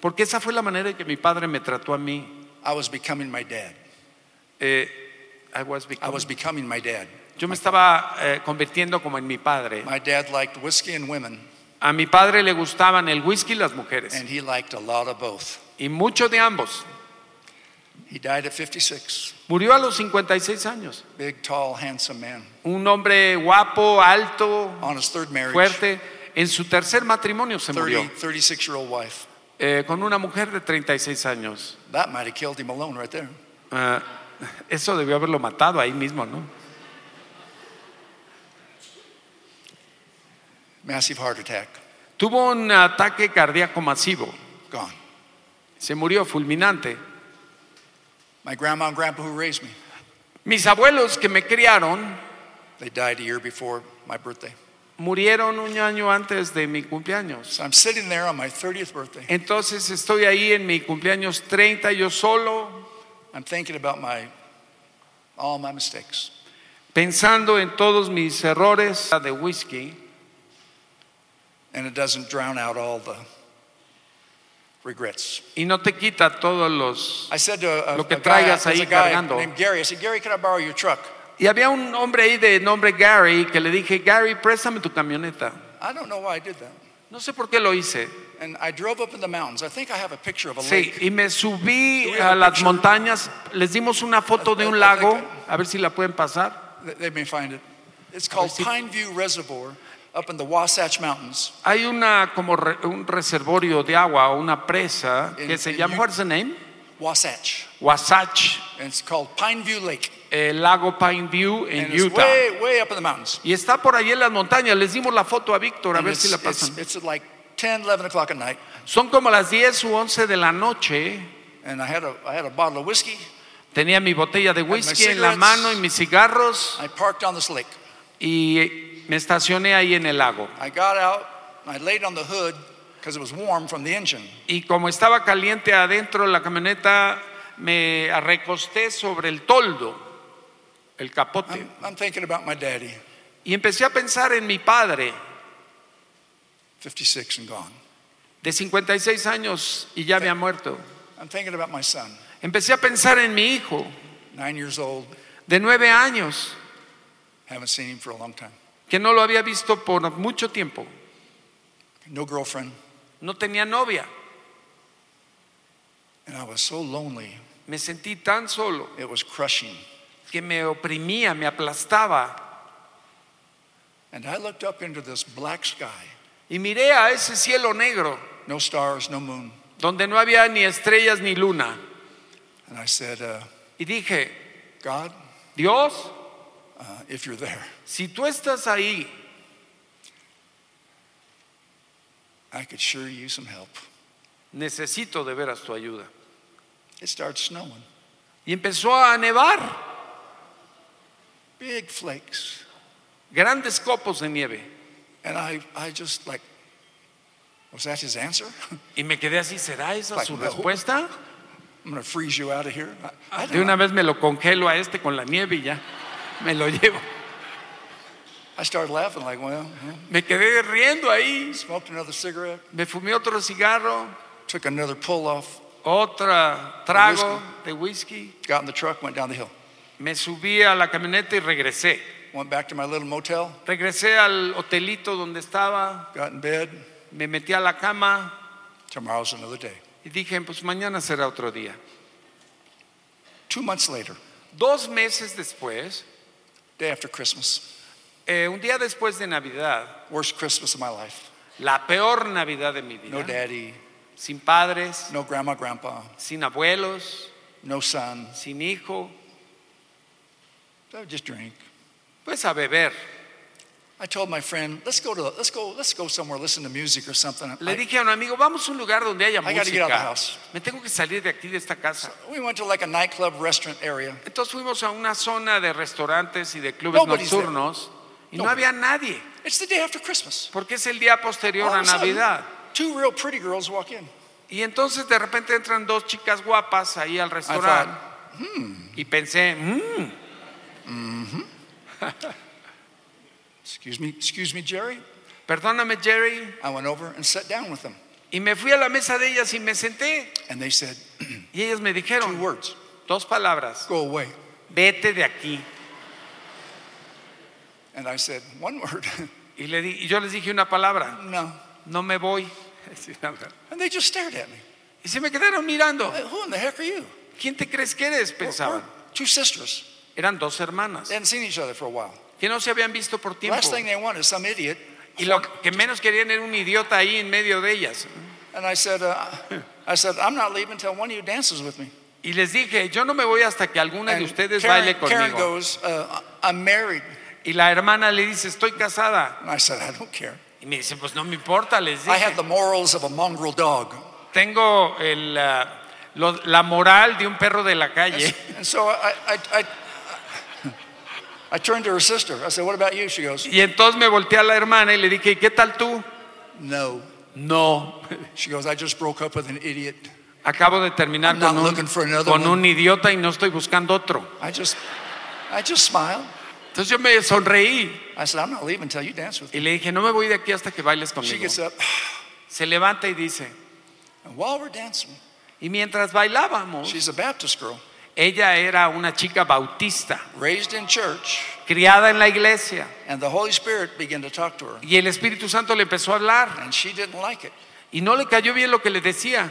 [SPEAKER 3] porque esa fue la manera en que mi padre me trató a mí.
[SPEAKER 2] I was becoming my dad.
[SPEAKER 3] Eh, I was
[SPEAKER 2] I
[SPEAKER 3] becoming-
[SPEAKER 2] was becoming my dad.
[SPEAKER 3] Yo me estaba eh, convirtiendo como en mi padre.
[SPEAKER 2] My dad liked whiskey and women,
[SPEAKER 3] A mi padre le gustaban el whisky y las mujeres,
[SPEAKER 2] and he liked a lot of both.
[SPEAKER 3] y mucho de ambos.
[SPEAKER 2] He died at 56.
[SPEAKER 3] Murió a los 56 años.
[SPEAKER 2] Big, tall, handsome man.
[SPEAKER 3] Un hombre guapo, alto,
[SPEAKER 2] On his third marriage,
[SPEAKER 3] fuerte. En su tercer matrimonio se
[SPEAKER 2] 30,
[SPEAKER 3] murió,
[SPEAKER 2] 36 year old wife.
[SPEAKER 3] eh, con una mujer de 36 años.
[SPEAKER 2] That might have killed him alone right there.
[SPEAKER 3] Ah, eso debió haberlo matado ahí mismo, ¿no?
[SPEAKER 2] Massive heart attack.
[SPEAKER 3] Tuvo un ataque cardíaco masivo,
[SPEAKER 2] Gone.
[SPEAKER 3] se murió fulminante.
[SPEAKER 2] My grandma and grandpa who raised me,
[SPEAKER 3] Mis abuelos que me criaron
[SPEAKER 2] they died a year before my birthday.
[SPEAKER 3] murieron un año antes de mi cumpleaños.
[SPEAKER 2] So I'm sitting there on my 30th birthday.
[SPEAKER 3] Entonces estoy ahí en mi cumpleaños 30, yo solo,
[SPEAKER 2] I'm thinking about my all my mistakes.
[SPEAKER 3] pensando en todos mis errores de whisky
[SPEAKER 2] And it doesn't drown out all the regrets.
[SPEAKER 3] y no te quita todos los...
[SPEAKER 2] I said to a, a,
[SPEAKER 3] Lo que
[SPEAKER 2] a guy,
[SPEAKER 3] traigas
[SPEAKER 2] there's a
[SPEAKER 3] ahí
[SPEAKER 2] guy
[SPEAKER 3] cargando.
[SPEAKER 2] named Gary, I said, Gary, can I borrow your truck?
[SPEAKER 3] Y había un hombre ahí de nombre Gary que le dije, Gary, préstame tu camioneta.
[SPEAKER 2] I don't know why I did that.
[SPEAKER 3] No sé por qué lo hice.
[SPEAKER 2] And I drove up in the mountains. I think I have a picture of a
[SPEAKER 3] Sí,
[SPEAKER 2] lake.
[SPEAKER 3] y me subí
[SPEAKER 2] Do we have a
[SPEAKER 3] a las
[SPEAKER 2] picture?
[SPEAKER 3] montañas. Les dimos una foto de un lago, a ver si la pueden pasar.
[SPEAKER 2] They- They may find it. It's called Pine View Reservoir up in the Wasatch Mountains.
[SPEAKER 3] Hay una como re- un reservorio de agua, una presa que
[SPEAKER 2] En-
[SPEAKER 3] se
[SPEAKER 2] en
[SPEAKER 3] llama
[SPEAKER 2] Yu-
[SPEAKER 3] what's the name?
[SPEAKER 2] Wasatch.
[SPEAKER 3] Wasatch,
[SPEAKER 2] And it's called Pine View Lake.
[SPEAKER 3] el lago Pine View en
[SPEAKER 2] And it's
[SPEAKER 3] Utah.
[SPEAKER 2] way, way up in the mountains.
[SPEAKER 3] Y está por allí en las montañas. Les dimos la foto a Víctor, a
[SPEAKER 2] And
[SPEAKER 3] ver si
[SPEAKER 2] it's,
[SPEAKER 3] la
[SPEAKER 2] it's,
[SPEAKER 3] pasan.
[SPEAKER 2] it's at like 10, 11 o'clock at night.
[SPEAKER 3] Son como las 10 u 11 de la noche.
[SPEAKER 2] And I had a, I had a bottle of whiskey.
[SPEAKER 3] Tenía mi botella de whisky en la
[SPEAKER 2] cigarettes.
[SPEAKER 3] mano y mis cigarros
[SPEAKER 2] I parked on this lake.
[SPEAKER 3] y me estacioné ahí en el lago.
[SPEAKER 2] I got out. I laid on the hood because it was warm from the engine.
[SPEAKER 3] Y como estaba caliente adentro de la camioneta, me recosté sobre el toldo, el capote.
[SPEAKER 2] I'm, I'm thinking about my daddy,
[SPEAKER 3] Y empecé a pensar en mi padre,
[SPEAKER 2] 56 and gone.
[SPEAKER 3] de 56 años y ya había muerto.
[SPEAKER 2] I'm thinking about my son,
[SPEAKER 3] Empecé a pensar en mi hijo,
[SPEAKER 2] nine years old.
[SPEAKER 3] de 9 años,
[SPEAKER 2] Haven't seen him for a long time.
[SPEAKER 3] que no lo había visto por mucho tiempo.
[SPEAKER 2] No girlfriend.
[SPEAKER 3] No tenía novia.
[SPEAKER 2] And I was so lonely.
[SPEAKER 3] Me sentí tan solo
[SPEAKER 2] It was crushing.
[SPEAKER 3] que me oprimía, me aplastaba.
[SPEAKER 2] And I looked up into this black sky.
[SPEAKER 3] Y miré a ese cielo negro,
[SPEAKER 2] No stars, no moon.
[SPEAKER 3] donde no había ni estrellas ni luna.
[SPEAKER 2] And I said, uh,
[SPEAKER 3] Y dije,
[SPEAKER 2] God,
[SPEAKER 3] Dios,
[SPEAKER 2] uh, if you're there,
[SPEAKER 3] Si tú estás ahí,
[SPEAKER 2] I could sure use some help.
[SPEAKER 3] necesito de veras tu ayuda.
[SPEAKER 2] It started snowing.
[SPEAKER 3] Y empezó a nevar,
[SPEAKER 2] Big flakes.
[SPEAKER 3] grandes copos de nieve.
[SPEAKER 2] And I, I just like, was that his answer? [laughs]
[SPEAKER 3] Y me quedé así, ¿será esa
[SPEAKER 2] Like,
[SPEAKER 3] su
[SPEAKER 2] no.
[SPEAKER 3] respuesta?
[SPEAKER 2] I'm going to freeze you out of here. I, I,
[SPEAKER 3] De
[SPEAKER 2] don't
[SPEAKER 3] una
[SPEAKER 2] know.
[SPEAKER 3] vez me lo congelo a este con la nieve y ya, me lo llevo.
[SPEAKER 2] I started laughing like, well, hmm.
[SPEAKER 3] Me quedé riendo ahí,
[SPEAKER 2] smoked another cigarette,
[SPEAKER 3] me fumé otro cigarro,
[SPEAKER 2] took another pull off,
[SPEAKER 3] otro trago de whisky,
[SPEAKER 2] got in the truck, went down the hill.
[SPEAKER 3] me subí a la camioneta y regresé.
[SPEAKER 2] Went back to my little motel,
[SPEAKER 3] Regresé al hotelito donde estaba,
[SPEAKER 2] got in bed.
[SPEAKER 3] me metí a la cama
[SPEAKER 2] Tomorrow's another day.
[SPEAKER 3] y dije, pues mañana será otro día.
[SPEAKER 2] Two months later,
[SPEAKER 3] Dos meses después,
[SPEAKER 2] day after Christmas,
[SPEAKER 3] Eh, un día después de Navidad,
[SPEAKER 2] worst Christmas of my life.
[SPEAKER 3] la peor Navidad de mi vida,
[SPEAKER 2] No daddy,
[SPEAKER 3] sin padres,
[SPEAKER 2] no grandma, grandpa,
[SPEAKER 3] sin abuelos,
[SPEAKER 2] no son.
[SPEAKER 3] sin hijo,
[SPEAKER 2] So I just drink.
[SPEAKER 3] pues a beber.
[SPEAKER 2] I told my friend, let's go to let's go let's go somewhere, listen to music or something.
[SPEAKER 3] Le
[SPEAKER 2] I-
[SPEAKER 3] dije a un amigo, vamos a un lugar donde haya
[SPEAKER 2] I gotta get out of the
[SPEAKER 3] música.
[SPEAKER 2] house.
[SPEAKER 3] Me tengo que salir de aquí, de esta casa.
[SPEAKER 2] we went to like a nightclub restaurant area.
[SPEAKER 3] Entonces fuimos a una zona de restaurantes y de clubes
[SPEAKER 2] Nobody's there.
[SPEAKER 3] nocturnos y no
[SPEAKER 2] Nobody.
[SPEAKER 3] había nadie,
[SPEAKER 2] It's the day after Christmas.
[SPEAKER 3] porque es el día posterior
[SPEAKER 2] All
[SPEAKER 3] a
[SPEAKER 2] of a sudden,
[SPEAKER 3] Navidad.
[SPEAKER 2] two real pretty girls walk in.
[SPEAKER 3] Y entonces de repente entran dos chicas guapas ahí al restaurante. Y pensé, "Mm,
[SPEAKER 2] Excuse me, excuse me, Jerry.
[SPEAKER 3] perdóname Jerry,
[SPEAKER 2] I went over and sat down with them.
[SPEAKER 3] Y me fui a la mesa de ellas y me senté.
[SPEAKER 2] And they said
[SPEAKER 3] Y ellas me
[SPEAKER 2] two
[SPEAKER 3] dijeron
[SPEAKER 2] words.
[SPEAKER 3] dos palabras.
[SPEAKER 2] Go away.
[SPEAKER 3] Vete de aquí.
[SPEAKER 2] And I said, one word. [laughs]
[SPEAKER 3] Y, le di- y yo les dije una palabra.
[SPEAKER 2] no.
[SPEAKER 3] No me voy. [laughs] Sí, la verdad.
[SPEAKER 2] And they just stared at me.
[SPEAKER 3] Y se me quedaron mirando.
[SPEAKER 2] Hey, Who in the heck are you?
[SPEAKER 3] ¿Quién te crees que eres?
[SPEAKER 2] We're-
[SPEAKER 3] Pensaban.
[SPEAKER 2] we're two sisters.
[SPEAKER 3] Eran dos hermanas
[SPEAKER 2] They hadn't seen each other for a while.
[SPEAKER 3] que no se habían visto por tiempo.
[SPEAKER 2] Last thing they want is some idiot.
[SPEAKER 3] Y lo que menos querían era un idiota ahí en medio de ellas.
[SPEAKER 2] And I said, uh, I said, I'm not leaving until one of you dances with me.
[SPEAKER 3] Y les dije, yo no me voy hasta que alguna de
[SPEAKER 2] And
[SPEAKER 3] ustedes
[SPEAKER 2] Karen,
[SPEAKER 3] baile
[SPEAKER 2] Karen
[SPEAKER 3] conmigo.
[SPEAKER 2] goes, uh, I'm married.
[SPEAKER 3] Y la hermana le dice, estoy casada.
[SPEAKER 2] And I said, I don't care.
[SPEAKER 3] Y me dice, pues no me importa, les
[SPEAKER 2] I
[SPEAKER 3] dije.
[SPEAKER 2] have the morals of a mongrel dog.
[SPEAKER 3] Tengo el, ah, lo- la moral de un perro de la calle.
[SPEAKER 2] [laughs] And so I, I, I, I turned to her sister. I said, What about you? She goes,
[SPEAKER 3] Y entonces me volteé a la hermana y le dije, ¿y qué tal tú?
[SPEAKER 2] No.
[SPEAKER 3] No. [laughs]
[SPEAKER 2] She goes, I just broke up with an idiot.
[SPEAKER 3] Acabo de terminar
[SPEAKER 2] I'm not
[SPEAKER 3] con un,
[SPEAKER 2] looking for another
[SPEAKER 3] con
[SPEAKER 2] one.
[SPEAKER 3] un idiota y no estoy buscando otro.
[SPEAKER 2] I just, I just smiled.
[SPEAKER 3] Entonces yo me sonreí
[SPEAKER 2] I said, I'm not leaving until you dance with me.
[SPEAKER 3] y le dije, no me voy de aquí hasta que bailes
[SPEAKER 2] She
[SPEAKER 3] conmigo.
[SPEAKER 2] gets up.
[SPEAKER 3] Se levanta y dice,
[SPEAKER 2] And while we're dancing,
[SPEAKER 3] y mientras bailábamos,
[SPEAKER 2] she's a Baptist girl,
[SPEAKER 3] ella era una chica bautista,
[SPEAKER 2] raised in church,
[SPEAKER 3] criada en la iglesia.
[SPEAKER 2] And the Holy Spirit began to talk to her.
[SPEAKER 3] Y el Espíritu Santo le empezó a hablar
[SPEAKER 2] And she didn't like it.
[SPEAKER 3] y no le cayó bien lo que le decía.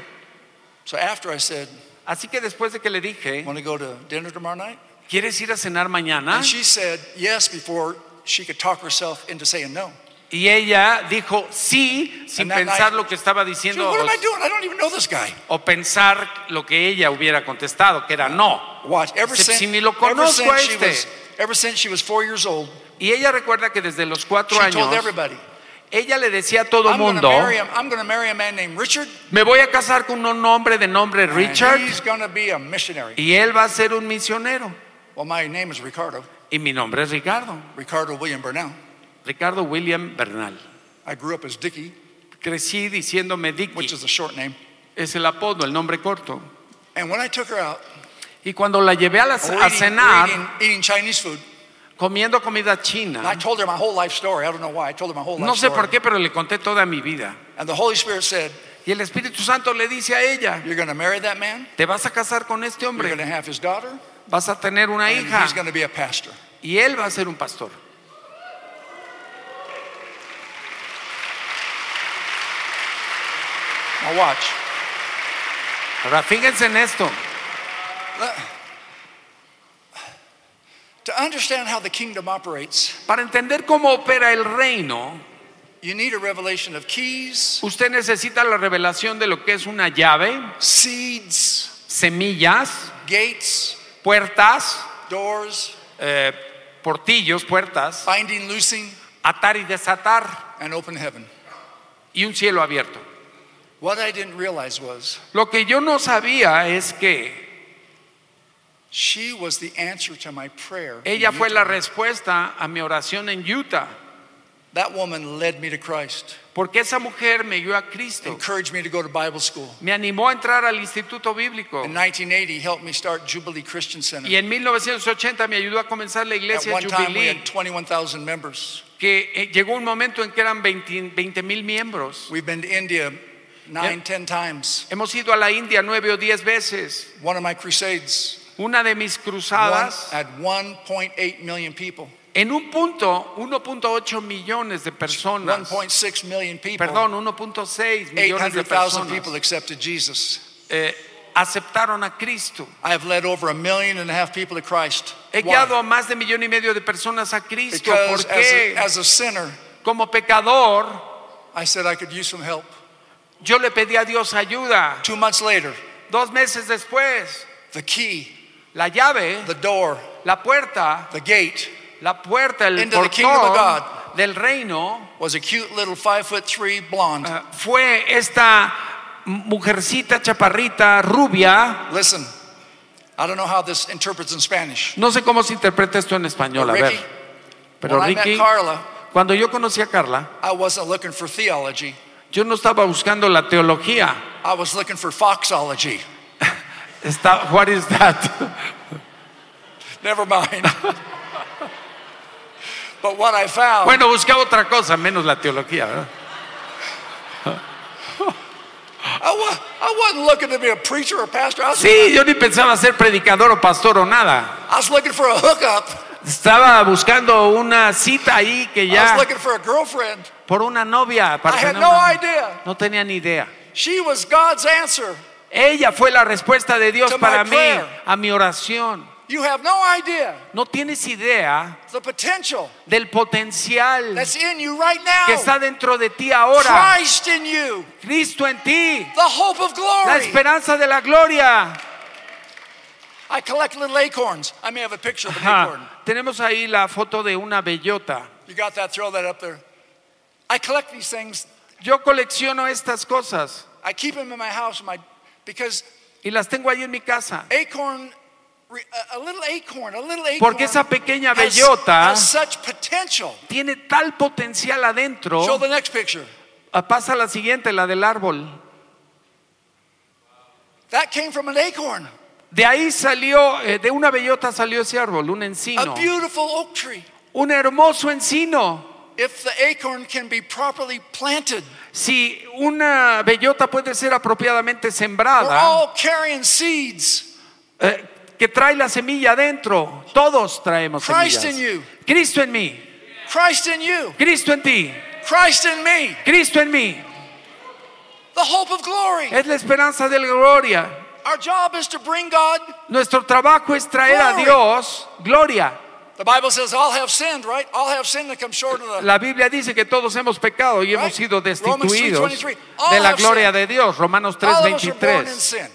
[SPEAKER 2] So after I said,
[SPEAKER 3] Así que después de que le dije,
[SPEAKER 2] Want to go to dinner tomorrow night?
[SPEAKER 3] ¿quieres ir a cenar mañana?
[SPEAKER 2] And she said yes before she could talk herself into saying no.
[SPEAKER 3] Y ella dijo sí
[SPEAKER 2] And
[SPEAKER 3] sin
[SPEAKER 2] that
[SPEAKER 3] pensar
[SPEAKER 2] night-
[SPEAKER 3] lo que estaba
[SPEAKER 2] She said,
[SPEAKER 3] diciendo
[SPEAKER 2] What am I
[SPEAKER 3] o,
[SPEAKER 2] doing? I don't even know this guy.
[SPEAKER 3] o pensar lo que ella hubiera contestado, que era no.
[SPEAKER 2] Watch. Ever
[SPEAKER 3] Dice,
[SPEAKER 2] since,
[SPEAKER 3] "Si ni lo
[SPEAKER 2] ever,
[SPEAKER 3] conozco a
[SPEAKER 2] since she
[SPEAKER 3] este."
[SPEAKER 2] was, ever since she was four years old,
[SPEAKER 3] Y ella recuerda que desde los
[SPEAKER 2] she
[SPEAKER 3] cuatro
[SPEAKER 2] told
[SPEAKER 3] años
[SPEAKER 2] everybody,
[SPEAKER 3] ella le decía a todo
[SPEAKER 2] I'm going to
[SPEAKER 3] mundo,
[SPEAKER 2] marry him. I'm going to marry a man named Richard.
[SPEAKER 3] me voy a casar con un hombre de nombre
[SPEAKER 2] and
[SPEAKER 3] Richard
[SPEAKER 2] he's going to be a missionary.
[SPEAKER 3] y él va a ser un misionero.
[SPEAKER 2] Well, my name is Ricardo.
[SPEAKER 3] Y mi nombre es Ricardo,
[SPEAKER 2] Ricardo William Bernal.
[SPEAKER 3] Ricardo William Bernal.
[SPEAKER 2] I grew up as Dickie,
[SPEAKER 3] Crecí diciéndome Dicky,
[SPEAKER 2] which is a short name.
[SPEAKER 3] es el apodo, el nombre corto.
[SPEAKER 2] And when I took her out,
[SPEAKER 3] Y cuando la llevé a, la-
[SPEAKER 2] we're
[SPEAKER 3] a
[SPEAKER 2] eating,
[SPEAKER 3] cenar,
[SPEAKER 2] we're eating, eating Chinese food,
[SPEAKER 3] comiendo comida
[SPEAKER 2] and I
[SPEAKER 3] china,
[SPEAKER 2] told her my whole life story. I don't know why. I told her my whole life
[SPEAKER 3] no sé
[SPEAKER 2] story.
[SPEAKER 3] por qué, pero le conté toda mi vida.
[SPEAKER 2] And the Holy Spirit said,
[SPEAKER 3] Y el Espíritu Santo le dice a ella,
[SPEAKER 2] You're going to marry that man.
[SPEAKER 3] te vas a casar con este
[SPEAKER 2] You're going to
[SPEAKER 3] hombre,
[SPEAKER 2] have his daughter.
[SPEAKER 3] vas a tener una
[SPEAKER 2] And
[SPEAKER 3] hija
[SPEAKER 2] he's going to be a pastor.
[SPEAKER 3] y él va a ser un pastor.
[SPEAKER 2] Now, watch.
[SPEAKER 3] Ahora fíjense en esto,
[SPEAKER 2] Let- Uh, To understand how the kingdom operates,
[SPEAKER 3] para entender cómo opera el reino,
[SPEAKER 2] you need a revelation of keys,
[SPEAKER 3] usted necesita la revelación de lo que es una llave,
[SPEAKER 2] seeds,
[SPEAKER 3] semillas,
[SPEAKER 2] gates,
[SPEAKER 3] puertas,
[SPEAKER 2] doors,
[SPEAKER 3] eh, portillos, puertas,
[SPEAKER 2] binding, loosing,
[SPEAKER 3] atar y desatar
[SPEAKER 2] and open heaven.
[SPEAKER 3] y un cielo abierto.
[SPEAKER 2] What I didn't realize was
[SPEAKER 3] Lo que yo no sabía es que
[SPEAKER 2] she was the answer to my prayer. in
[SPEAKER 3] ella fue la
[SPEAKER 2] Utah.
[SPEAKER 3] respuesta a mi oración en Utah,
[SPEAKER 2] That woman led me to Christ,
[SPEAKER 3] porque esa mujer me guió a Cristo.
[SPEAKER 2] encouraged me to go to Bible school.
[SPEAKER 3] Me animó a entrar al Instituto Bíblico
[SPEAKER 2] In 1980, helped me start Jubilee Christian Center.
[SPEAKER 3] y en 1980 me ayudó a comenzar la
[SPEAKER 2] At
[SPEAKER 3] iglesia
[SPEAKER 2] one time, we had
[SPEAKER 3] Jubilee,
[SPEAKER 2] 21,000 members.
[SPEAKER 3] que eh, llegó un momento en que eran 20 mil miembros.
[SPEAKER 2] We've been to India nine, ten times.
[SPEAKER 3] Hemos ido a la India nueve o diez veces.
[SPEAKER 2] One of my crusades,
[SPEAKER 3] Una de mis
[SPEAKER 2] one,
[SPEAKER 3] cruzadas,
[SPEAKER 2] at 1.8 million people,
[SPEAKER 3] en un punto, 1.8 millones de personas,
[SPEAKER 2] 1.6 million people,
[SPEAKER 3] perdón, 1.6 millones de
[SPEAKER 2] 800,000 people
[SPEAKER 3] personas
[SPEAKER 2] accepted Jesus.
[SPEAKER 3] eh, aceptaron a Cristo.
[SPEAKER 2] I have led over a million and a half people to Christ.
[SPEAKER 3] He
[SPEAKER 2] Why?
[SPEAKER 3] guiado a más de millón y medio de personas a Cristo.
[SPEAKER 2] Because
[SPEAKER 3] ¿Por
[SPEAKER 2] as a,
[SPEAKER 3] qué?
[SPEAKER 2] as a sinner,
[SPEAKER 3] Como pecador,
[SPEAKER 2] I said I could use some help.
[SPEAKER 3] yo le pedí a Dios ayuda.
[SPEAKER 2] Two months later,
[SPEAKER 3] Dos meses después,
[SPEAKER 2] the key,
[SPEAKER 3] la llave,
[SPEAKER 2] the door,
[SPEAKER 3] la puerta,
[SPEAKER 2] the gate
[SPEAKER 3] la puerta, el
[SPEAKER 2] Into the kingdom of
[SPEAKER 3] portón del reino
[SPEAKER 2] was a cute little five foot three blonde.
[SPEAKER 3] eh, fue esta mujercita chaparrita rubia.
[SPEAKER 2] Listen, I don't know how this interprets in Spanish.
[SPEAKER 3] No sé cómo se interpreta esto en español, a
[SPEAKER 2] Ricky,
[SPEAKER 3] ver. Pero
[SPEAKER 2] when I
[SPEAKER 3] Ricky,
[SPEAKER 2] met Carla,
[SPEAKER 3] cuando yo conocí a Carla,
[SPEAKER 2] I wasn't looking for theology.
[SPEAKER 3] yo no estaba buscando la teología.
[SPEAKER 2] I was looking for foxology.
[SPEAKER 3] Está, what is that? [laughs]
[SPEAKER 2] Never mind. [laughs] but what I found,
[SPEAKER 3] Bueno, buscaba otra cosa, menos la teología, ¿verdad?
[SPEAKER 2] I, wa- I wasn't looking to be a preacher or pastor. I was,
[SPEAKER 3] Sí, yo ni pensaba ser predicador o pastor o nada.
[SPEAKER 2] I was looking for a hookup.
[SPEAKER 3] Estaba buscando una cita ahí que
[SPEAKER 2] I
[SPEAKER 3] ya
[SPEAKER 2] was looking for a girlfriend.
[SPEAKER 3] por una novia. para
[SPEAKER 2] I
[SPEAKER 3] tener
[SPEAKER 2] had no
[SPEAKER 3] una-
[SPEAKER 2] idea.
[SPEAKER 3] No tenía ni idea.
[SPEAKER 2] She was God's answer.
[SPEAKER 3] Ella fue la respuesta de Dios
[SPEAKER 2] To my
[SPEAKER 3] para mí,
[SPEAKER 2] prayer.
[SPEAKER 3] a mi oración.
[SPEAKER 2] You have no idea
[SPEAKER 3] No tienes idea
[SPEAKER 2] the potential
[SPEAKER 3] del potencial
[SPEAKER 2] that's in you right
[SPEAKER 3] que
[SPEAKER 2] now.
[SPEAKER 3] está dentro de ti ahora.
[SPEAKER 2] Christ in you,
[SPEAKER 3] Cristo en ti,
[SPEAKER 2] the hope of
[SPEAKER 3] la
[SPEAKER 2] glory.
[SPEAKER 3] esperanza de la gloria.
[SPEAKER 2] I collect little acorns. I may have a picture of an
[SPEAKER 3] Ajá.
[SPEAKER 2] acorn.
[SPEAKER 3] Tenemos ahí la foto de una bellota.
[SPEAKER 2] You got that? Throw that up there. I collect these things.
[SPEAKER 3] Yo colecciono estas cosas
[SPEAKER 2] I keep them in my house, my because
[SPEAKER 3] y las tengo ahí en mi casa.
[SPEAKER 2] acorn, re- a a little acorn, a little acorn.
[SPEAKER 3] Porque esa pequeña
[SPEAKER 2] has-
[SPEAKER 3] bellota- Oh.
[SPEAKER 2] has such potential.
[SPEAKER 3] Tiene tal potencial adentro.
[SPEAKER 2] Show the next picture.
[SPEAKER 3] Ah, Pasa la siguiente, la del árbol.
[SPEAKER 2] That came from an acorn,
[SPEAKER 3] De ahí salió, eh, de una bellota salió ese árbol, un encino.
[SPEAKER 2] a beautiful oak tree.
[SPEAKER 3] Un hermoso encino.
[SPEAKER 2] If the acorn can be properly planted,
[SPEAKER 3] Si una bellota puede ser apropiadamente
[SPEAKER 2] we're
[SPEAKER 3] sembrada,
[SPEAKER 2] all carrying seeds.
[SPEAKER 3] eh, que trae la semilla adentro. Todos traemos
[SPEAKER 2] Christ in
[SPEAKER 3] semillas.
[SPEAKER 2] you.
[SPEAKER 3] Cristo en mí,
[SPEAKER 2] Christ in you,
[SPEAKER 3] Cristo en ti,
[SPEAKER 2] Christ in me,
[SPEAKER 3] Cristo en mí.
[SPEAKER 2] the hope of glory.
[SPEAKER 3] Es la esperanza de la gloria.
[SPEAKER 2] Our job is to bring God.
[SPEAKER 3] Nuestro trabajo es traer a
[SPEAKER 2] Glory.
[SPEAKER 3] Dios gloria.
[SPEAKER 2] The Bible says, all have sinned, right? All have sinned and come short of the.
[SPEAKER 3] La Biblia dice que todos hemos pecado y hemos sido destituidos
[SPEAKER 2] Romans 3:23. All
[SPEAKER 3] de la
[SPEAKER 2] have
[SPEAKER 3] gloria
[SPEAKER 2] sinned.
[SPEAKER 3] de Dios. Romanos
[SPEAKER 2] All of us are born in
[SPEAKER 3] 3:23.
[SPEAKER 2] sin.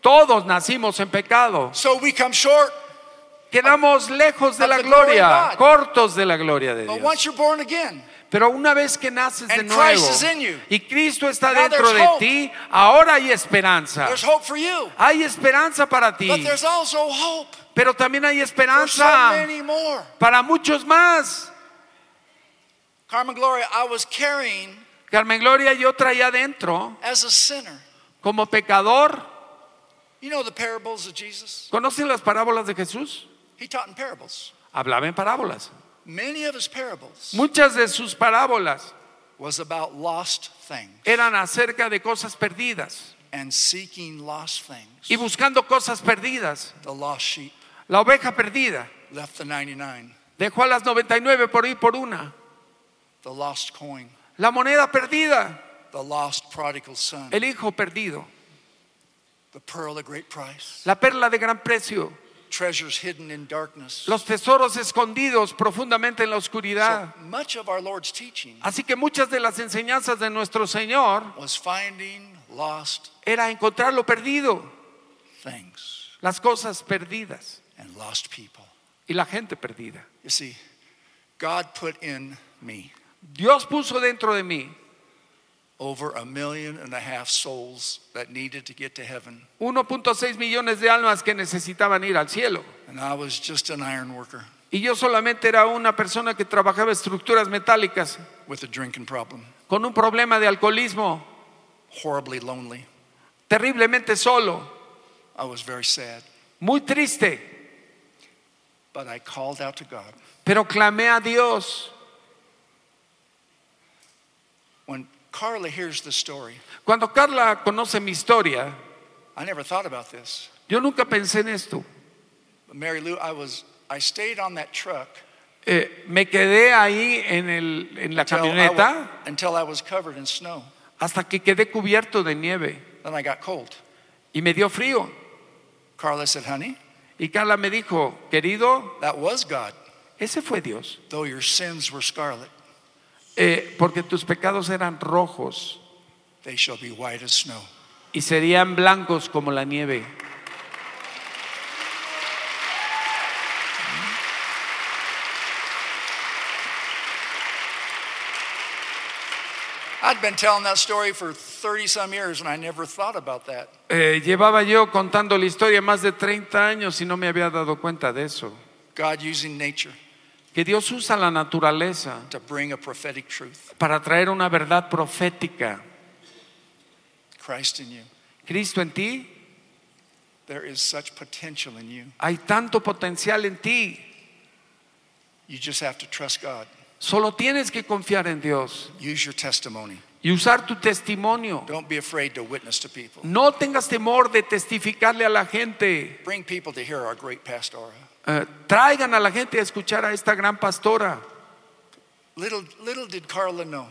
[SPEAKER 3] Todos nacimos en pecado.
[SPEAKER 2] So we come short.
[SPEAKER 3] Quedamos lejos de
[SPEAKER 2] Of
[SPEAKER 3] la
[SPEAKER 2] the glory
[SPEAKER 3] gloria,
[SPEAKER 2] of God.
[SPEAKER 3] cortos de la gloria de
[SPEAKER 2] But
[SPEAKER 3] Dios. Ah.
[SPEAKER 2] once you're born again,
[SPEAKER 3] Pero una vez que naces de
[SPEAKER 2] And
[SPEAKER 3] nuevo
[SPEAKER 2] Christ is in you.
[SPEAKER 3] y Cristo está
[SPEAKER 2] Now
[SPEAKER 3] dentro
[SPEAKER 2] there's
[SPEAKER 3] de
[SPEAKER 2] hope.
[SPEAKER 3] ti, ahora hay esperanza.
[SPEAKER 2] there's hope for you.
[SPEAKER 3] Hay esperanza para
[SPEAKER 2] But
[SPEAKER 3] ti,
[SPEAKER 2] there's also hope
[SPEAKER 3] pero también hay
[SPEAKER 2] for so
[SPEAKER 3] esperanza
[SPEAKER 2] many more.
[SPEAKER 3] para muchos más.
[SPEAKER 2] Carmen Gloria, I was carrying
[SPEAKER 3] Carmen Gloria, yo traía adentro
[SPEAKER 2] as a sinner.
[SPEAKER 3] como pecador.
[SPEAKER 2] You know the parables of Jesus?
[SPEAKER 3] ¿Conocen las parábolas de Jesús?
[SPEAKER 2] He taught in parables.
[SPEAKER 3] Hablaba en parábolas.
[SPEAKER 2] Many of his parables
[SPEAKER 3] Muchas de sus parábolas
[SPEAKER 2] was about lost things
[SPEAKER 3] eran acerca de cosas perdidas
[SPEAKER 2] and seeking lost
[SPEAKER 3] y
[SPEAKER 2] things.
[SPEAKER 3] buscando cosas perdidas.
[SPEAKER 2] The lost sheep
[SPEAKER 3] La oveja perdida
[SPEAKER 2] left the 99,
[SPEAKER 3] dejó a las 99 por ir por una.
[SPEAKER 2] the lost coin,
[SPEAKER 3] La moneda perdida,
[SPEAKER 2] the lost prodigal son,
[SPEAKER 3] el hijo perdido,
[SPEAKER 2] the pearl of great price,
[SPEAKER 3] la perla de gran precio,
[SPEAKER 2] treasures hidden in darkness.
[SPEAKER 3] los tesoros escondidos profundamente en la
[SPEAKER 2] So
[SPEAKER 3] oscuridad.
[SPEAKER 2] much of our Lord's teaching
[SPEAKER 3] Así que muchas de las enseñanzas de nuestro Señor
[SPEAKER 2] was finding lost
[SPEAKER 3] era encontrar lo perdido,
[SPEAKER 2] things
[SPEAKER 3] las cosas perdidas
[SPEAKER 2] and lost people.
[SPEAKER 3] y la gente perdida.
[SPEAKER 2] You see, God put in me
[SPEAKER 3] Dios puso dentro de mí
[SPEAKER 2] over a million and a half souls that needed to get to heaven,
[SPEAKER 3] 1.6 millones de almas que necesitaban ir al cielo.
[SPEAKER 2] and I was just an iron worker
[SPEAKER 3] Y yo solamente era una persona que trabajaba estructuras metálicas
[SPEAKER 2] with a drinking problem,
[SPEAKER 3] con un problema de alcoholismo,
[SPEAKER 2] horribly lonely.
[SPEAKER 3] terriblemente solo,
[SPEAKER 2] I was very sad,
[SPEAKER 3] muy triste,
[SPEAKER 2] but I called out to God.
[SPEAKER 3] pero clamé a Dios.
[SPEAKER 2] When Carla hears the story,
[SPEAKER 3] Cuando Carla conoce mi historia,
[SPEAKER 2] I never thought about this.
[SPEAKER 3] yo nunca pensé en esto.
[SPEAKER 2] But Mary Lou, I was I stayed on that truck
[SPEAKER 3] Eh, me quedé ahí en, el- en la
[SPEAKER 2] till I, wa-
[SPEAKER 3] camioneta
[SPEAKER 2] until I was covered in snow.
[SPEAKER 3] hasta que quedé cubierto de nieve
[SPEAKER 2] Then I got cold.
[SPEAKER 3] y me dio frío.
[SPEAKER 2] Carla said, "Honey,
[SPEAKER 3] Y Carla me dijo, querido,
[SPEAKER 2] that was God,
[SPEAKER 3] ese fue Dios,
[SPEAKER 2] though your sins were scarlet."
[SPEAKER 3] Eh, porque tus pecados eran rojos.
[SPEAKER 2] They shall be white as snow.
[SPEAKER 3] y serían blancos como la nieve.
[SPEAKER 2] I'd been telling that story for 30 some years and I never thought about that.
[SPEAKER 3] Eh, llevaba yo contando la historia más de 30 años y no me había dado cuenta de eso.
[SPEAKER 2] God using nature
[SPEAKER 3] Que Dios usa la naturaleza
[SPEAKER 2] to bring a prophetic truth.
[SPEAKER 3] para traer una verdad profética.
[SPEAKER 2] Christ in you.
[SPEAKER 3] Cristo en ti,
[SPEAKER 2] There is such potential in you.
[SPEAKER 3] hay tanto potencial en ti.
[SPEAKER 2] You just have to trust God.
[SPEAKER 3] Solo tienes que confiar en Dios
[SPEAKER 2] Use your testimony.
[SPEAKER 3] y usar tu testimonio.
[SPEAKER 2] Don't be afraid to witness to people.
[SPEAKER 3] No tengas temor de testificarle a la gente.
[SPEAKER 2] Bring people to hear our great pastora.
[SPEAKER 3] Eh, traigan a la gente a escuchar a esta gran pastora.
[SPEAKER 2] Little, little did Carla know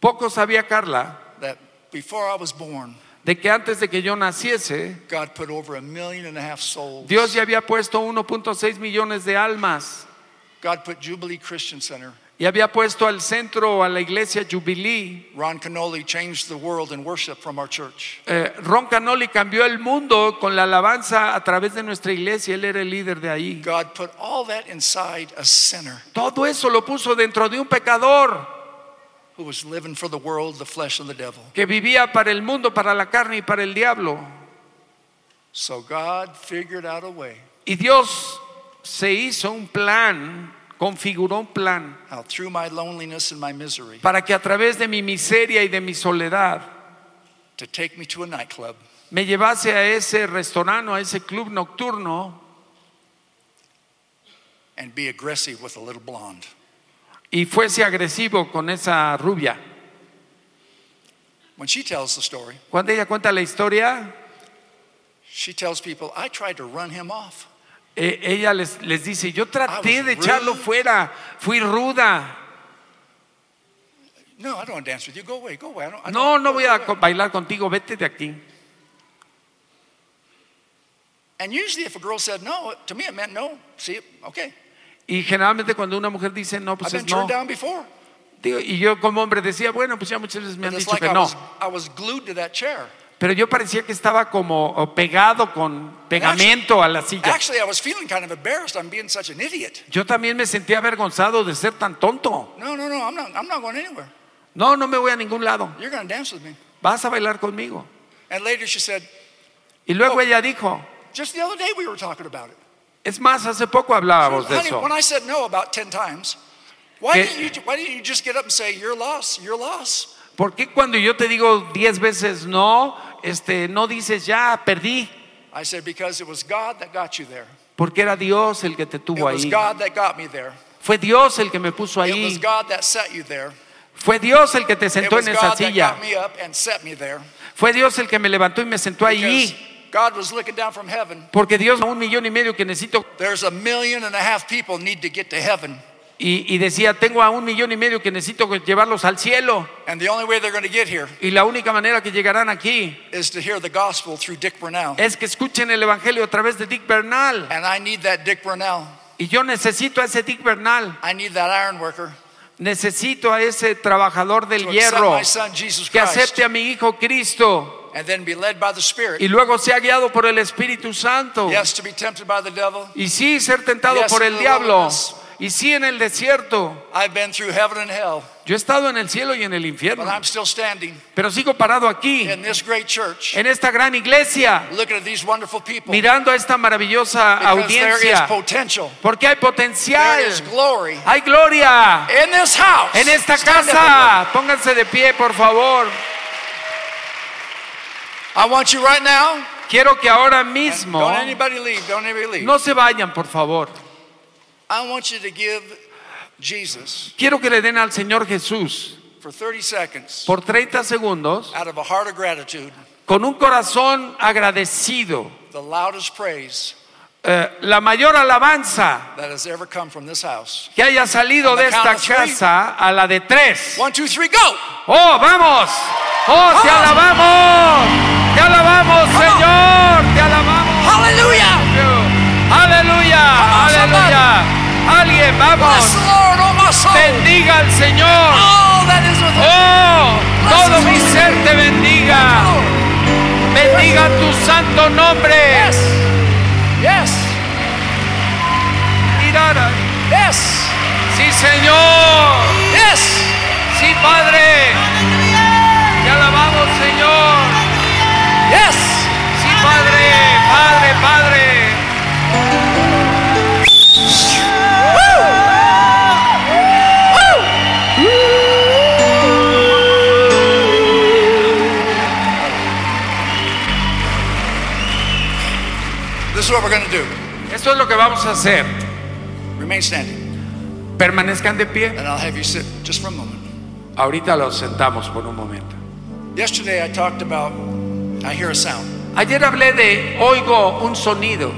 [SPEAKER 3] Poco sabía Carla
[SPEAKER 2] that before I was born,
[SPEAKER 3] de que antes de que yo naciese,
[SPEAKER 2] God put over a million and a half souls.
[SPEAKER 3] Dios ya había puesto 1.6 millones de almas
[SPEAKER 2] God put Jubilee Christian Center.
[SPEAKER 3] y había puesto al centro, a la iglesia Jubilee.
[SPEAKER 2] Ron Canoli changed the world in worship from our church.
[SPEAKER 3] Eh, Ron Canoli cambió el mundo con la alabanza a través de nuestra iglesia. Él era el líder de ahí.
[SPEAKER 2] God put all that inside a sinner
[SPEAKER 3] Todo eso lo puso dentro de un pecador
[SPEAKER 2] who was living for the world, the flesh, and the devil.
[SPEAKER 3] que vivía para el mundo, para la carne y para el diablo.
[SPEAKER 2] So God figured out a way
[SPEAKER 3] Y Dios se hizo un plan, configuró un plan
[SPEAKER 2] how through my loneliness and my misery
[SPEAKER 3] para que a través de mi miseria y de mi soledad
[SPEAKER 2] to take me to a nightclub
[SPEAKER 3] me llevase a ese restaurante, a ese club nocturno
[SPEAKER 2] and be aggressive with a little blonde.
[SPEAKER 3] y fuese agresivo con esa rubia.
[SPEAKER 2] When she tells the story,
[SPEAKER 3] Cuando ella cuenta la historia,
[SPEAKER 2] She tells people, I tried to run him off.
[SPEAKER 3] Eh, ella les, les dice, yo
[SPEAKER 2] I
[SPEAKER 3] traté
[SPEAKER 2] was
[SPEAKER 3] de echarlo
[SPEAKER 2] rude.
[SPEAKER 3] fuera, fui ruda.
[SPEAKER 2] No, I don't want to dance with you. Go away, go away. I don't, I
[SPEAKER 3] No,
[SPEAKER 2] don't-
[SPEAKER 3] no
[SPEAKER 2] go
[SPEAKER 3] voy a
[SPEAKER 2] away."
[SPEAKER 3] co- bailar contigo, vete de aquí.
[SPEAKER 2] And usually, if a girl said no, to me it meant no. See, okay.
[SPEAKER 3] Y generalmente cuando una mujer dice no,
[SPEAKER 2] I've
[SPEAKER 3] pues
[SPEAKER 2] been
[SPEAKER 3] es
[SPEAKER 2] turned
[SPEAKER 3] no.
[SPEAKER 2] down before.
[SPEAKER 3] Digo, y yo como hombre decía, bueno, pues ya muchas veces
[SPEAKER 2] But
[SPEAKER 3] me han
[SPEAKER 2] it's
[SPEAKER 3] dicho
[SPEAKER 2] like
[SPEAKER 3] que
[SPEAKER 2] I
[SPEAKER 3] no.
[SPEAKER 2] was, I was glued to that chair.
[SPEAKER 3] Pero yo parecía que estaba como oh, pegado con pegamento a la silla.
[SPEAKER 2] Actually, I was feeling kind of embarrassed. I'm being such an idiot.
[SPEAKER 3] Yo también me sentía avergonzado de ser tan tonto.
[SPEAKER 2] No, no, no. I'm not. I'm not going anywhere.
[SPEAKER 3] No, no me voy a ningún lado.
[SPEAKER 2] You're going to dance with me.
[SPEAKER 3] Vas a bailar conmigo.
[SPEAKER 2] And later, she said,
[SPEAKER 3] Y luego
[SPEAKER 2] Oh.
[SPEAKER 3] ella dijo,
[SPEAKER 2] just the other day we were talking about it.
[SPEAKER 3] es más, hace poco hablábamos de
[SPEAKER 2] Honey,
[SPEAKER 3] eso.
[SPEAKER 2] when I said no about ten times, why
[SPEAKER 3] Que-
[SPEAKER 2] didn't you? Why didn't you just get up and say your loss, your loss?
[SPEAKER 3] ¿Por qué cuando yo te digo diez veces no, este, no dices ya, perdí?
[SPEAKER 2] I said because it was God that got you there.
[SPEAKER 3] Porque era Dios el que te
[SPEAKER 2] It
[SPEAKER 3] tuvo
[SPEAKER 2] was
[SPEAKER 3] ahí.
[SPEAKER 2] God that got me there.
[SPEAKER 3] Fue Dios el que me puso
[SPEAKER 2] It was
[SPEAKER 3] ahí.
[SPEAKER 2] God that set you there.
[SPEAKER 3] Fue Dios el que te
[SPEAKER 2] It
[SPEAKER 3] sentó
[SPEAKER 2] was
[SPEAKER 3] en esa
[SPEAKER 2] God that
[SPEAKER 3] silla.
[SPEAKER 2] got me up and set me there.
[SPEAKER 3] Fue Dios el que me levantó y me sentó
[SPEAKER 2] Because
[SPEAKER 3] allí.
[SPEAKER 2] God was looking down from heaven.
[SPEAKER 3] Porque Dios, a un millón y medio que necesito,
[SPEAKER 2] There's a million and a half people need to get to heaven.
[SPEAKER 3] y, y decía, tengo a un millón y medio que necesito llevarlos al cielo.
[SPEAKER 2] And the only way they're going to get here
[SPEAKER 3] Y la única manera que llegarán aquí
[SPEAKER 2] is to hear the gospel through Dick Brunel.
[SPEAKER 3] es que escuchen el Evangelio a través de Dick Bernal.
[SPEAKER 2] And I need that Dick Brunel.
[SPEAKER 3] Y yo necesito a ese Dick Bernal.
[SPEAKER 2] I need that iron worker
[SPEAKER 3] Necesito a ese trabajador del
[SPEAKER 2] to accept
[SPEAKER 3] hierro
[SPEAKER 2] my son Jesus
[SPEAKER 3] que
[SPEAKER 2] Christ
[SPEAKER 3] acepte a mi hijo Cristo
[SPEAKER 2] and then be led by the Spirit.
[SPEAKER 3] y luego sea guiado por el Espíritu Santo.
[SPEAKER 2] Yes, to be tempted by the devil.
[SPEAKER 3] Y sí, ser tentado
[SPEAKER 2] Yes,
[SPEAKER 3] por
[SPEAKER 2] in
[SPEAKER 3] el
[SPEAKER 2] the
[SPEAKER 3] diablo.
[SPEAKER 2] wilderness.
[SPEAKER 3] Y sí, en el desierto.
[SPEAKER 2] I've been through heaven and hell,
[SPEAKER 3] Yo he estado en el cielo y en el
[SPEAKER 2] but
[SPEAKER 3] infierno.
[SPEAKER 2] I'm still standing
[SPEAKER 3] Pero sigo parado aquí,
[SPEAKER 2] in this great church
[SPEAKER 3] en esta gran iglesia,
[SPEAKER 2] looking at these wonderful people
[SPEAKER 3] mirando a esta maravillosa
[SPEAKER 2] because there is
[SPEAKER 3] audiencia.
[SPEAKER 2] potential,
[SPEAKER 3] Porque hay potencial.
[SPEAKER 2] there is glory
[SPEAKER 3] Hay gloria
[SPEAKER 2] in this house.
[SPEAKER 3] en esta
[SPEAKER 2] Stand up and
[SPEAKER 3] casa. Pónganse de pie, por favor.
[SPEAKER 2] look. I want you right now.
[SPEAKER 3] Quiero que ahora
[SPEAKER 2] And
[SPEAKER 3] mismo
[SPEAKER 2] Don't anybody leave. Don't anybody leave.
[SPEAKER 3] no se vayan, por favor.
[SPEAKER 2] I want you to give Jesus
[SPEAKER 3] Quiero que le den al Señor Jesús
[SPEAKER 2] for 30 seconds
[SPEAKER 3] por 30 segundos,
[SPEAKER 2] out of a heart of gratitude
[SPEAKER 3] con un corazón agradecido,
[SPEAKER 2] the loudest praise
[SPEAKER 3] eh, la mayor alabanza
[SPEAKER 2] that has ever come from this house.
[SPEAKER 3] que haya salido
[SPEAKER 2] On the
[SPEAKER 3] de esta
[SPEAKER 2] count of three.
[SPEAKER 3] casa a la de tres.
[SPEAKER 2] One, two, three, go!
[SPEAKER 3] ¡Oh, vamos! ¡Oh, te alabamos! ¡Te alabamos,
[SPEAKER 2] Come on.
[SPEAKER 3] Señor! ¡Te alabamos!
[SPEAKER 2] Hallelujah!
[SPEAKER 3] ¡Aleluya!
[SPEAKER 2] on, somebody.
[SPEAKER 3] ¡Aleluya! ¡Alguien,
[SPEAKER 2] Bless the
[SPEAKER 3] vamos!
[SPEAKER 2] Lord, oh my soul!
[SPEAKER 3] ¡Bendiga al Señor!
[SPEAKER 2] All that is within
[SPEAKER 3] ¡Oh! ¡Todo
[SPEAKER 2] Bless
[SPEAKER 3] mi
[SPEAKER 2] his holy
[SPEAKER 3] ser te bendiga!
[SPEAKER 2] Lord.
[SPEAKER 3] Bendiga tu santo nombre.
[SPEAKER 2] Yes! Yes!
[SPEAKER 3] Mirara.
[SPEAKER 2] Yes!
[SPEAKER 3] Sí, Señor.
[SPEAKER 2] Yes!
[SPEAKER 3] Sí, Padre. Te alabamos, Señor.
[SPEAKER 2] Yes!
[SPEAKER 3] Sí, Padre. Padre, Padre.
[SPEAKER 2] This is what we're going to do.
[SPEAKER 3] Esto es lo que vamos a hacer.
[SPEAKER 2] Remain standing,
[SPEAKER 3] Permanezcan de pie.
[SPEAKER 2] and I'll have you sit just for a moment.
[SPEAKER 3] Ahorita los sentamos por un momento.
[SPEAKER 2] Yesterday I talked about I hear a sound.
[SPEAKER 3] Ayer hablé de oigo un sonido.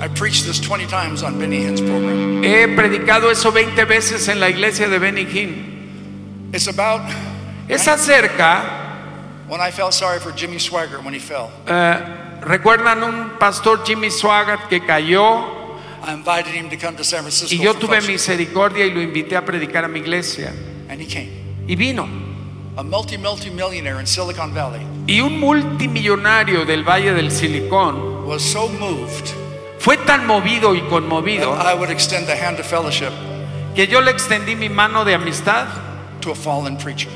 [SPEAKER 2] I preached this 20 times on Benny Hinn's program.
[SPEAKER 3] He predicado eso 20 veces en la iglesia de Benny Hinn.
[SPEAKER 2] It's about
[SPEAKER 3] Es acerca,
[SPEAKER 2] when I felt sorry for Jimmy Swaggart when he fell.
[SPEAKER 3] eh, recuerdan un pastor Jimmy Swaggart que cayó
[SPEAKER 2] I invited him to come to San Francisco
[SPEAKER 3] Y yo
[SPEAKER 2] for
[SPEAKER 3] tuve
[SPEAKER 2] fellowship,
[SPEAKER 3] misericordia y lo invité a predicar a mi iglesia.
[SPEAKER 2] and he came.
[SPEAKER 3] Y vino.
[SPEAKER 2] A multi multi millionaire in Silicon Valley
[SPEAKER 3] Y un multimillonario del Valle del Silicón
[SPEAKER 2] was so moved
[SPEAKER 3] fue tan movido y
[SPEAKER 2] that
[SPEAKER 3] conmovido
[SPEAKER 2] I would extend the hand of fellowship
[SPEAKER 3] que yo le extendí mi mano de amistad
[SPEAKER 2] to a fallen preacher.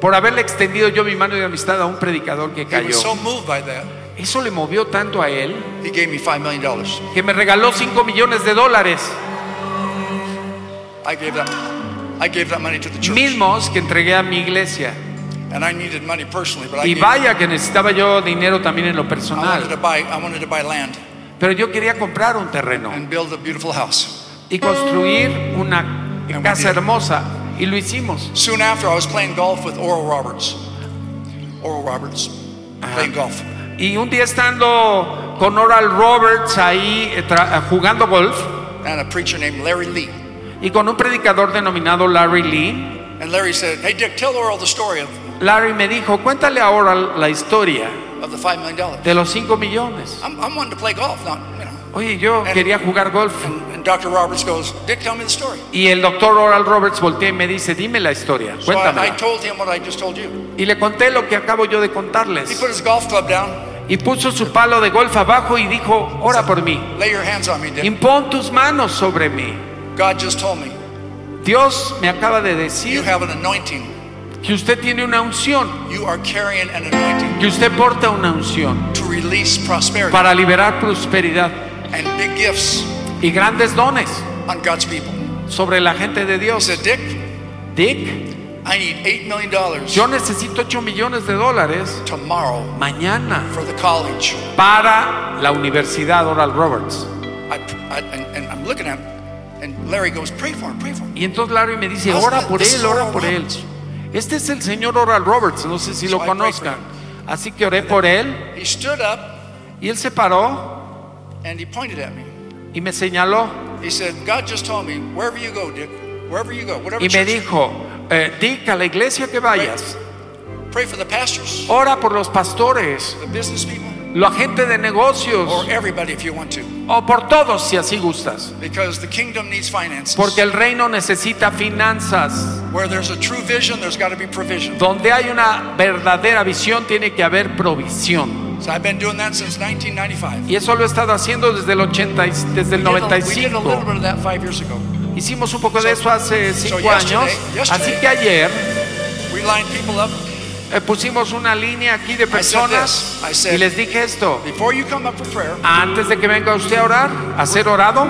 [SPEAKER 3] por haberle extendido yo mi mano de amistad a un predicador que
[SPEAKER 2] He was so
[SPEAKER 3] cayó.
[SPEAKER 2] moved by that,
[SPEAKER 3] Eso le movió tanto a él
[SPEAKER 2] he gave me $5 million.
[SPEAKER 3] que me regaló 5 millones de dólares
[SPEAKER 2] I gave that, I gave that money to the church.
[SPEAKER 3] mismos que entregué a mi iglesia.
[SPEAKER 2] And I needed money personally, but I,
[SPEAKER 3] Y
[SPEAKER 2] gave-
[SPEAKER 3] vaya que necesitaba yo dinero también en lo
[SPEAKER 2] I, wanted to
[SPEAKER 3] personal.
[SPEAKER 2] buy, I wanted to buy land
[SPEAKER 3] Pero yo quería comprar un terreno.
[SPEAKER 2] and build a beautiful house.
[SPEAKER 3] y construir una
[SPEAKER 2] Muy
[SPEAKER 3] casa
[SPEAKER 2] bien.
[SPEAKER 3] hermosa. Y lo hicimos.
[SPEAKER 2] Soon after, I was playing golf with Oral Roberts. Oral Roberts, playing golf.
[SPEAKER 3] Y un día estando con Oral Roberts ahí eh, tra- jugando golf
[SPEAKER 2] and a preacher named Larry Lee.
[SPEAKER 3] y con un predicador denominado Larry Lee,
[SPEAKER 2] And Larry said, Hey, Dick, tell Oral the story of,
[SPEAKER 3] Larry me dijo, cuéntale ahora la historia
[SPEAKER 2] of the $5 million. dollars."
[SPEAKER 3] de los 5 millones.
[SPEAKER 2] I'm, I'm wanting to play golf now, you know.
[SPEAKER 3] Oye, yo quería jugar golf.
[SPEAKER 2] And, and Dr. Roberts goes, Dick, tell me the story.
[SPEAKER 3] Y el doctor Oral Roberts voltea y me dice, dime la historia,
[SPEAKER 2] So I, I
[SPEAKER 3] cuéntamela.
[SPEAKER 2] told him what I just told you.
[SPEAKER 3] Y le conté lo que acabo yo de
[SPEAKER 2] He
[SPEAKER 3] contarles.
[SPEAKER 2] put his golf club down.
[SPEAKER 3] Y puso su palo de golf abajo y dijo, ora por mí.
[SPEAKER 2] Lay your hands on me, Dick.
[SPEAKER 3] Impon tus manos sobre mí.
[SPEAKER 2] God just told me
[SPEAKER 3] Dios me acaba de
[SPEAKER 2] you
[SPEAKER 3] decir
[SPEAKER 2] have an anointing.
[SPEAKER 3] que usted tiene una unción,
[SPEAKER 2] You are carrying an anointing
[SPEAKER 3] que usted porta una unción
[SPEAKER 2] to release prosperity
[SPEAKER 3] para liberar prosperidad
[SPEAKER 2] and big gifts
[SPEAKER 3] y grandes dones
[SPEAKER 2] on God's people.
[SPEAKER 3] sobre la gente de
[SPEAKER 2] He
[SPEAKER 3] Dios.
[SPEAKER 2] said, Dick,
[SPEAKER 3] Dick,
[SPEAKER 2] I need $8 million dollars
[SPEAKER 3] yo necesito 8 millones de dólares
[SPEAKER 2] tomorrow
[SPEAKER 3] mañana
[SPEAKER 2] for the college.
[SPEAKER 3] para la Universidad Oral Roberts.
[SPEAKER 2] I, I, and, and I'm looking at him, and Larry goes, Pray for him, pray for him.
[SPEAKER 3] Y entonces Larry me dice, ora por él, ora por él. Este es el señor Oral Roberts, no sé si lo conozcan. Así que oré por él
[SPEAKER 2] He stood up
[SPEAKER 3] y él se paró
[SPEAKER 2] and he pointed at me.
[SPEAKER 3] y me señaló
[SPEAKER 2] He said, God just told me, wherever you go, Dick, wherever you go, whatever
[SPEAKER 3] y me
[SPEAKER 2] church,
[SPEAKER 3] dijo, eh, Dick, a la iglesia que vayas,
[SPEAKER 2] pray for the pastors,
[SPEAKER 3] ora por los pastores,
[SPEAKER 2] the business people,
[SPEAKER 3] la gente de
[SPEAKER 2] or
[SPEAKER 3] negocios
[SPEAKER 2] everybody if you want to,
[SPEAKER 3] o por todos si así gustas.
[SPEAKER 2] because the kingdom needs finances.
[SPEAKER 3] Porque el reino necesita finanzas.
[SPEAKER 2] Where there's a true vision, there's got to be provision.
[SPEAKER 3] Donde hay una verdadera visión tiene que haber provisión.
[SPEAKER 2] So I've been doing that since 1995.
[SPEAKER 3] Y eso lo he estado haciendo desde el 80, y- desde el
[SPEAKER 2] We did a- We did a little
[SPEAKER 3] 95.
[SPEAKER 2] bit of that five years ago.
[SPEAKER 3] Hicimos un poco de eso hace
[SPEAKER 2] So
[SPEAKER 3] cinco
[SPEAKER 2] yesterday-
[SPEAKER 3] años.
[SPEAKER 2] yesterday-
[SPEAKER 3] Así que ayer
[SPEAKER 2] We lined people up.
[SPEAKER 3] eh, pusimos una línea aquí de personas
[SPEAKER 2] this. I said-
[SPEAKER 3] y les dije esto.
[SPEAKER 2] Before you come up for prayer,
[SPEAKER 3] Antes de que venga usted a orar, a ser orado,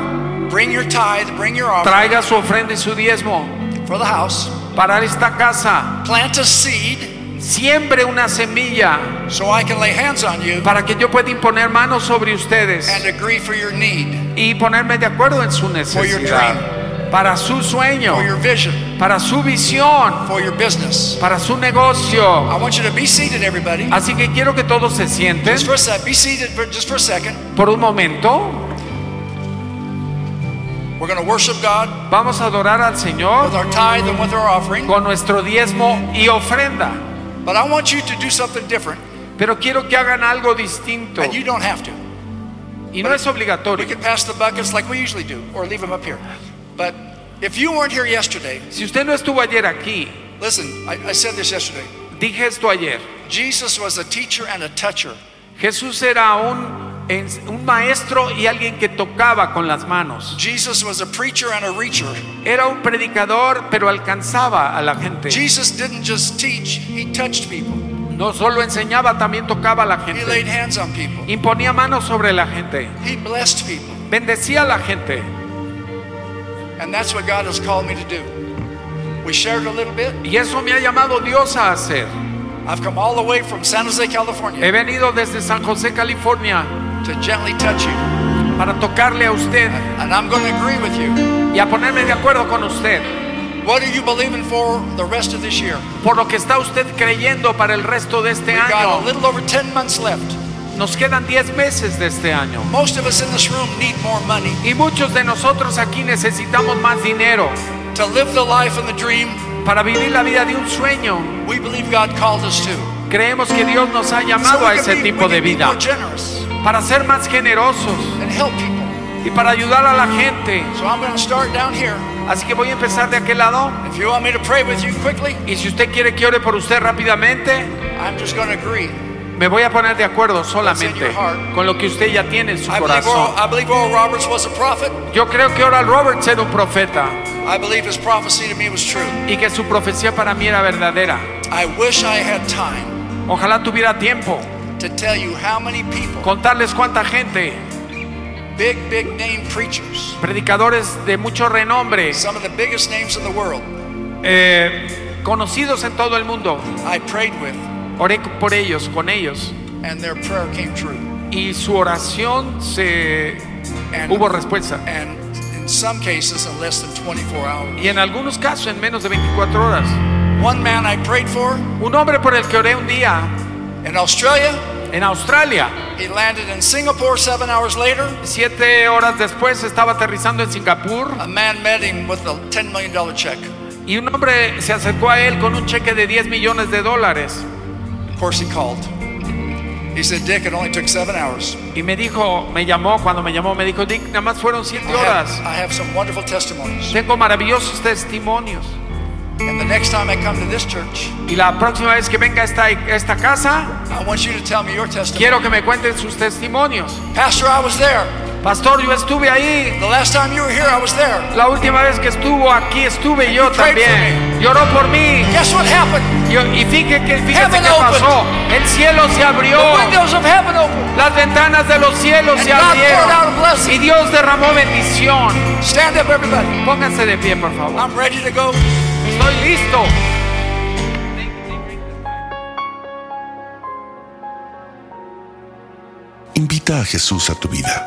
[SPEAKER 2] bring your tithe, bring your offering
[SPEAKER 3] traiga su ofrenda y su diezmo
[SPEAKER 2] for the house.
[SPEAKER 3] para esta casa.
[SPEAKER 2] Plant a seed
[SPEAKER 3] Siembre una semilla
[SPEAKER 2] so I can lay hands on you
[SPEAKER 3] para que yo pueda imponer manos sobre
[SPEAKER 2] and
[SPEAKER 3] ustedes
[SPEAKER 2] agree for your need,
[SPEAKER 3] y ponerme de acuerdo en su
[SPEAKER 2] dream.
[SPEAKER 3] necesidad, para su sueño,
[SPEAKER 2] for your vision,
[SPEAKER 3] para su visión,
[SPEAKER 2] for your business.
[SPEAKER 3] para su negocio.
[SPEAKER 2] I want you to be seated, everybody.
[SPEAKER 3] Así que quiero que todos se sienten
[SPEAKER 2] Just for a sec, be seated for, just for a second.
[SPEAKER 3] por un momento.
[SPEAKER 2] We're going to worship God
[SPEAKER 3] Vamos a adorar al Señor
[SPEAKER 2] with our tithe and with our offering.
[SPEAKER 3] con nuestro diezmo y ofrenda.
[SPEAKER 2] But I want you to do something different,
[SPEAKER 3] Pero quiero que hagan algo distinto.
[SPEAKER 2] and you don't have to.
[SPEAKER 3] Y no es
[SPEAKER 2] We
[SPEAKER 3] obligatorio.
[SPEAKER 2] can pass the buckets like we usually do, or leave them up here. But if you weren't here yesterday,
[SPEAKER 3] Si usted no estuvo ayer aquí,
[SPEAKER 2] listen, I, I said this yesterday.
[SPEAKER 3] dije esto ayer.
[SPEAKER 2] Jesus was a teacher and a toucher.
[SPEAKER 3] Jesús era un, ens- un maestro y alguien que tocaba con las manos.
[SPEAKER 2] Jesus was a preacher and a reacher.
[SPEAKER 3] Era un predicador, pero alcanzaba a la gente.
[SPEAKER 2] Jesus didn't just teach, he touched people.
[SPEAKER 3] No solo enseñaba, también tocaba a la
[SPEAKER 2] He laid
[SPEAKER 3] gente.
[SPEAKER 2] hands on people.
[SPEAKER 3] Imponía manos sobre la gente.
[SPEAKER 2] He blessed people.
[SPEAKER 3] Bendecía a la gente.
[SPEAKER 2] And that's what God has called me to do. We shared a little bit.
[SPEAKER 3] Y eso me ha llamado Dios a hacer.
[SPEAKER 2] I've come all the way from San Jose, California
[SPEAKER 3] He venido desde San José, California,
[SPEAKER 2] to gently touch you.
[SPEAKER 3] para tocarle a usted
[SPEAKER 2] And I'm going to agree with you.
[SPEAKER 3] y a ponerme de acuerdo con usted
[SPEAKER 2] What are you believing for the rest of this year?
[SPEAKER 3] por lo que está usted creyendo para el resto de este
[SPEAKER 2] We got a
[SPEAKER 3] año.
[SPEAKER 2] little over 10 months left.
[SPEAKER 3] Nos quedan 10 meses de este año
[SPEAKER 2] Most of us in this room need more money
[SPEAKER 3] y muchos de nosotros aquí necesitamos más dinero
[SPEAKER 2] to live the life and the dream
[SPEAKER 3] para vivir la vida de un sueño.
[SPEAKER 2] we believe God called us to.
[SPEAKER 3] Creemos que Dios nos ha
[SPEAKER 2] So
[SPEAKER 3] llamado a
[SPEAKER 2] we
[SPEAKER 3] ese
[SPEAKER 2] can be,
[SPEAKER 3] tipo
[SPEAKER 2] we
[SPEAKER 3] de
[SPEAKER 2] can be
[SPEAKER 3] vida
[SPEAKER 2] more generous
[SPEAKER 3] para ser más generosos
[SPEAKER 2] and help people.
[SPEAKER 3] y para ayudar a la gente.
[SPEAKER 2] So I'm going to start down here.
[SPEAKER 3] Así que voy a empezar de aquel lado
[SPEAKER 2] If you want me to pray with you quickly,
[SPEAKER 3] y si usted quiere que ore por usted rápidamente,
[SPEAKER 2] I'm just going to agree.
[SPEAKER 3] me voy a poner de acuerdo
[SPEAKER 2] in your
[SPEAKER 3] solamente
[SPEAKER 2] heart.
[SPEAKER 3] con lo que usted ya tiene en su
[SPEAKER 2] I believe,
[SPEAKER 3] corazón.
[SPEAKER 2] Oral, I believe Oral Roberts was a prophet.
[SPEAKER 3] Yo creo que Oral Roberts era un profeta
[SPEAKER 2] I believe his prophecy to me was true.
[SPEAKER 3] y que su profecía para mí era verdadera.
[SPEAKER 2] I wish I had time
[SPEAKER 3] Ojalá tuviera tiempo
[SPEAKER 2] to tell you how many people,
[SPEAKER 3] contarles cuánta gente,
[SPEAKER 2] big, big name preachers,
[SPEAKER 3] predicadores de mucho renombre,
[SPEAKER 2] some of the biggest names in the world,
[SPEAKER 3] eh, conocidos en todo el mundo,
[SPEAKER 2] I prayed with,
[SPEAKER 3] oré por ellos, con ellos,
[SPEAKER 2] and their prayer came true.
[SPEAKER 3] y su oración se
[SPEAKER 2] And,
[SPEAKER 3] hubo respuesta.
[SPEAKER 2] and in some cases, in less than 24 hours.
[SPEAKER 3] Y en algunos casos en menos de 24 horas.
[SPEAKER 2] One man I prayed for
[SPEAKER 3] Un hombre por el que oré un día
[SPEAKER 2] in Australia,
[SPEAKER 3] en Australia.
[SPEAKER 2] He landed in Singapore seven hours later.
[SPEAKER 3] Siete horas después estaba aterrizando en Singapur
[SPEAKER 2] A man met him with a $10 million check.
[SPEAKER 3] y un hombre se acercó a él con un cheque de 10 millones de dólares
[SPEAKER 2] Of course, he called. He said, Dick, it only took seven hours.
[SPEAKER 3] y me dijo, me llamó, cuando me llamó me dijo, Dick, nada más fueron
[SPEAKER 2] I
[SPEAKER 3] siete
[SPEAKER 2] have,
[SPEAKER 3] horas.
[SPEAKER 2] I have some wonderful testimonies.
[SPEAKER 3] Tengo maravillosos testimonios.
[SPEAKER 2] And the next time I come to this church,
[SPEAKER 3] Y la próxima vez que venga a esta, a esta casa,
[SPEAKER 2] I want you to tell me your testimony.
[SPEAKER 3] quiero que me cuenten sus testimonios.
[SPEAKER 2] Pastor, I was there.
[SPEAKER 3] Pastor, yo estuve ahí.
[SPEAKER 2] The last time you were here, I was there.
[SPEAKER 3] La última vez que estuvo aquí estuve yo también. Lloró por mí.
[SPEAKER 2] Guess what happened?
[SPEAKER 3] Yo- y fíjate que, fíjate qué pasó. El cielo se abrió.
[SPEAKER 2] The windows of heaven opened.
[SPEAKER 3] Las ventanas de los cielos se abrieron. Y Dios derramó bendición.
[SPEAKER 2] Stand up, everybody.
[SPEAKER 3] Pónganse de pie, por favor.
[SPEAKER 2] I'm ready to go.
[SPEAKER 3] Estoy listo.
[SPEAKER 1] Invita a Jesús a tu vida.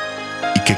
[SPEAKER 1] y que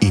[SPEAKER 1] y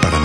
[SPEAKER 1] Para